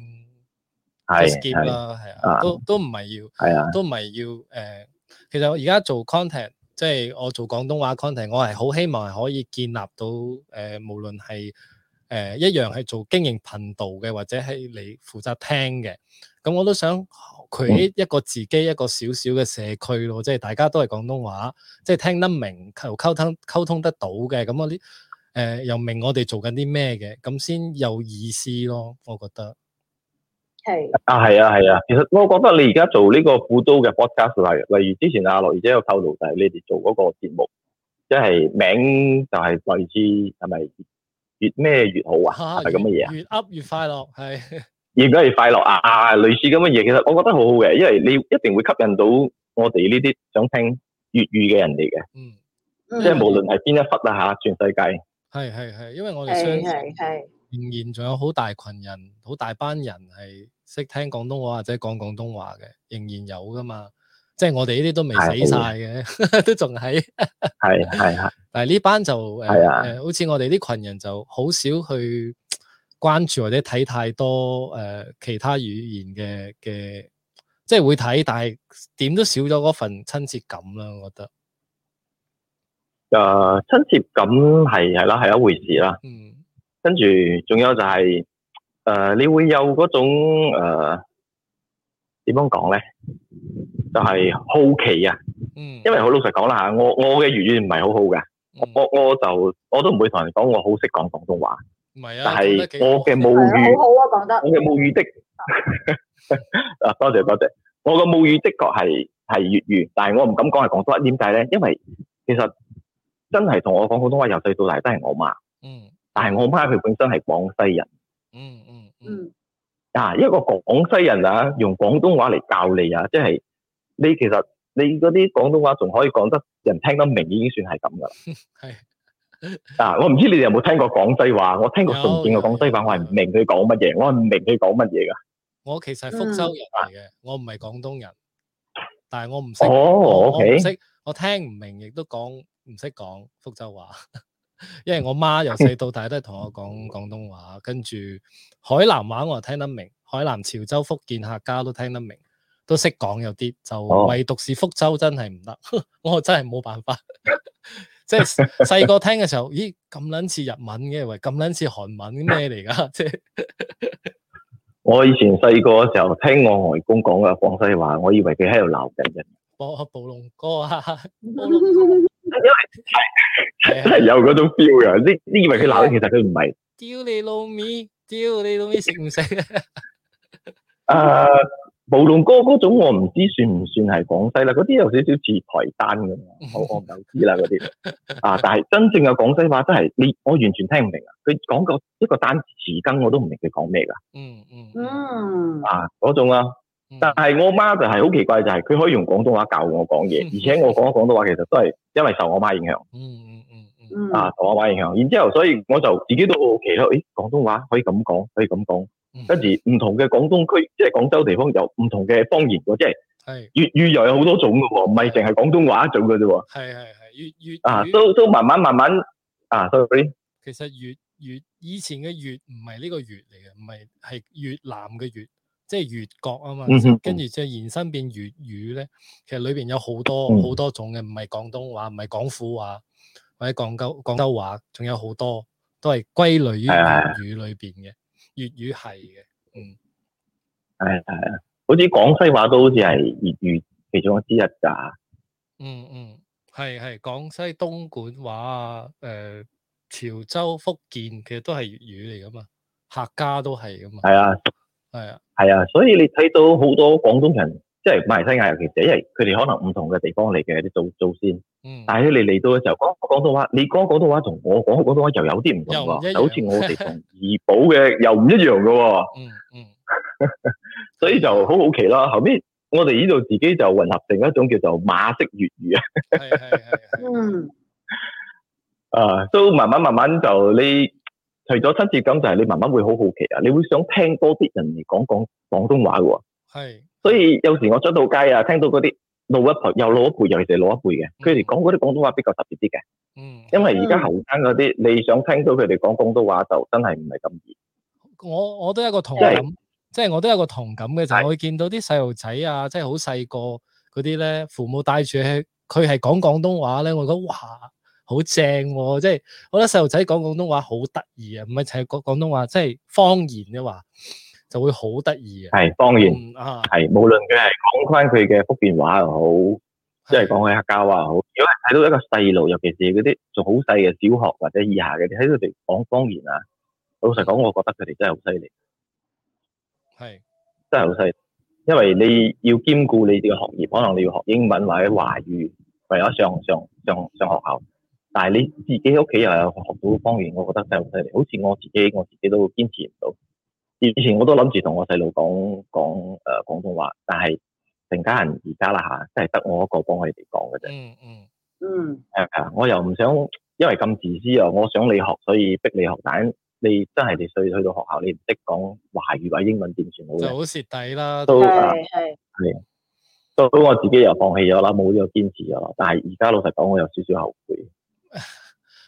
S4: 係
S1: skip
S4: 係
S1: 啦，係啊，
S4: 啊
S1: 都都唔係要。
S4: 係啊，
S1: 都唔係要誒、呃其實我而家做 content，即係我做廣東話 content，我係好希望係可以建立到誒、呃，無論係誒、呃一樣係做經營頻道嘅，或者係你負責聽嘅，咁我都想
S4: 嗯
S1: create 一個自己一個小小嘅社區咯，即係大家都係廣東話，即係聽得明又溝通溝通得到嘅，咁我啲誒又明我哋做緊啲咩嘅，咁先有意思咯，我覺得。
S2: 係，
S4: 啊係啊係啊。其實我覺得你而家做呢個副都嘅 podcast，例如例如之前阿樂兒姐有透露，就係你哋做嗰個節目，即係名就係類似係咪越咩越好啊？係咪咁嘅嘢啊？
S1: 越 up 越快樂，係。
S4: 而家係快樂啊啊，類似咁嘅嘢，其實我覺得好好嘅，因為你一定會吸引到我哋呢啲想聽粵語嘅人嚟嘅，
S1: 嗯。
S2: 嗯
S4: 即係無論係邊一忽啦嚇，全世界
S1: 係係係，因為我哋相
S2: 係
S1: 信
S2: 係係，
S1: 仍然仲有好大群人、好大班人係識聽廣東話或者講廣東話嘅，仍然有噶嘛。即係我哋呢啲都未
S4: 係啊
S1: 死晒嘅，都仲喺。
S4: 係係係
S1: 但係呢班就誒、
S4: 係啊
S1: 誒好似我哋啲群人就好少去關注或者睇太多誒、呃其他語言嘅嘅，即係會睇，但係點都少咗嗰份親切感啦。我覺得，
S4: 誒啊親切感係係啦係一回事啦，
S1: 嗯
S4: 跟住仲有就係、誒、你會有嗰種誒點樣講咧，就係、好奇啊，
S1: 嗯，
S4: 因為好老實講啦嚇，我我嘅粵語唔係好好㗎，
S1: 嗯
S4: 我我就我都唔會同人講我好識講廣東話，
S1: 唔係
S4: 但
S1: 啊，講得
S4: 係
S1: 幾
S4: 我嘅母
S2: 係啊
S4: 語。
S2: 好好啊，講得
S4: 我，嘅母語的 啊，多謝多謝。我嘅母語的確係係粵語，但係我唔敢講係廣東話。點解咧？因為其實真係同我講廣東話由細到大都係我媽，
S1: 嗯
S4: 但係我媽佢本身係廣西人
S1: 嗯嗯嗯
S2: 嗯
S4: 啊，一個廣西人啊，用廣東話嚟教你啊，即係你其實你嗰啲廣東話仲可以講得人聽得明，已經算係咁噶啦。
S1: 係。
S4: 啊，我唔知你哋有冇聽過廣西話？我聽過順便嘅廣西話，我係唔明佢講乜嘢，我係唔明佢講乜嘢㗎。
S1: 我其實係福州人嚟嘅，我唔係廣東人。但係我唔識，我我
S4: 哦
S1: 唔
S4: ，OK，
S1: 識，我聽唔明，亦都講唔識講福州話， 因為我媽由細到大都係同我
S4: 嗯
S1: 講廣東話，跟住海南話我又聽得明，海南、潮州、福建、客家都聽得明，都識講有啲，就
S4: 哦
S1: 唯獨是福州真係唔得， 我真係冇辦法。 即係細個聽嘅時候，咦咁撚似日文嘅，喂咁撚似韓文咩嚟㗎？ 即係
S4: 我以前細個嘅時候聽我外公講嘅廣西話，我以為佢喺度鬧緊人，
S1: 暴暴龍哥啊，暴龍
S2: 嗯
S1: 係啊
S4: 真係有嗰種 feel 嘅。呢呢以為佢 鬧緊，其實佢唔係。
S1: 屌你老味，屌你老味食唔食？
S4: 誒，無論啊哥嗰種，我唔知算唔算係廣西啦，嗰啲有少少似台單咁樣。我我唔知啦嗰啲啊，但係真正嘅廣西話真係你我完全聽唔明啊！佢講個一個單詞根我都唔明佢講咩㗎
S1: 嗯嗯
S2: 嗯，
S4: 啊嗰種啊！
S1: 嗯
S4: 但係我媽就係好奇怪，就係佢可以用廣東話教我講嘢，而且我講嘅廣東話其實都係因為受我媽影響
S1: 嗯嗯嗯嗯
S2: 嗯
S4: 啊，受我媽影響。然之後，所以我就自己都好奇咯，咦，廣東話可以咁講，可以咁講，
S1: 嗯，
S4: 跟住唔同嘅廣東區，即係廣州地方有唔同嘅方言喎，即係
S1: 係
S4: 粵語又有好多種嘅喎，唔係淨係廣東話一種嘅啫喎。
S1: 係係係粵粵
S4: 啊，
S1: 語
S4: 都都慢慢慢慢啊，sorry，
S1: 其實粵粵以前嘅粵唔係呢個粵嚟嘅，唔係係越南嘅粵，即係越國啊嘛。
S4: 嗯哼
S1: 跟住之後延伸變粵語咧，其實裏邊有好
S4: 嗯
S1: 多好多種嘅，唔係廣東話，唔係廣府話，或者廣州廣州話，仲有好多都係歸類於
S4: 係啊係
S1: 粵
S4: 啊
S1: 語裏邊嘅，粵語係嘅。
S4: 係係係，好似廣西話都好似係粵語其中之一咋。
S1: 嗯嗯，係係廣西東莞話啊，誒潮州、福建其實都係粵語嚟噶嘛，客家都係噶嘛，
S4: 係啊，
S1: 係啊，
S4: 係啊，所以你睇到好多廣東人，即係馬來西亞，尤其是因為佢哋可能唔同嘅地方嚟嘅啲祖祖先，
S1: 嗯，
S4: 但係你嚟到嘅時候講廣東話，你講廣東話同我講廣東話又有啲唔同
S1: 又唔一樣
S4: 喎，就好似我哋同怡保嘅又唔一樣嘅喎，
S1: 嗯嗯，
S4: 所以就好好奇啦。後面我哋呢度自己就混合成一種叫做馬式粵語啊。
S1: 係係係係，
S2: 嗯
S4: 啊，都慢慢慢慢就你，除咗親切感，就係你慢慢會好好奇啊，你會想聽多啲人嚟講講廣東話嘅喎。
S1: 係，
S4: 所以有時我出到街啊，聽到嗰啲老一輩、有老一輩，尤其是老一輩嘅，佢哋講嗰啲廣東話比較特別啲嘅，
S1: 嗯，
S4: 因為而家後生嗰啲，你想聽到佢哋講廣東話就真係唔係咁易。
S1: 我我都有一個同
S4: 即係
S1: 感，即係我都有一個同感嘅就係
S4: 係
S1: 我會見到啲細路仔啊，即係好細個嗰啲咧，父母帶住佢，佢係講廣東話咧，我覺得哇好正喎、即係我覺得細路仔講廣東話好得意啊，唔係淨係講廣東話，即係方言嘅話就會好得意啊。
S4: 係當然
S1: 嗯啊，
S4: 係，無論佢係講翻佢嘅福建話又好，即係講佢客家話又好，如果係睇到一個細路，尤其是嗰啲仲好細嘅小學或者以下嘅，你睇佢哋講方言啊，老實講，我覺得佢哋真係好犀利。
S1: 係
S4: 真係好犀利，因為你要兼顧你哋嘅學業，可能你要學英文或者華語，為咗上上上上學校。但係你自己屋企又有學到方言，我覺得真係好犀利。好似我自己，我自己都堅持唔到。以前我都諗住同我細路講講誒廣東話，但係成家人而家啦嚇，真係得我一個幫佢哋講嘅啫。
S1: 嗯嗯
S2: 嗯
S4: 係啊，我又唔想因為咁自私啊，我想你學，所以逼你學。但係你真係你去去到學校，你唔識講華語或者英文點算好
S1: 就
S4: 咧？
S1: 好蝕底啦。
S4: 都啊
S2: 係係
S4: 到我自己又放棄咗啦，冇呢個堅持咗啦。但係而家老實講，我有少少後悔，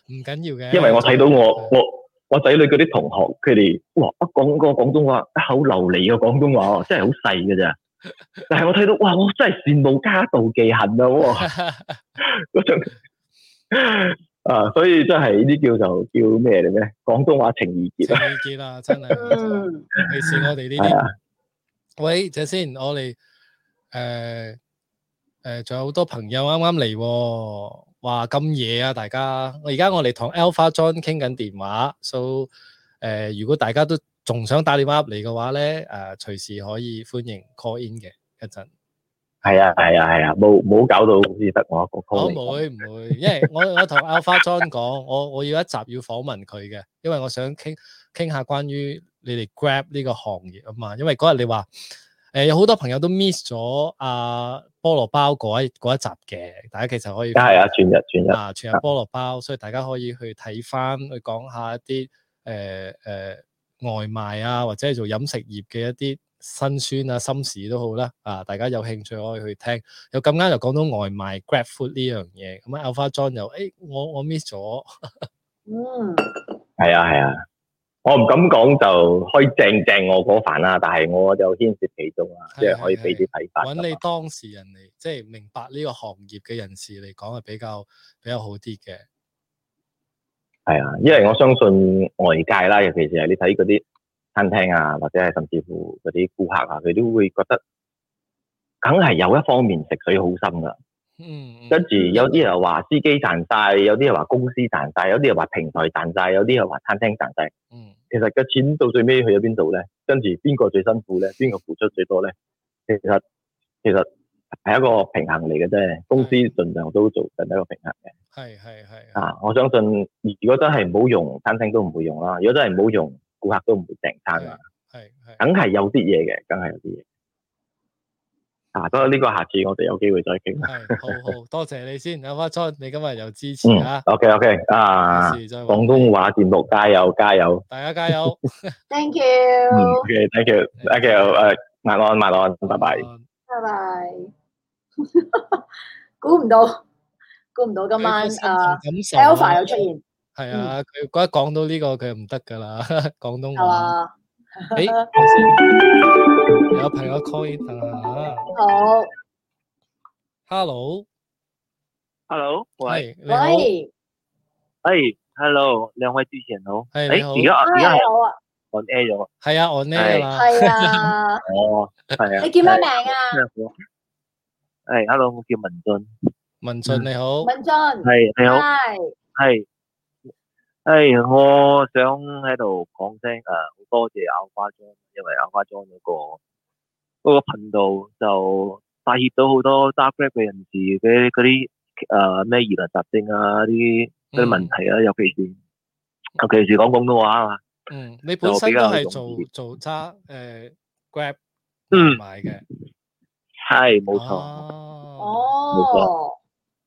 S1: 唔緊要嘅，
S4: 因為我睇到
S1: 啊
S4: 我我我仔女嗰啲同學，佢哋哇一講個廣東話，一口流利嘅廣東話喎，真係好細嘅咋。但係我睇到哇，我真係羨慕加妒忌恨啊！哇，嗰種啊，所以真係呢啲叫就叫咩嚟咩？廣東話情意 結
S1: 情
S4: 啊！
S1: 意結啦， 真係，尤
S2: 嗯
S1: 其是我哋呢
S4: 係
S1: 啲。
S4: 啊，
S1: 喂，就先，我哋诶诶，誒仲、有好多朋友啱啱嚟喎，哇咁夜啊，大家！我而家我哋同 Alpha John 傾緊電話，so 诶、如果大家都仲想打電話入嚟嘅話咧，诶、隨時可以歡迎 call in 嘅一陣。
S4: 係啊，係啊，係啊，冇冇搞到好似得我一個 call
S1: 我
S4: 嚟
S1: 唔
S4: 講。
S1: 會唔會，因為我我同 Alpha John 講，我我要一集要訪問佢嘅，因為我想傾傾下關於你哋 Grab 呢個行業啊嘛。因為嗰日你話誒、有好多朋友都 miss 咗阿菠蘿包嗰一嗰一集嘅，大家其實可以
S4: 梗係啊，全日全日
S1: 啊，全日菠蘿包，所以大家可以去睇翻，去呃講下一啲誒誒外賣啊，或者係做飲食業嘅一啲辛酸啊、心事都好啦，啊，大家有興趣可以去聽。又咁啱又講到外賣 Grab Food 呢樣嘢，咁啊 Alpha John 又誒、哎我我 miss 咗，
S2: 嗯，
S5: 系啊系啊，我唔敢講就開正正我嗰份啦，但係我就牽涉其中啦，即係可以俾啲睇法㗎啊
S1: 揾
S5: 嘛。
S1: 你當事人嚟，即係明白呢個行業嘅人士嚟講係比較比較好啲嘅。
S5: 係啊，因為我相信外界啦，尤其是係你睇嗰啲餐廳啊，或者係甚至乎嗰啲顧客啊，佢都會覺得，梗係有一方面食水好深噶。
S1: 嗯，嗯
S5: 跟住有啲人話司機賺晒，有啲人話公司賺晒，有啲人話平台賺晒，有啲人話餐廳賺晒。
S1: 嗯
S5: 其實嘅錢到最尾去咗邊度咧？跟住邊個最辛苦咧？邊個付出最多咧？其實其實係一個平衡嚟嘅啫，公司盡量都做緊一個平衡嘅。
S1: 係係係係
S5: 啊，我相信如果真係唔好用，餐廳都唔會用啦；如果真係唔好用，顧客都唔會訂餐啦。
S1: 係係
S5: 梗係有啲嘢嘅，梗係有啲嘢。啊，不過呢個下次我哋有機會再傾啦。
S1: 係，好好多謝你先，Alpha John，你今日又支持
S5: 嗯
S1: 啊，
S5: ，OK OK，啊
S1: 下，次再
S5: 廣
S1: 揾，
S5: 東話節目加油加油。
S1: 大家加油，
S2: Thank
S5: 嗯
S2: you，
S5: ，OK，thank you，thank you，誒，晚安晚安， 拜拜。
S2: 拜拜。估唔到，估唔到今晚啊，Alpha 又出現，
S1: 系啊，佢嗰一講到呢、個，佢就唔得噶啦， 廣東
S2: 係
S1: 話。
S2: 嘛？
S1: 诶、等先有朋友 call in 等下
S2: 好，
S1: ，hello，
S4: Hello，喂，
S1: 系你好，
S2: 喂，
S4: 哎，Hello，兩位主持人好，
S1: 係
S4: 哎，
S1: 你好
S4: 而家而家
S2: 嗨
S4: 係
S2: 好啊，
S4: on air 咗，
S1: 係啊，我呢啦，
S2: 係啊，
S4: 哦，係啊，
S2: 你叫咩名
S4: 係
S2: 啊？
S4: 咩好？係，Hello，我叫文俊，
S1: 文俊你好，
S2: 文俊，係
S4: 係你好，係，係，我想喺度講聲誒，好多謝阿花莊，因為阿花莊嗰個嗰個頻道就帶挈到好多揸 grab 嘅人士嘅嗰啲誒咩疑難雜症啊啲嗰啲問
S1: Ừ.
S4: 題啊，尤其是尤其是講廣東話啊嘛。
S1: 嗯，嗯，你本身都係做做揸诶 Grab
S4: 嗯
S1: 買嘅，
S4: 係，冇
S1: Ờ.
S4: 錯，
S1: 哦，
S2: 哦，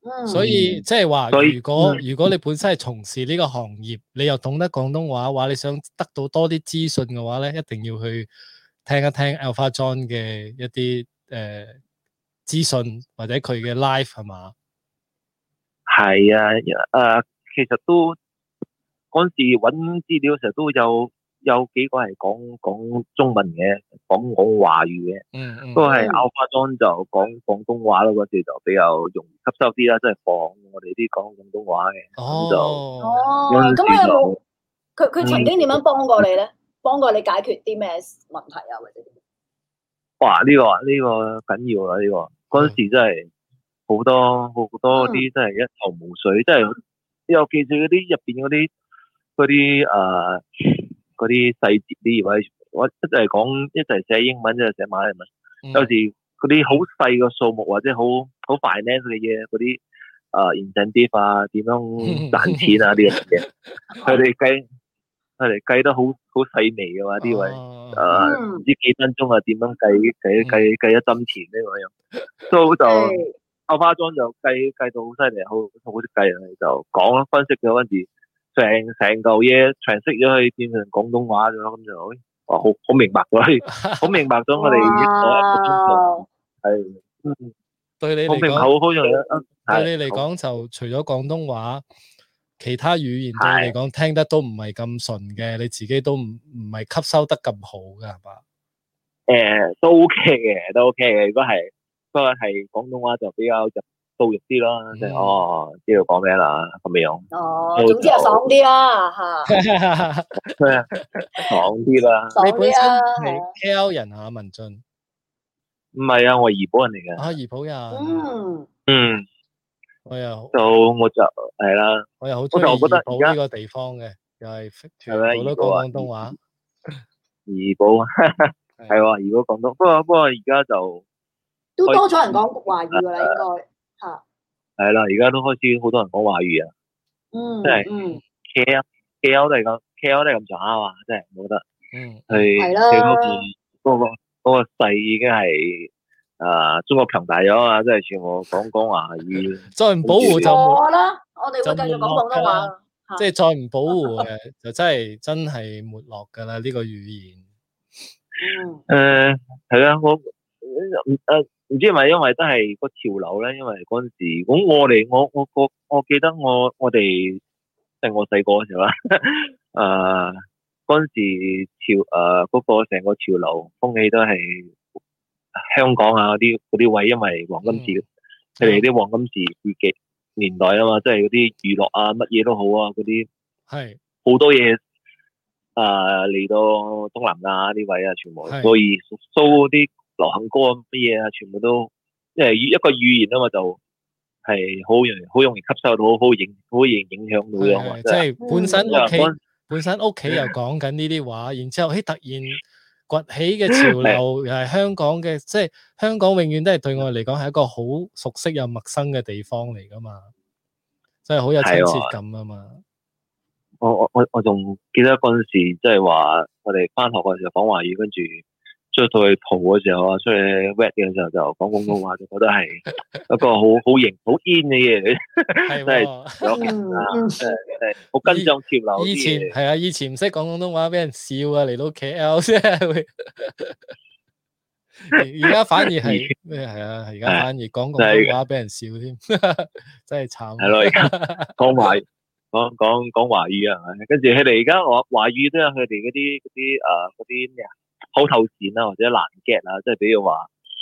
S2: 嗯，
S1: 所以即係話，
S4: 所以
S1: 如果
S4: 嗯
S1: 如果你本身係從事呢個行業，你又懂得廣東話嘅話，你想得到多啲資訊嘅話咧，一定要去聽一聽 Alpha John 嘅一啲诶資訊或者佢嘅 live 係嘛？
S4: 係啊，誒、其實都嗰陣時揾資料嘅時候都有有幾個係講講中文嘅，講講華語嘅，
S1: 嗯嗯，
S4: 都係拗花莊就講廣東話咯，嗰時就比較容易吸收啲啦，即係放我哋啲講廣東話嘅，
S1: 哦，
S2: 哦，
S4: 有陣
S2: 咁佢有冇
S4: 時就
S2: 佢佢曾經點樣幫過你咧？幫過你解決啲咩問題啊？或者點
S4: 哇呢、個呢、個緊要啦，啊呢、個嗰陣時真係好多好多啲真係一頭霧水，真係尤其是嗰啲入邊嗰啲嗰啲誒嗰啲細節啲，或者我一係講一係寫英文，一係寫馬來文。
S1: 嗯
S4: 有時嗰啲好細嘅數目或者好好 finance 嘅嘢，嗰啲誒 incentive 啊，點 樣賺錢啊呢樣嘢，佢哋計佢哋計得好好細微嘅嘛呢位
S1: 哦嗯
S4: 誒。
S2: 嗯
S4: 唔，知幾分鐘啊，點樣計計計計一針錢呢個樣，所以就
S2: 係
S4: 阿花莊就計計到好犀利，好好識計啊！就講啦，分析咗跟住成成嚿嘢 translate 咗去變成廣東話咗，咁就哎哇好好明白咗，好明白咗我哋一個中國
S2: 哇
S4: 係，嗯
S1: 對你
S4: 好
S1: 嚟
S4: 明白
S1: 講，
S4: 好好用啊！
S1: 對你嚟講就除咗廣東話，其他語言對你嚟講聽得都唔係咁順嘅，你自己都唔唔係吸收得咁好嘅係嘛？
S4: 誒都 OK 嘅，都 OK 嘅。如果係不過係廣東話就比較入到肉啲啦，即係
S1: 嗯
S4: 哦知道講咩啦咁樣。
S2: 哦，總之係爽啲啦嚇，
S4: 爽啲啦。
S2: 爽
S1: 你本
S2: 啲
S1: 身
S2: 啦，係啊
S1: 係 K L 人啊，文俊
S4: 唔係啊，我係怡保人嚟嘅。
S1: 啊，怡保人，
S2: 嗯，
S4: 嗯，
S1: 我又
S4: 就我就係啦，
S1: 我又好中意
S4: 我就覺得而
S1: 怡
S4: 家
S1: 保呢個地方嘅，又係全
S4: 係
S1: 部
S4: 咪
S1: 都
S4: 怡保啊
S1: 講廣東話，
S4: 怡保係喎，怡保廣東。不過不過而家就
S2: 都多咗人講華語㗎啦，應該，
S4: 係啦，而家都開始好多人講華語啊
S2: 嗯
S4: 真係
S2: 嗯，
S4: ，K L K L 都係咁，K L 都係咁上下啊嘛，真係冇得
S1: 嗯，
S4: 去
S2: 係
S4: 去
S2: 啦
S4: 嗰個嗰個嗰個勢已經係誒中國強大咗啊！真係全部講講華語，
S1: 再唔保護就冇。
S2: 錯啦，我哋會繼續講廣東話，
S1: 即係再唔保護嘅，就真係真係沒落㗎啦呢個語言。
S2: 嗯
S4: 诶，系啦，啊我唔诶唔知系咪因為都係個潮流咧？因為嗰阵时，咁我哋我我我我記得我我哋即係我細個嗰時候啦， 诶嗰阵时潮诶嗰、個成個潮流風氣都係香港啊嗰啲嗰啲位，因為黃金時佢哋啲黃金時嘅年代啊嘛，即係嗰啲娛樂啊乜嘢都好啊嗰啲。
S1: 系
S4: 好多嘢啊嚟到東南亞呢位啊，全部
S1: 係
S4: 所以 show 啲流行歌啊乜嘢啊，全部都因為一個語言啊嘛，就係好容易好容易吸收到，好影好易影響到嘅嘛，
S1: 係即系本身
S4: 因為
S1: 屋企
S4: 嗰陣
S1: 本身 屋企又講緊呢啲話，然之後，嘿，突然崛 起嘅潮流，又係香港嘅，即係香港永遠都係對我嚟講係一個好熟悉又陌生嘅地方嚟噶嘛，真係好有親切感啊嘛。
S4: 我我我我仲記得嗰陣時，即係話我哋翻學嘅時候講華語，跟住出到去蒲嘅時候啊，出去 wet 嘅時候就講廣東話，就覺 得係一個好好型好 in 嘅嘢嚟
S1: 係
S4: 真係
S1: 喎，
S4: 嘅，
S2: 嗯
S4: 啊係好跟上潮流啲
S1: 以前
S4: 嘢。
S1: 係啊，以前唔識講廣東話，俾人笑啊，嚟到 KL 即係 會。而而家反而係咩係啊？而家反而講廣東話俾人笑添， 真係慘。
S4: 系咯，而家講華講講講華語啊，係咪？跟住佢哋而家我華語都有佢哋嗰啲嗰啲诶嗰啲咩啊口頭禪啊，或者難 get 啊，即係比如話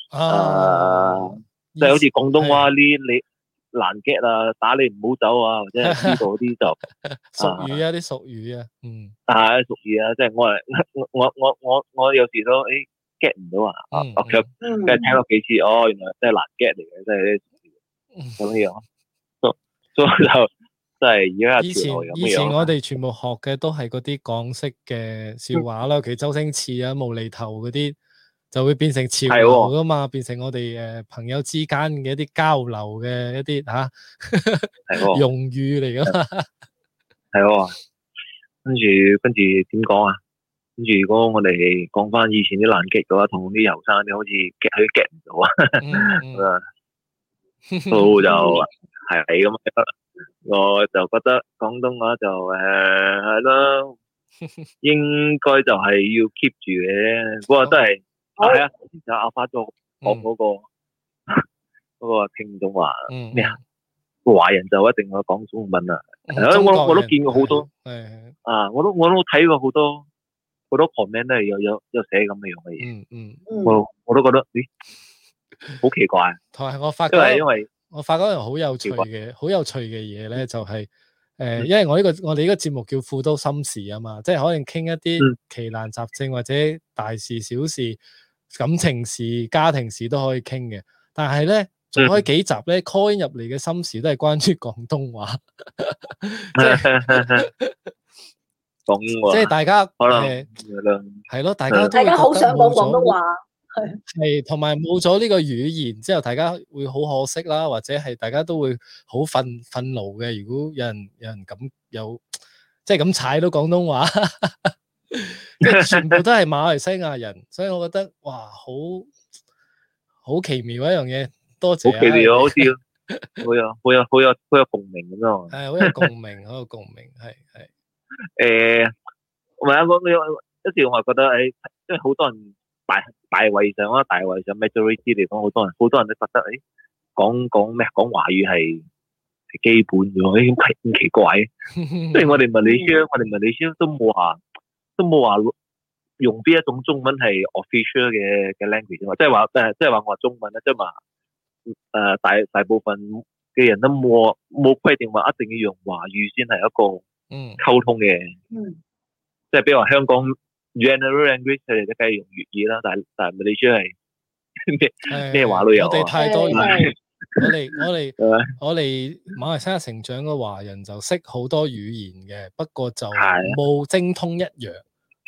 S1: 啊，
S4: 即係好似廣東話呢你難 get 啊，打你唔好走 啊，或者係呢度嗰啲就
S1: 俗語啊，啲俗語啊，嗯
S4: 啊屬於啊，即係我係 我我我我有時都诶 get 唔到啊，啊
S1: 嗯
S4: 我卻
S2: 嗯
S4: 即係聽多幾次，哦，原來真係難 get 嚟嘅，真係
S1: 嗯
S4: 咁樣，所 所以就真係而家
S1: 以
S4: 嘅
S1: 前
S4: 潮流咁
S1: 以前
S4: 樣咯
S1: 我。哋全部學嘅都係嗰啲港式嘅
S4: 嗯
S1: 笑話啦，其實周星馳啊、無厘頭嗰啲就會變成潮
S4: 係
S1: 流
S4: 喎
S1: 噶嘛，變成我哋诶朋友之間嘅一啲交流嘅一啲吓
S4: 哦係喎
S1: 用語嚟噶嘛，
S4: 系喎，跟住跟住點講啊？跟住如果我哋講翻以前啲爛劇嘅話，同啲後生啲好似 get 佢 get 唔到啊，
S1: 嗯 嗯
S4: 到就係咁樣。我就覺得廣東話就誒係咯，應該就係要 keep 住嘅。不過都係
S2: 好
S4: 係啊，頭先就阿花咗講
S1: 哦嗯
S4: 嗰個嗰個 聽眾話，
S1: 嗯
S4: 咩啊華人就一定要講中文啊。
S1: 嗯
S4: 係啊
S1: 中
S4: 我
S1: 國
S4: 我都
S1: 人
S4: 見過好多
S1: 係，係
S4: 啊，我都我都睇過好多好多 comment 都係有有有寫咁嘅樣嘅嘢，
S1: 嗯嗯，
S2: 嗯
S4: 我我都覺得咦好 奇怪，
S1: 同埋我發
S4: 因為
S1: 覺
S4: 因。為
S1: 我發覺一樣好有趣
S4: 奇怪
S1: 嘅好有趣嘅嘢咧，就係、呃
S4: 啊嗯
S1: 因為我呢、個我哋呢個節目叫富都心事啊嘛，即係可能傾一啲
S4: 嗯
S1: 奇難雜症或者大事小事、感情事、家庭事都可以傾嘅。但係咧，
S4: 嗯
S1: 仲可以幾集咧 call in 入嚟嘅心事都係關於廣東話， 即係
S4: 講
S1: 即係
S4: 喎，
S1: 大家
S4: 可能嗯
S1: 誒
S4: 係啦
S1: 係咯，大家都
S2: 大
S1: 會
S2: 家好
S1: 覺得
S2: 想講
S1: 冇咗
S2: 廣東話，
S1: 系，同埋冇咗呢個語言之後，大家會好可惜啦，或者係大家都會好憤憤怒嘅。如果有人有人咁有，即係咁踩到廣東話， 即係全部都係馬來西亞人，所以我覺得哇，好好奇妙一樣嘢。多謝
S4: 好奇妙啊，
S1: 啊，
S4: 好 似好有好有好有好有共鳴咁咯。
S1: 係好有共鳴，好有共鳴，係係
S4: 誒，唔係啊，我我有時我係覺得誒，即係好多人大大圍上啦，大圍上 majority 嚟講，好多人好多人都覺得誒講講咩講華語係係基本嘅喎，誒咁奇咁奇怪嘅。 雖然我哋物理書，我哋物理書都冇話，都冇話用邊一種中文係 official 嘅嘅 language 啊嘛，即係話誒，即係話我話中文咧，即係話誒大大部分嘅人都冇冇規定話一定要用華語先係一個
S1: 嗯
S4: 溝通嘅，
S2: 嗯
S4: 即係比如話香港 general language 佢哋都梗係用粵語啦，但係但係物理書係咩咩話都有
S1: 我哋
S4: 啊，
S1: 太多
S2: 係
S1: 元
S2: 係
S1: 我哋我哋
S4: 係咪
S1: 我哋馬來西亞成長嘅華人就識好多語言嘅，不過就
S4: 係
S1: 冇精通一樣，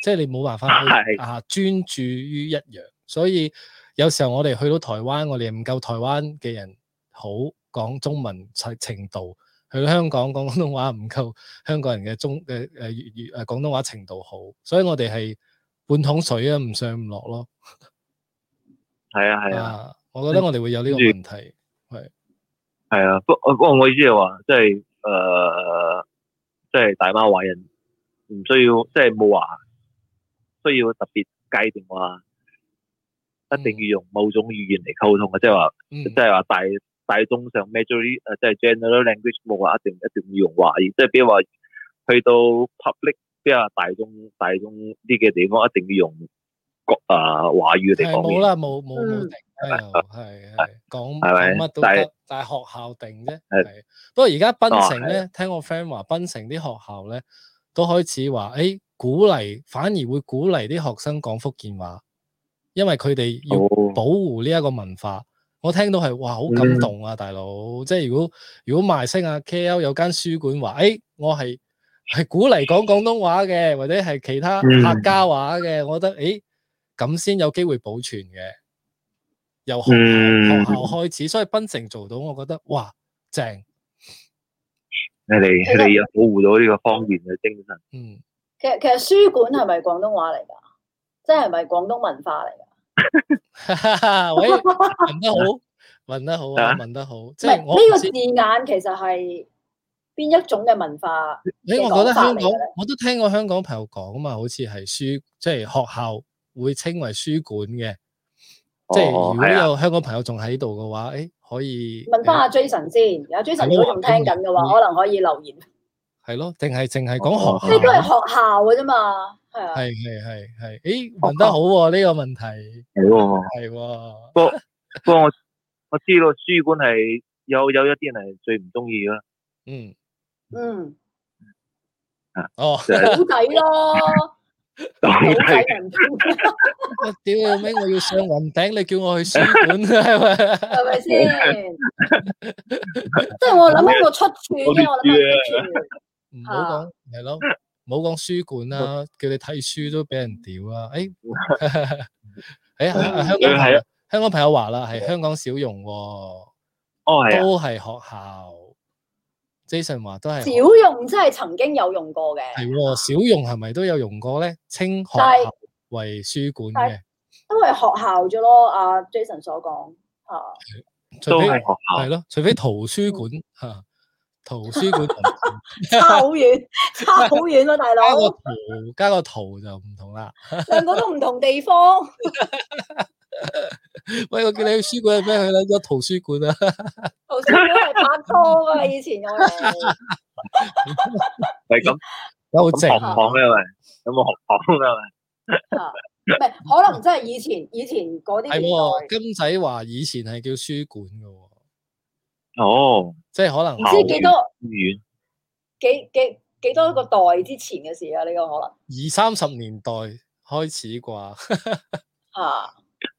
S1: 即係你冇辦法去
S4: 係
S1: 啊專注於一樣，所以有時候我哋去到台灣，我哋唔夠台灣嘅人好講中文程程度，去到香港講廣東話唔夠香港人嘅中嘅誒粵語誒廣東話程度好，所以我哋係半桶水啊，唔上唔落咯。
S4: 係啊係啊。
S1: 啊，我覺得我哋會有呢個問
S4: 跟
S1: 題。
S4: 系啊，不不過我意思係話，即係呃诶，即係大媽華人唔需要，即係冇話需要特別計定話一定要用某種語言嚟溝通嘅，即係話
S1: 嗯
S4: 即係話大大宗上 majority 誒，即係 general language 冇話一定一定要用華語，即係比如話去到 public，即係話大眾大眾啲嘅地方一定要用國啊華語
S1: 系
S4: 嚟講
S1: 冇
S4: 嘢，
S1: 啦，冇冇冇
S2: 嗯
S1: 定啦，又系系讲
S4: 係咪
S1: 講乜都
S4: 但係
S1: 得，但系學校定啫。
S4: 係
S1: 係不過而家
S4: 哦
S1: 檳城咧，聽我 friend 話，檳城啲學校咧都開始話，诶、鼓勵反而會鼓勵啲學生講福建話，因為佢哋要
S4: 好
S1: 保護呢一個文化。我聽到係哇，好感動啊，大佬！即係如果如果埋星啊 KL 有間書館話，诶、我係係鼓勵講廣東話嘅，或者係其他
S4: 嗯
S1: 客家話嘅，我覺得诶咁先有機會保存嘅。由學校、
S4: 嗯
S1: 學校開始，所以檳城做到，我覺得哇正，
S4: 你哋你哋有保護到呢個方言嘅精神，
S1: 嗯，
S2: 其實其實書館係咪廣東話嚟㗎？即係咪廣東文化嚟㗎？
S1: 喂，問得好，問得好啊，
S4: 啊
S1: 問得好，即
S2: 即係
S1: 係
S2: 呢
S1: 我唔
S2: 個字
S1: 知，
S2: 眼其實係邊一種嘅文化？
S1: 誒我覺得
S2: 講法
S1: 香
S2: 嚟
S1: 港
S2: 嘅咧，
S1: 我都聽過香港朋友講啊嘛，好似係書，即係學校會稱為書館嘅，即係如
S4: 哦
S1: 果
S4: 係啊，
S1: 有香港朋友仲喺度嘅話，誒可以
S2: 問翻阿 Jason 先，阿 Jason 如果仲聽緊
S1: 嗯
S2: 嘅話，可能可以留言。
S1: 係咯，定係淨係講
S2: 即係都係
S1: 學校，
S2: 學校嘅啫嘛，係啊。
S1: 哦係係係係，誒問得好喎呢個問題，
S4: 係喎。
S1: 係喎。
S4: 不過我我知道書館係有有一啲人係最唔中意嘅啦，
S1: 嗯，
S2: 嗯，
S1: 哦，
S4: 就係
S2: 古仔咯，
S4: 就
S2: 古
S4: 係
S2: 仔人係
S1: 我屌你老味，我要上雲頂，你叫我去書館係咪？
S2: 咪先？即係我諗緊個出處啫，我諗緊出處。
S1: 唔好
S4: 啊
S1: 講係咯，唔好講書館啦，叫你睇書都俾人屌啦。 诶，诶，香香港朋
S4: 嗯係啊
S1: 友香港朋友話啦，係香港少用喎，
S4: 哦係啊，
S1: 都係學校。Jason 話都係
S2: 少
S1: 學
S2: 用真係曾經有用過嘅，
S1: 係喎，少用係咪都有用過咧？稱學
S2: 但係
S1: 校為書館
S2: 但
S1: 嘅，
S2: 因為學校啫咯。阿 Jason 所講啊 嚇，
S1: 除
S4: 都
S1: 非
S4: 係嗯學校
S1: 係。咯，除非圖書館吓，圖書館同
S2: 差好遠，差好遠咯，大
S1: 加個
S2: 佬，
S1: 圖加個圖就唔同啦。
S2: 兩個都唔同地方。
S1: 喂，我叫你去書館，咩去啦？咗圖書館啊！
S2: 圖書館係拍拖噶，以前我 哋
S4: 喂，咁
S1: 有
S4: 咁
S1: 正
S4: 學
S1: 啊，
S4: 堂咧咪？有冇學堂咧咪？
S2: 啊唔係，可能真係以前以前嗰啲
S1: 係
S2: 年
S1: 喎。
S2: 代，
S1: 金仔話以前係叫書館嘅喎，
S4: 哦，
S1: 即係可能
S2: 唔知幾多
S4: 醫院
S2: 幾幾幾多個代之前嘅事啊？呢個可能
S1: 二三十年代開始 啩，
S2: 嚇，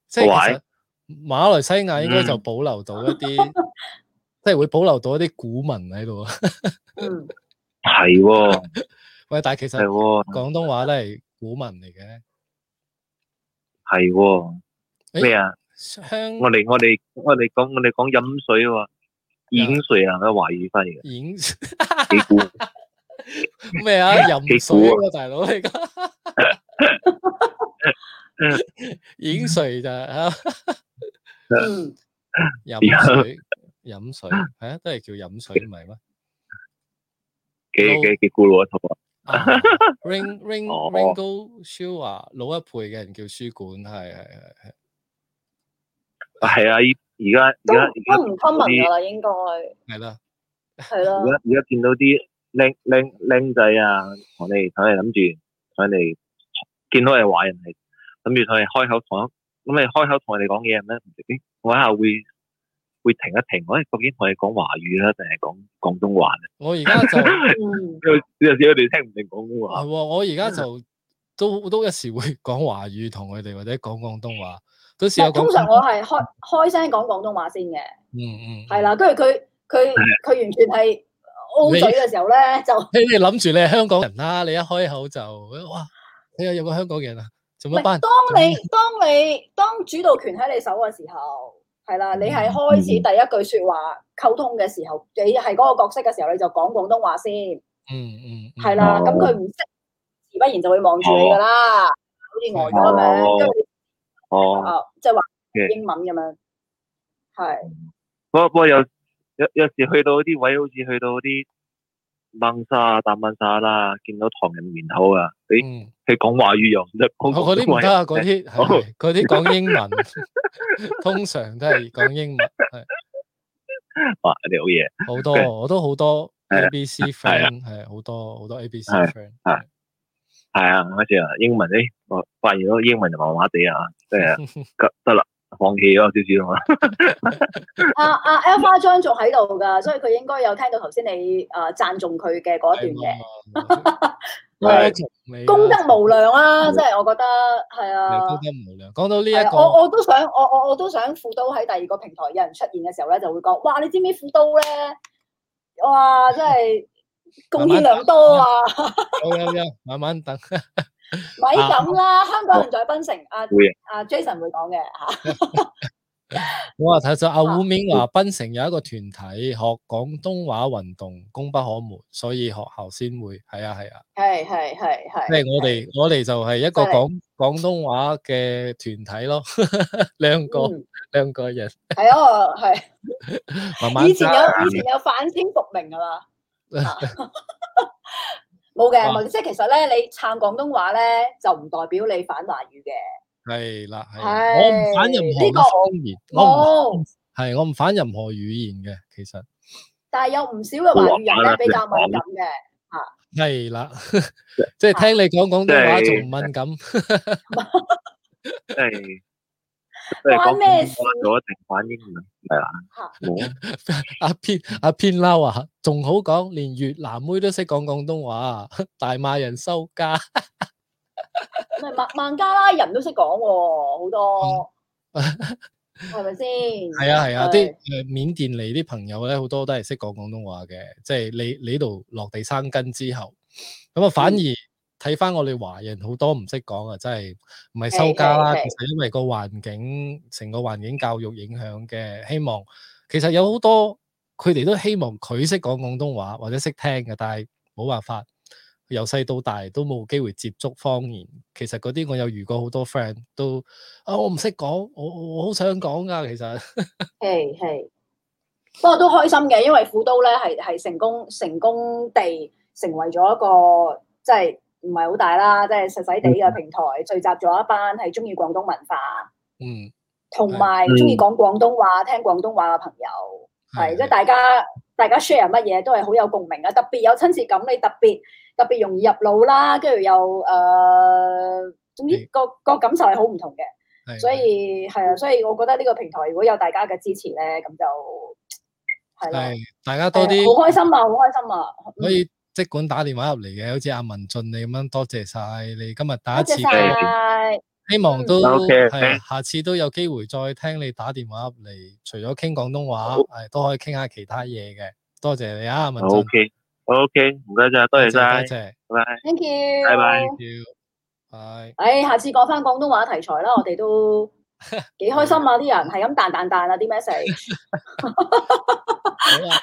S1: 即係其
S4: 喂
S1: 實馬來西亞應該就
S4: 嗯
S1: 保留到一啲， 即係會保留到一啲古文喺度啊。
S2: 嗯，
S4: 係喎，
S1: 喂，但係其
S4: 係
S1: 實
S4: 喎，
S1: 廣東話都係古文嚟嘅。
S4: 係喎。
S1: 誒
S4: 咩啊？
S1: 香
S4: 我哋我哋我哋講我哋講飲水喎，
S1: 咩啊
S4: 飲水啊，係華語翻譯嘅，
S1: 演
S4: 幾古
S1: 咩 啊？飲水
S4: 幾古啊
S1: 喎，大佬你 講 演水就係啊。
S2: 嗯，
S1: 饮
S4: 有
S1: 水，饮水系啊，都系叫饮水唔系咩
S4: 幾幾幾古老一套啊！
S1: 啊 ？Ring Ring
S4: 哦
S1: Ringo Shaw 啊，老一輩嘅人叫書館，係係係係
S4: 係啊，依而家
S2: 都
S4: 而家而家
S2: 都唔 common 噶啦，應該
S1: 係啦，
S2: 係
S4: 而家
S2: 咯，
S4: 而家見到啲僆僆僆仔啊，同你同你諗住同你哋見到你華人係諗住同你開口講，咁你開口同你哋講嘢係咩？咦我一下會會停一停，我究竟同你講華語啦，定係講廣東話咧？
S1: 我而家 就係
S2: 嗯，
S4: 有有時佢哋聽唔明廣東話。
S1: 喎，我而家就都都一時會 講華語同佢哋，或者講廣東話，都試有講
S2: 通常我係開開聲講廣東話先嘅，
S1: 嗯嗯，
S2: 係，啦，跟住佢佢佢完全係 O 嘴嘅時候咧，就
S1: 你嗯你諗住你係香港人啦，你一開口就哇，你又有個香港人啊，做
S2: 唔
S1: 乜
S2: 係
S1: 班？
S2: 當你當你當主導權喺你手嘅時候。係啦，你係開始第一句説話溝通嘅時候，你係嗰個角色嘅時候，你就講廣東話先。
S1: 嗯嗯，嗯
S2: 係啦，咁佢唔識，自不然就會望住你噶啦，好似呆咗咁樣，跟住
S4: 哦，
S2: 啊，即係話英文咁樣，係
S4: 不過不過有有有時去到啲位，好似去到啲啊
S6: 掹沙打掹沙啦，見到唐人面口啊，佢
S1: 嗯，
S6: 佢講華語又唔得，
S1: 我
S6: 講
S1: 嗰
S6: 廣東
S1: 啲唔
S6: 話
S1: 得
S6: 又
S1: 啊，嗰 啲係嗰啲講英文， 通常都係講英文，係
S6: 哇，你好嘢，
S1: 好多，我都好多
S6: 係啊
S1: A B C
S6: 係
S1: friend，係好多好多 A B C
S6: 係
S1: friend，
S6: 係係啊，嗰次啊，英文咧，我發現到英文就麻麻地啊，即係 得得啦，放棄咗少少啊，
S2: 阿阿 Alpha 張仲喺度㗎，所以佢應該有聽到頭先你啊讚頌佢嘅嗰一
S1: 啊
S2: 段
S1: 嘅，
S2: 嘅，
S1: 多謝你
S2: 誒功德
S1: 啦
S2: 無量啦，即係我覺得係
S1: 你
S2: 啊
S1: 功。德無量。講到呢
S2: 係
S1: 一
S2: 啊，
S1: 個
S2: 我我都想，我我我都想副刀喺第二個平台有人出現嘅時候咧，就會講：哇！你知唔知副刀咧？哇！真係貢獻良多啊！
S1: 有有有，慢慢等。
S2: 咪咁啦，香港人在檳城，阿
S6: 會啊
S2: 阿 Jason 會講嘅啊嚇。
S1: 我話睇咗阿
S2: 啊
S1: 胡明話，檳城有一個團體學廣東話運動，功不可沒，所以學校先會。係啊係啊，
S2: 係係係係。
S1: 即係我哋我哋就係一個
S2: 真係
S1: 講廣東話嘅團體咯，兩個
S2: 嗯
S1: 兩個人
S2: 係啊，係。
S1: 慢慢
S2: 以前
S1: 揸。
S2: 有以前有反清復明㗎 啦。啊 冇嘅，
S1: 哇
S2: 冇嘅即係其實咧，你撐廣東話咧，就唔代表你反華語嘅。
S1: 係啦係啦，
S2: 係
S1: 我唔反任何
S2: 呢個
S1: 嘅方言，我唔
S2: 冇。
S1: 係我唔反任何語言嘅，其實
S2: 但係有唔少嘅華語人
S1: 啊
S2: 咧比較敏感嘅，
S1: 係啦，即係聽你講廣東話仲唔敏感。
S6: 即係即係講
S2: 關咩事
S6: 廣東話就一定反英文，係啊
S2: 嚇，
S6: 冇啊
S1: 阿偏阿偏嬲啊，仲好講，連越南妹都識講廣東話啊！大馬人收家，
S2: 唔係孟啊孟加拉人都識講喎，好多
S1: 嗯
S2: 係咪先？
S1: 係啊係啊，
S2: 係
S1: 啲誒緬甸嚟啲朋友咧，好多都係識講廣東話嘅，即係你你呢度落地生根之後，咁啊反而睇翻我哋華人好多唔識講啊，真係唔係收家啦，其
S2: 係係係
S1: 實因為個環境成個環境教育影響嘅，希望其實有好多佢哋都希望佢識講廣東話或者識聽嘅，但係冇辦法。由細到大都冇機會接觸方言，其實嗰啲我有遇過好多 friend 都啊，我唔識講，我我我好想講噶，其實
S2: 係係，不過都開心嘅，因為富都咧係係成功成功地成為咗一個即係唔係好大啦，即係細細地嘅平台，聚集咗一班係中意廣東文化，
S1: 嗯
S2: 同埋中意講廣東話、聽廣東話嘅朋友。係，即係大家大家 share 乜嘢都係好有共鳴啊！特別有親切感，你特別特別容易入腦啦，跟住又誒、呃，總之
S1: 係
S2: 個個感受係好唔同嘅。
S1: 係
S2: 所以係啊，所以我覺得呢個平台如果有大家嘅支持咧，咁就係啦，
S1: 係大家多
S2: 係啊
S1: 啲
S2: 好開心啊，好開心啊！
S1: 可以即管打電話入嚟嘅，好似阿文俊你咁樣，多謝晒你今日打一
S2: 多
S1: 次
S2: 謝，晒，
S1: 希望都
S6: 嗯，OK，
S1: 係啊下次都有機會再聽你打電話入嚟，除咗傾廣東話，
S6: 好
S1: 係都可以傾下其他嘢嘅。多謝你啊，文俊，
S6: ，OK OK，唔該晒，多謝
S1: 多
S6: 晒
S1: 謝多，謝，
S6: 拜拜。
S2: ，thank you，
S6: 拜拜
S1: 要係
S2: 唉，下次講翻廣東話題材啦，我 哋都幾開心啊！啲人係咁彈彈彈啊，啲 message
S1: 好啊。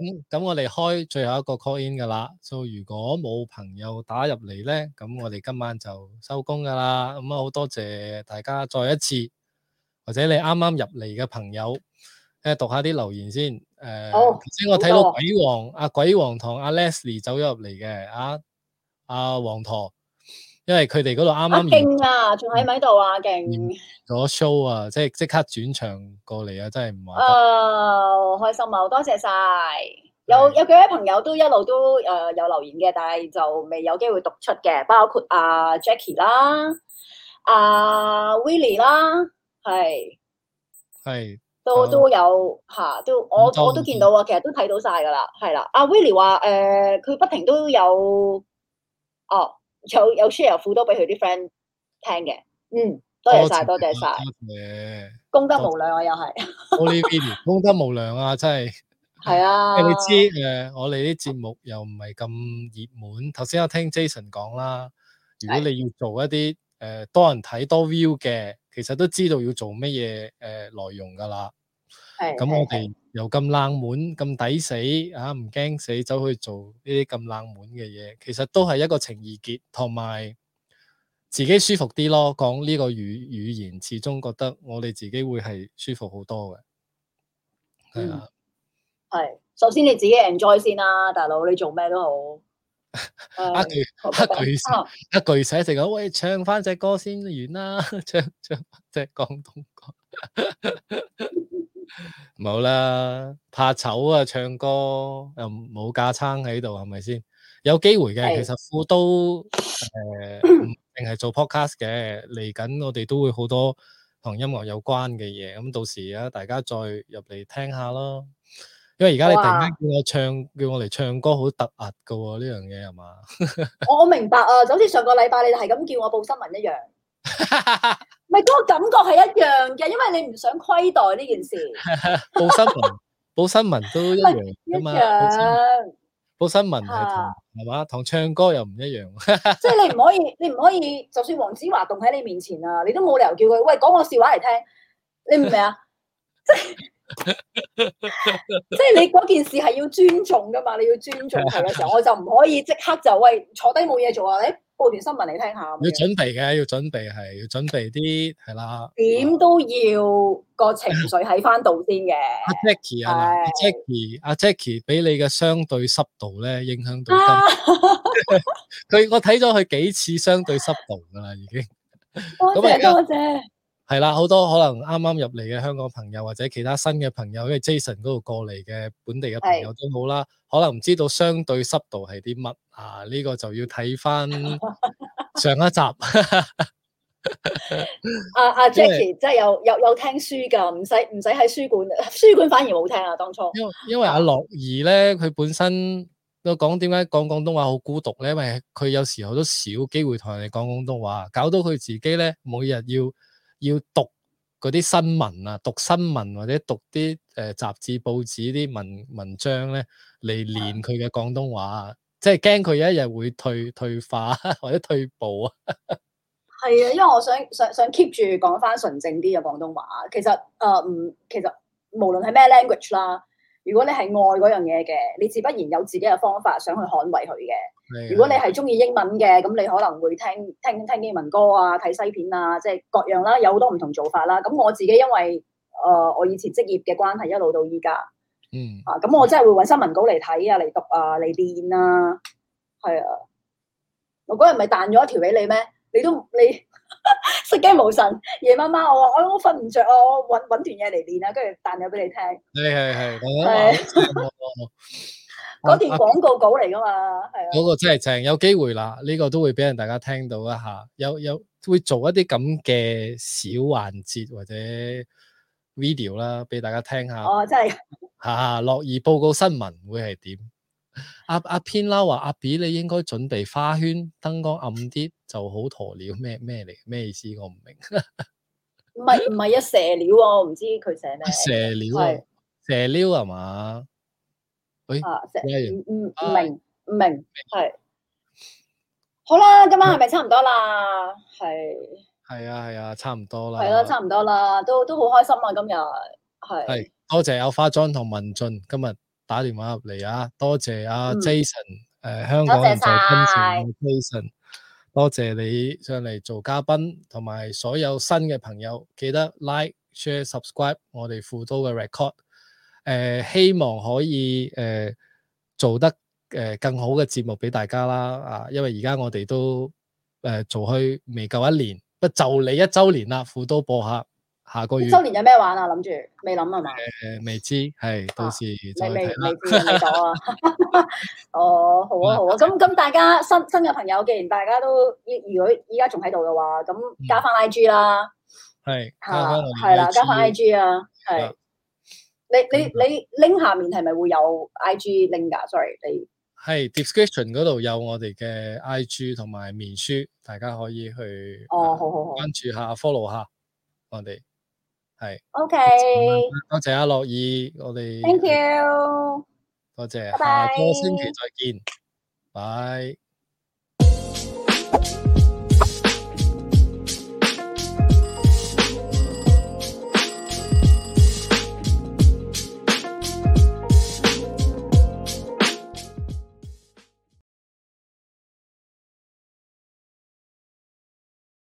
S1: 咁咁，我哋開最後一個 call in 噶啦。所以如果冇朋友打入嚟咧，咁我哋今晚就收工噶啦。咁啊，好多謝大家再一次，或者你啱啱入嚟嘅朋友，誒讀下啲留言先。誒、
S2: 好
S1: 頭先我睇到
S2: 好多
S1: 鬼王阿鬼王同阿 Leslie 走咗入嚟嘅，啊阿黃陀，因為佢哋嗰度啱啱
S2: 阿
S1: 完
S2: 勁啊，仲喺唔喺度啊？勁
S1: 嗯！咗 show 啊，即係即刻轉場過嚟啊，真係唔話得。
S2: 啊，開心啊！多謝晒。有有幾位朋友都一路都誒、呃有留言嘅，但係就未有機會讀出嘅，包括阿、Jackie 啦、阿、Willie 啦，係
S1: 係、
S2: 都
S1: 嗯
S2: 都有嚇、都我
S1: 咁多
S2: 我都見到啊，其實都睇到晒㗎啦，係啦。阿、Willie 話誒，佢、不停都有哦有有 share 副都俾佢啲 friend 聽嘅，嗯，多謝晒，多謝晒，
S1: 多謝
S2: 功德無量啊，又係
S1: Olivia 功德無量啊，真係。
S2: 係啊，
S1: 因為你知誒，我哋啲節目又唔係咁熱門。頭先我聽 Jason 講啦，如果你要做一啲誒、呃多人睇多 view 嘅，其實都知道要做乜嘢誒內容㗎啦。
S2: 係
S1: 咁
S2: 係
S1: 我
S2: 係
S1: 哋又咁冷門、咁抵死啊，唔驚死，走去做呢啲咁冷門嘅嘢，其實都係一個情意結，同埋自己舒服啲咯。講呢個語語言，始終覺得我哋自己會係舒服好多嘅。係啊，
S2: 係首先你自己 enjoy 先啦，大佬你做咩都好。
S1: 呃巨
S2: 好
S1: 黑
S2: 拜拜
S1: 巨星
S2: 啊
S1: 阿巨寫成講，喂，唱翻只歌先完啦， 唱唱只廣東歌， 冇啦，怕醜啊，唱歌又冇架撐喺度，係咪先？有機會嘅，
S2: 係
S1: 其實副都誒，唔淨係做 podcast 嘅，嚟緊我哋都會好多同音樂有關嘅嘢，咁到時啊，大家再入嚟聽下咯。因為而家你突然間叫我唱，叫我嚟唱歌，好突兀噶喎，呢樣嘢係嘛？
S2: 我我明白啊，就好似上個禮拜你係咁叫我報新聞一 樣，唔係嗰個感覺係一樣嘅，因為你唔想虧待呢件事
S1: 啊報新 聞，報新聞都一樣
S2: 一
S1: 噶嘛。報新聞
S2: 樣。
S1: 報新聞係
S2: 啊
S1: 同係嘛，同唱歌又唔一 樣。
S2: 即係你唔可以， 你唔可以，就算黃子華棟喺你面前啊，你都冇理由叫佢喂講個笑話嚟聽，你明唔明啊？ 即係即係你嗰件事係要尊重噶嘛，你要尊重佢 嘅時候，我就唔可以即刻就喂坐低冇嘢做啊，你報段新聞嚟聽下咁
S1: 要
S2: 樣，
S1: 準備嘅，要準備係要準備啲係啦。
S2: 點都要個情緒喺翻度先嘅。
S1: 阿 Jacky 啊，嗱阿
S2: 係
S1: Jacky，阿 Jacky 俾你嘅相對濕度咧影響到
S2: 啊
S1: 今， 佢，我睇咗佢幾次相對濕度㗎啦，已經。
S2: 多
S1: 咁啊而
S2: 謝
S1: 家
S2: 多謝，
S1: 係啦，好多可能啱啱入嚟嘅香港朋友或者其他新嘅朋友，因為 Jason 嗰度過嚟嘅本地嘅朋友都好啦，可能唔知道相對濕度係啲乜啊？呢、個就要睇翻上一集，因為
S2: 阿阿啊 Jackie 真係有有有聽書㗎，唔使唔使喺書館，書館反而冇聽啊，當初。
S1: 因為因為阿樂兒咧，佢本身都講點解講廣東話好孤獨咧，因為佢有時候都少機會同人哋講廣東話，搞到佢自己咧每日要要讀嗰啲新聞啊，讀新聞或者讀啲誒、呃、雜誌報紙啲文文章咧。嚟
S2: 啊
S1: 練佢嘅廣東話，即係驚佢有一日會退退化 或者退步啊！
S2: 係啊，因為我想想想 keep 住講翻純正啲嘅廣東話。其實誒呃唔、其實無論係咩 language 啦，如果你係愛嗰樣嘢嘅，你自不然有自己嘅方法想去捍衞佢嘅。
S1: 係啊
S2: 如果你係中意英文嘅，咁你可能會聽聽聽英文歌啊，睇西片啊，即係各樣啦，有好多唔同做法啦。咁我自己因為誒、呃我以前職業嘅關係，一路到依家。
S1: 嗯，
S2: 啊，咁我真係會揾新聞稿嚟睇啊，嚟讀啊，嚟練啊，係啊。我嗰日咪彈咗一條俾你咩？你都你 失驚無神，夜媽媽我話我我瞓唔着啊，我揾揾段嘢嚟練啊，跟住彈咗俾你聽，
S1: 係係係，我
S2: 係
S1: 諗話
S2: 嗰
S1: 啊
S2: 段廣告稿嚟噶嘛，係啊。
S1: 嗰個真係正，有機會啦，呢、個都會俾人大家聽到一下，有有會做一啲咁嘅小環節或者 video 啦，俾大家聽下。
S2: 哦，真係
S1: 啊，樂意報告新聞會係點？阿阿偏嬲話阿 B，你應該準備花圈，燈光暗啲就好鴕鳥。咩咩嚟？咩意思？我唔明。
S2: 唔係唔係啊？蛇料啊，我唔知佢寫咩。
S1: 蛇料啊
S2: 係，
S1: 蛇料係嘛？
S2: 啊，蛇
S1: 一樣
S2: 唔唔唔明唔明係。好啦，今晚係咪差唔多啦？係。
S1: 係啊係啊，差唔多啦。
S2: 系啦，差唔多啦，都都好開心啊！今日係
S1: 係多謝有花莊同文進今日打電話入嚟啊！多謝阿
S2: 嗯
S1: Jason，诶、香港人就
S2: 多謝晒
S1: 跟住 Jason，多謝你上嚟做嘉賓，同埋所有新嘅朋友記得 like、share、subscribe 我哋副都嘅 record。诶、希望可以诶、誒做得诶、誒更好嘅節目俾大家啦啊！因為而家我哋都诶、誒做開未夠一年，不就嚟一週年啦，副都播客下個
S2: 一
S1: 月。
S2: 周年有咩玩啊？諗住未諗係嘛？
S1: 诶，未知系到
S2: 啊
S1: 时再
S2: 未未
S1: 睇啦。
S2: 未知未到啊！ 哦，好啊好啊，咁咁大家新新嘅朋友，既然大家都依如果依家仲喺度嘅話，咁加翻 I G 啦，
S1: 系
S2: 吓係啦，嗯加翻 I G 啊，係
S1: 啊。
S2: 你你你 link 下面係咪會有 I G link 噶？sorry，你
S1: 系 description 嗰度有我哋嘅 I G 同埋面书，大家可以去
S2: 哦，好好好
S1: 关注下 follow 下我哋。
S2: ，OK，thank
S1: 多谢阿乐意，我哋
S2: you。
S1: 多谢，
S2: 拜
S1: 下
S2: 拜
S1: 个星期再见，拜。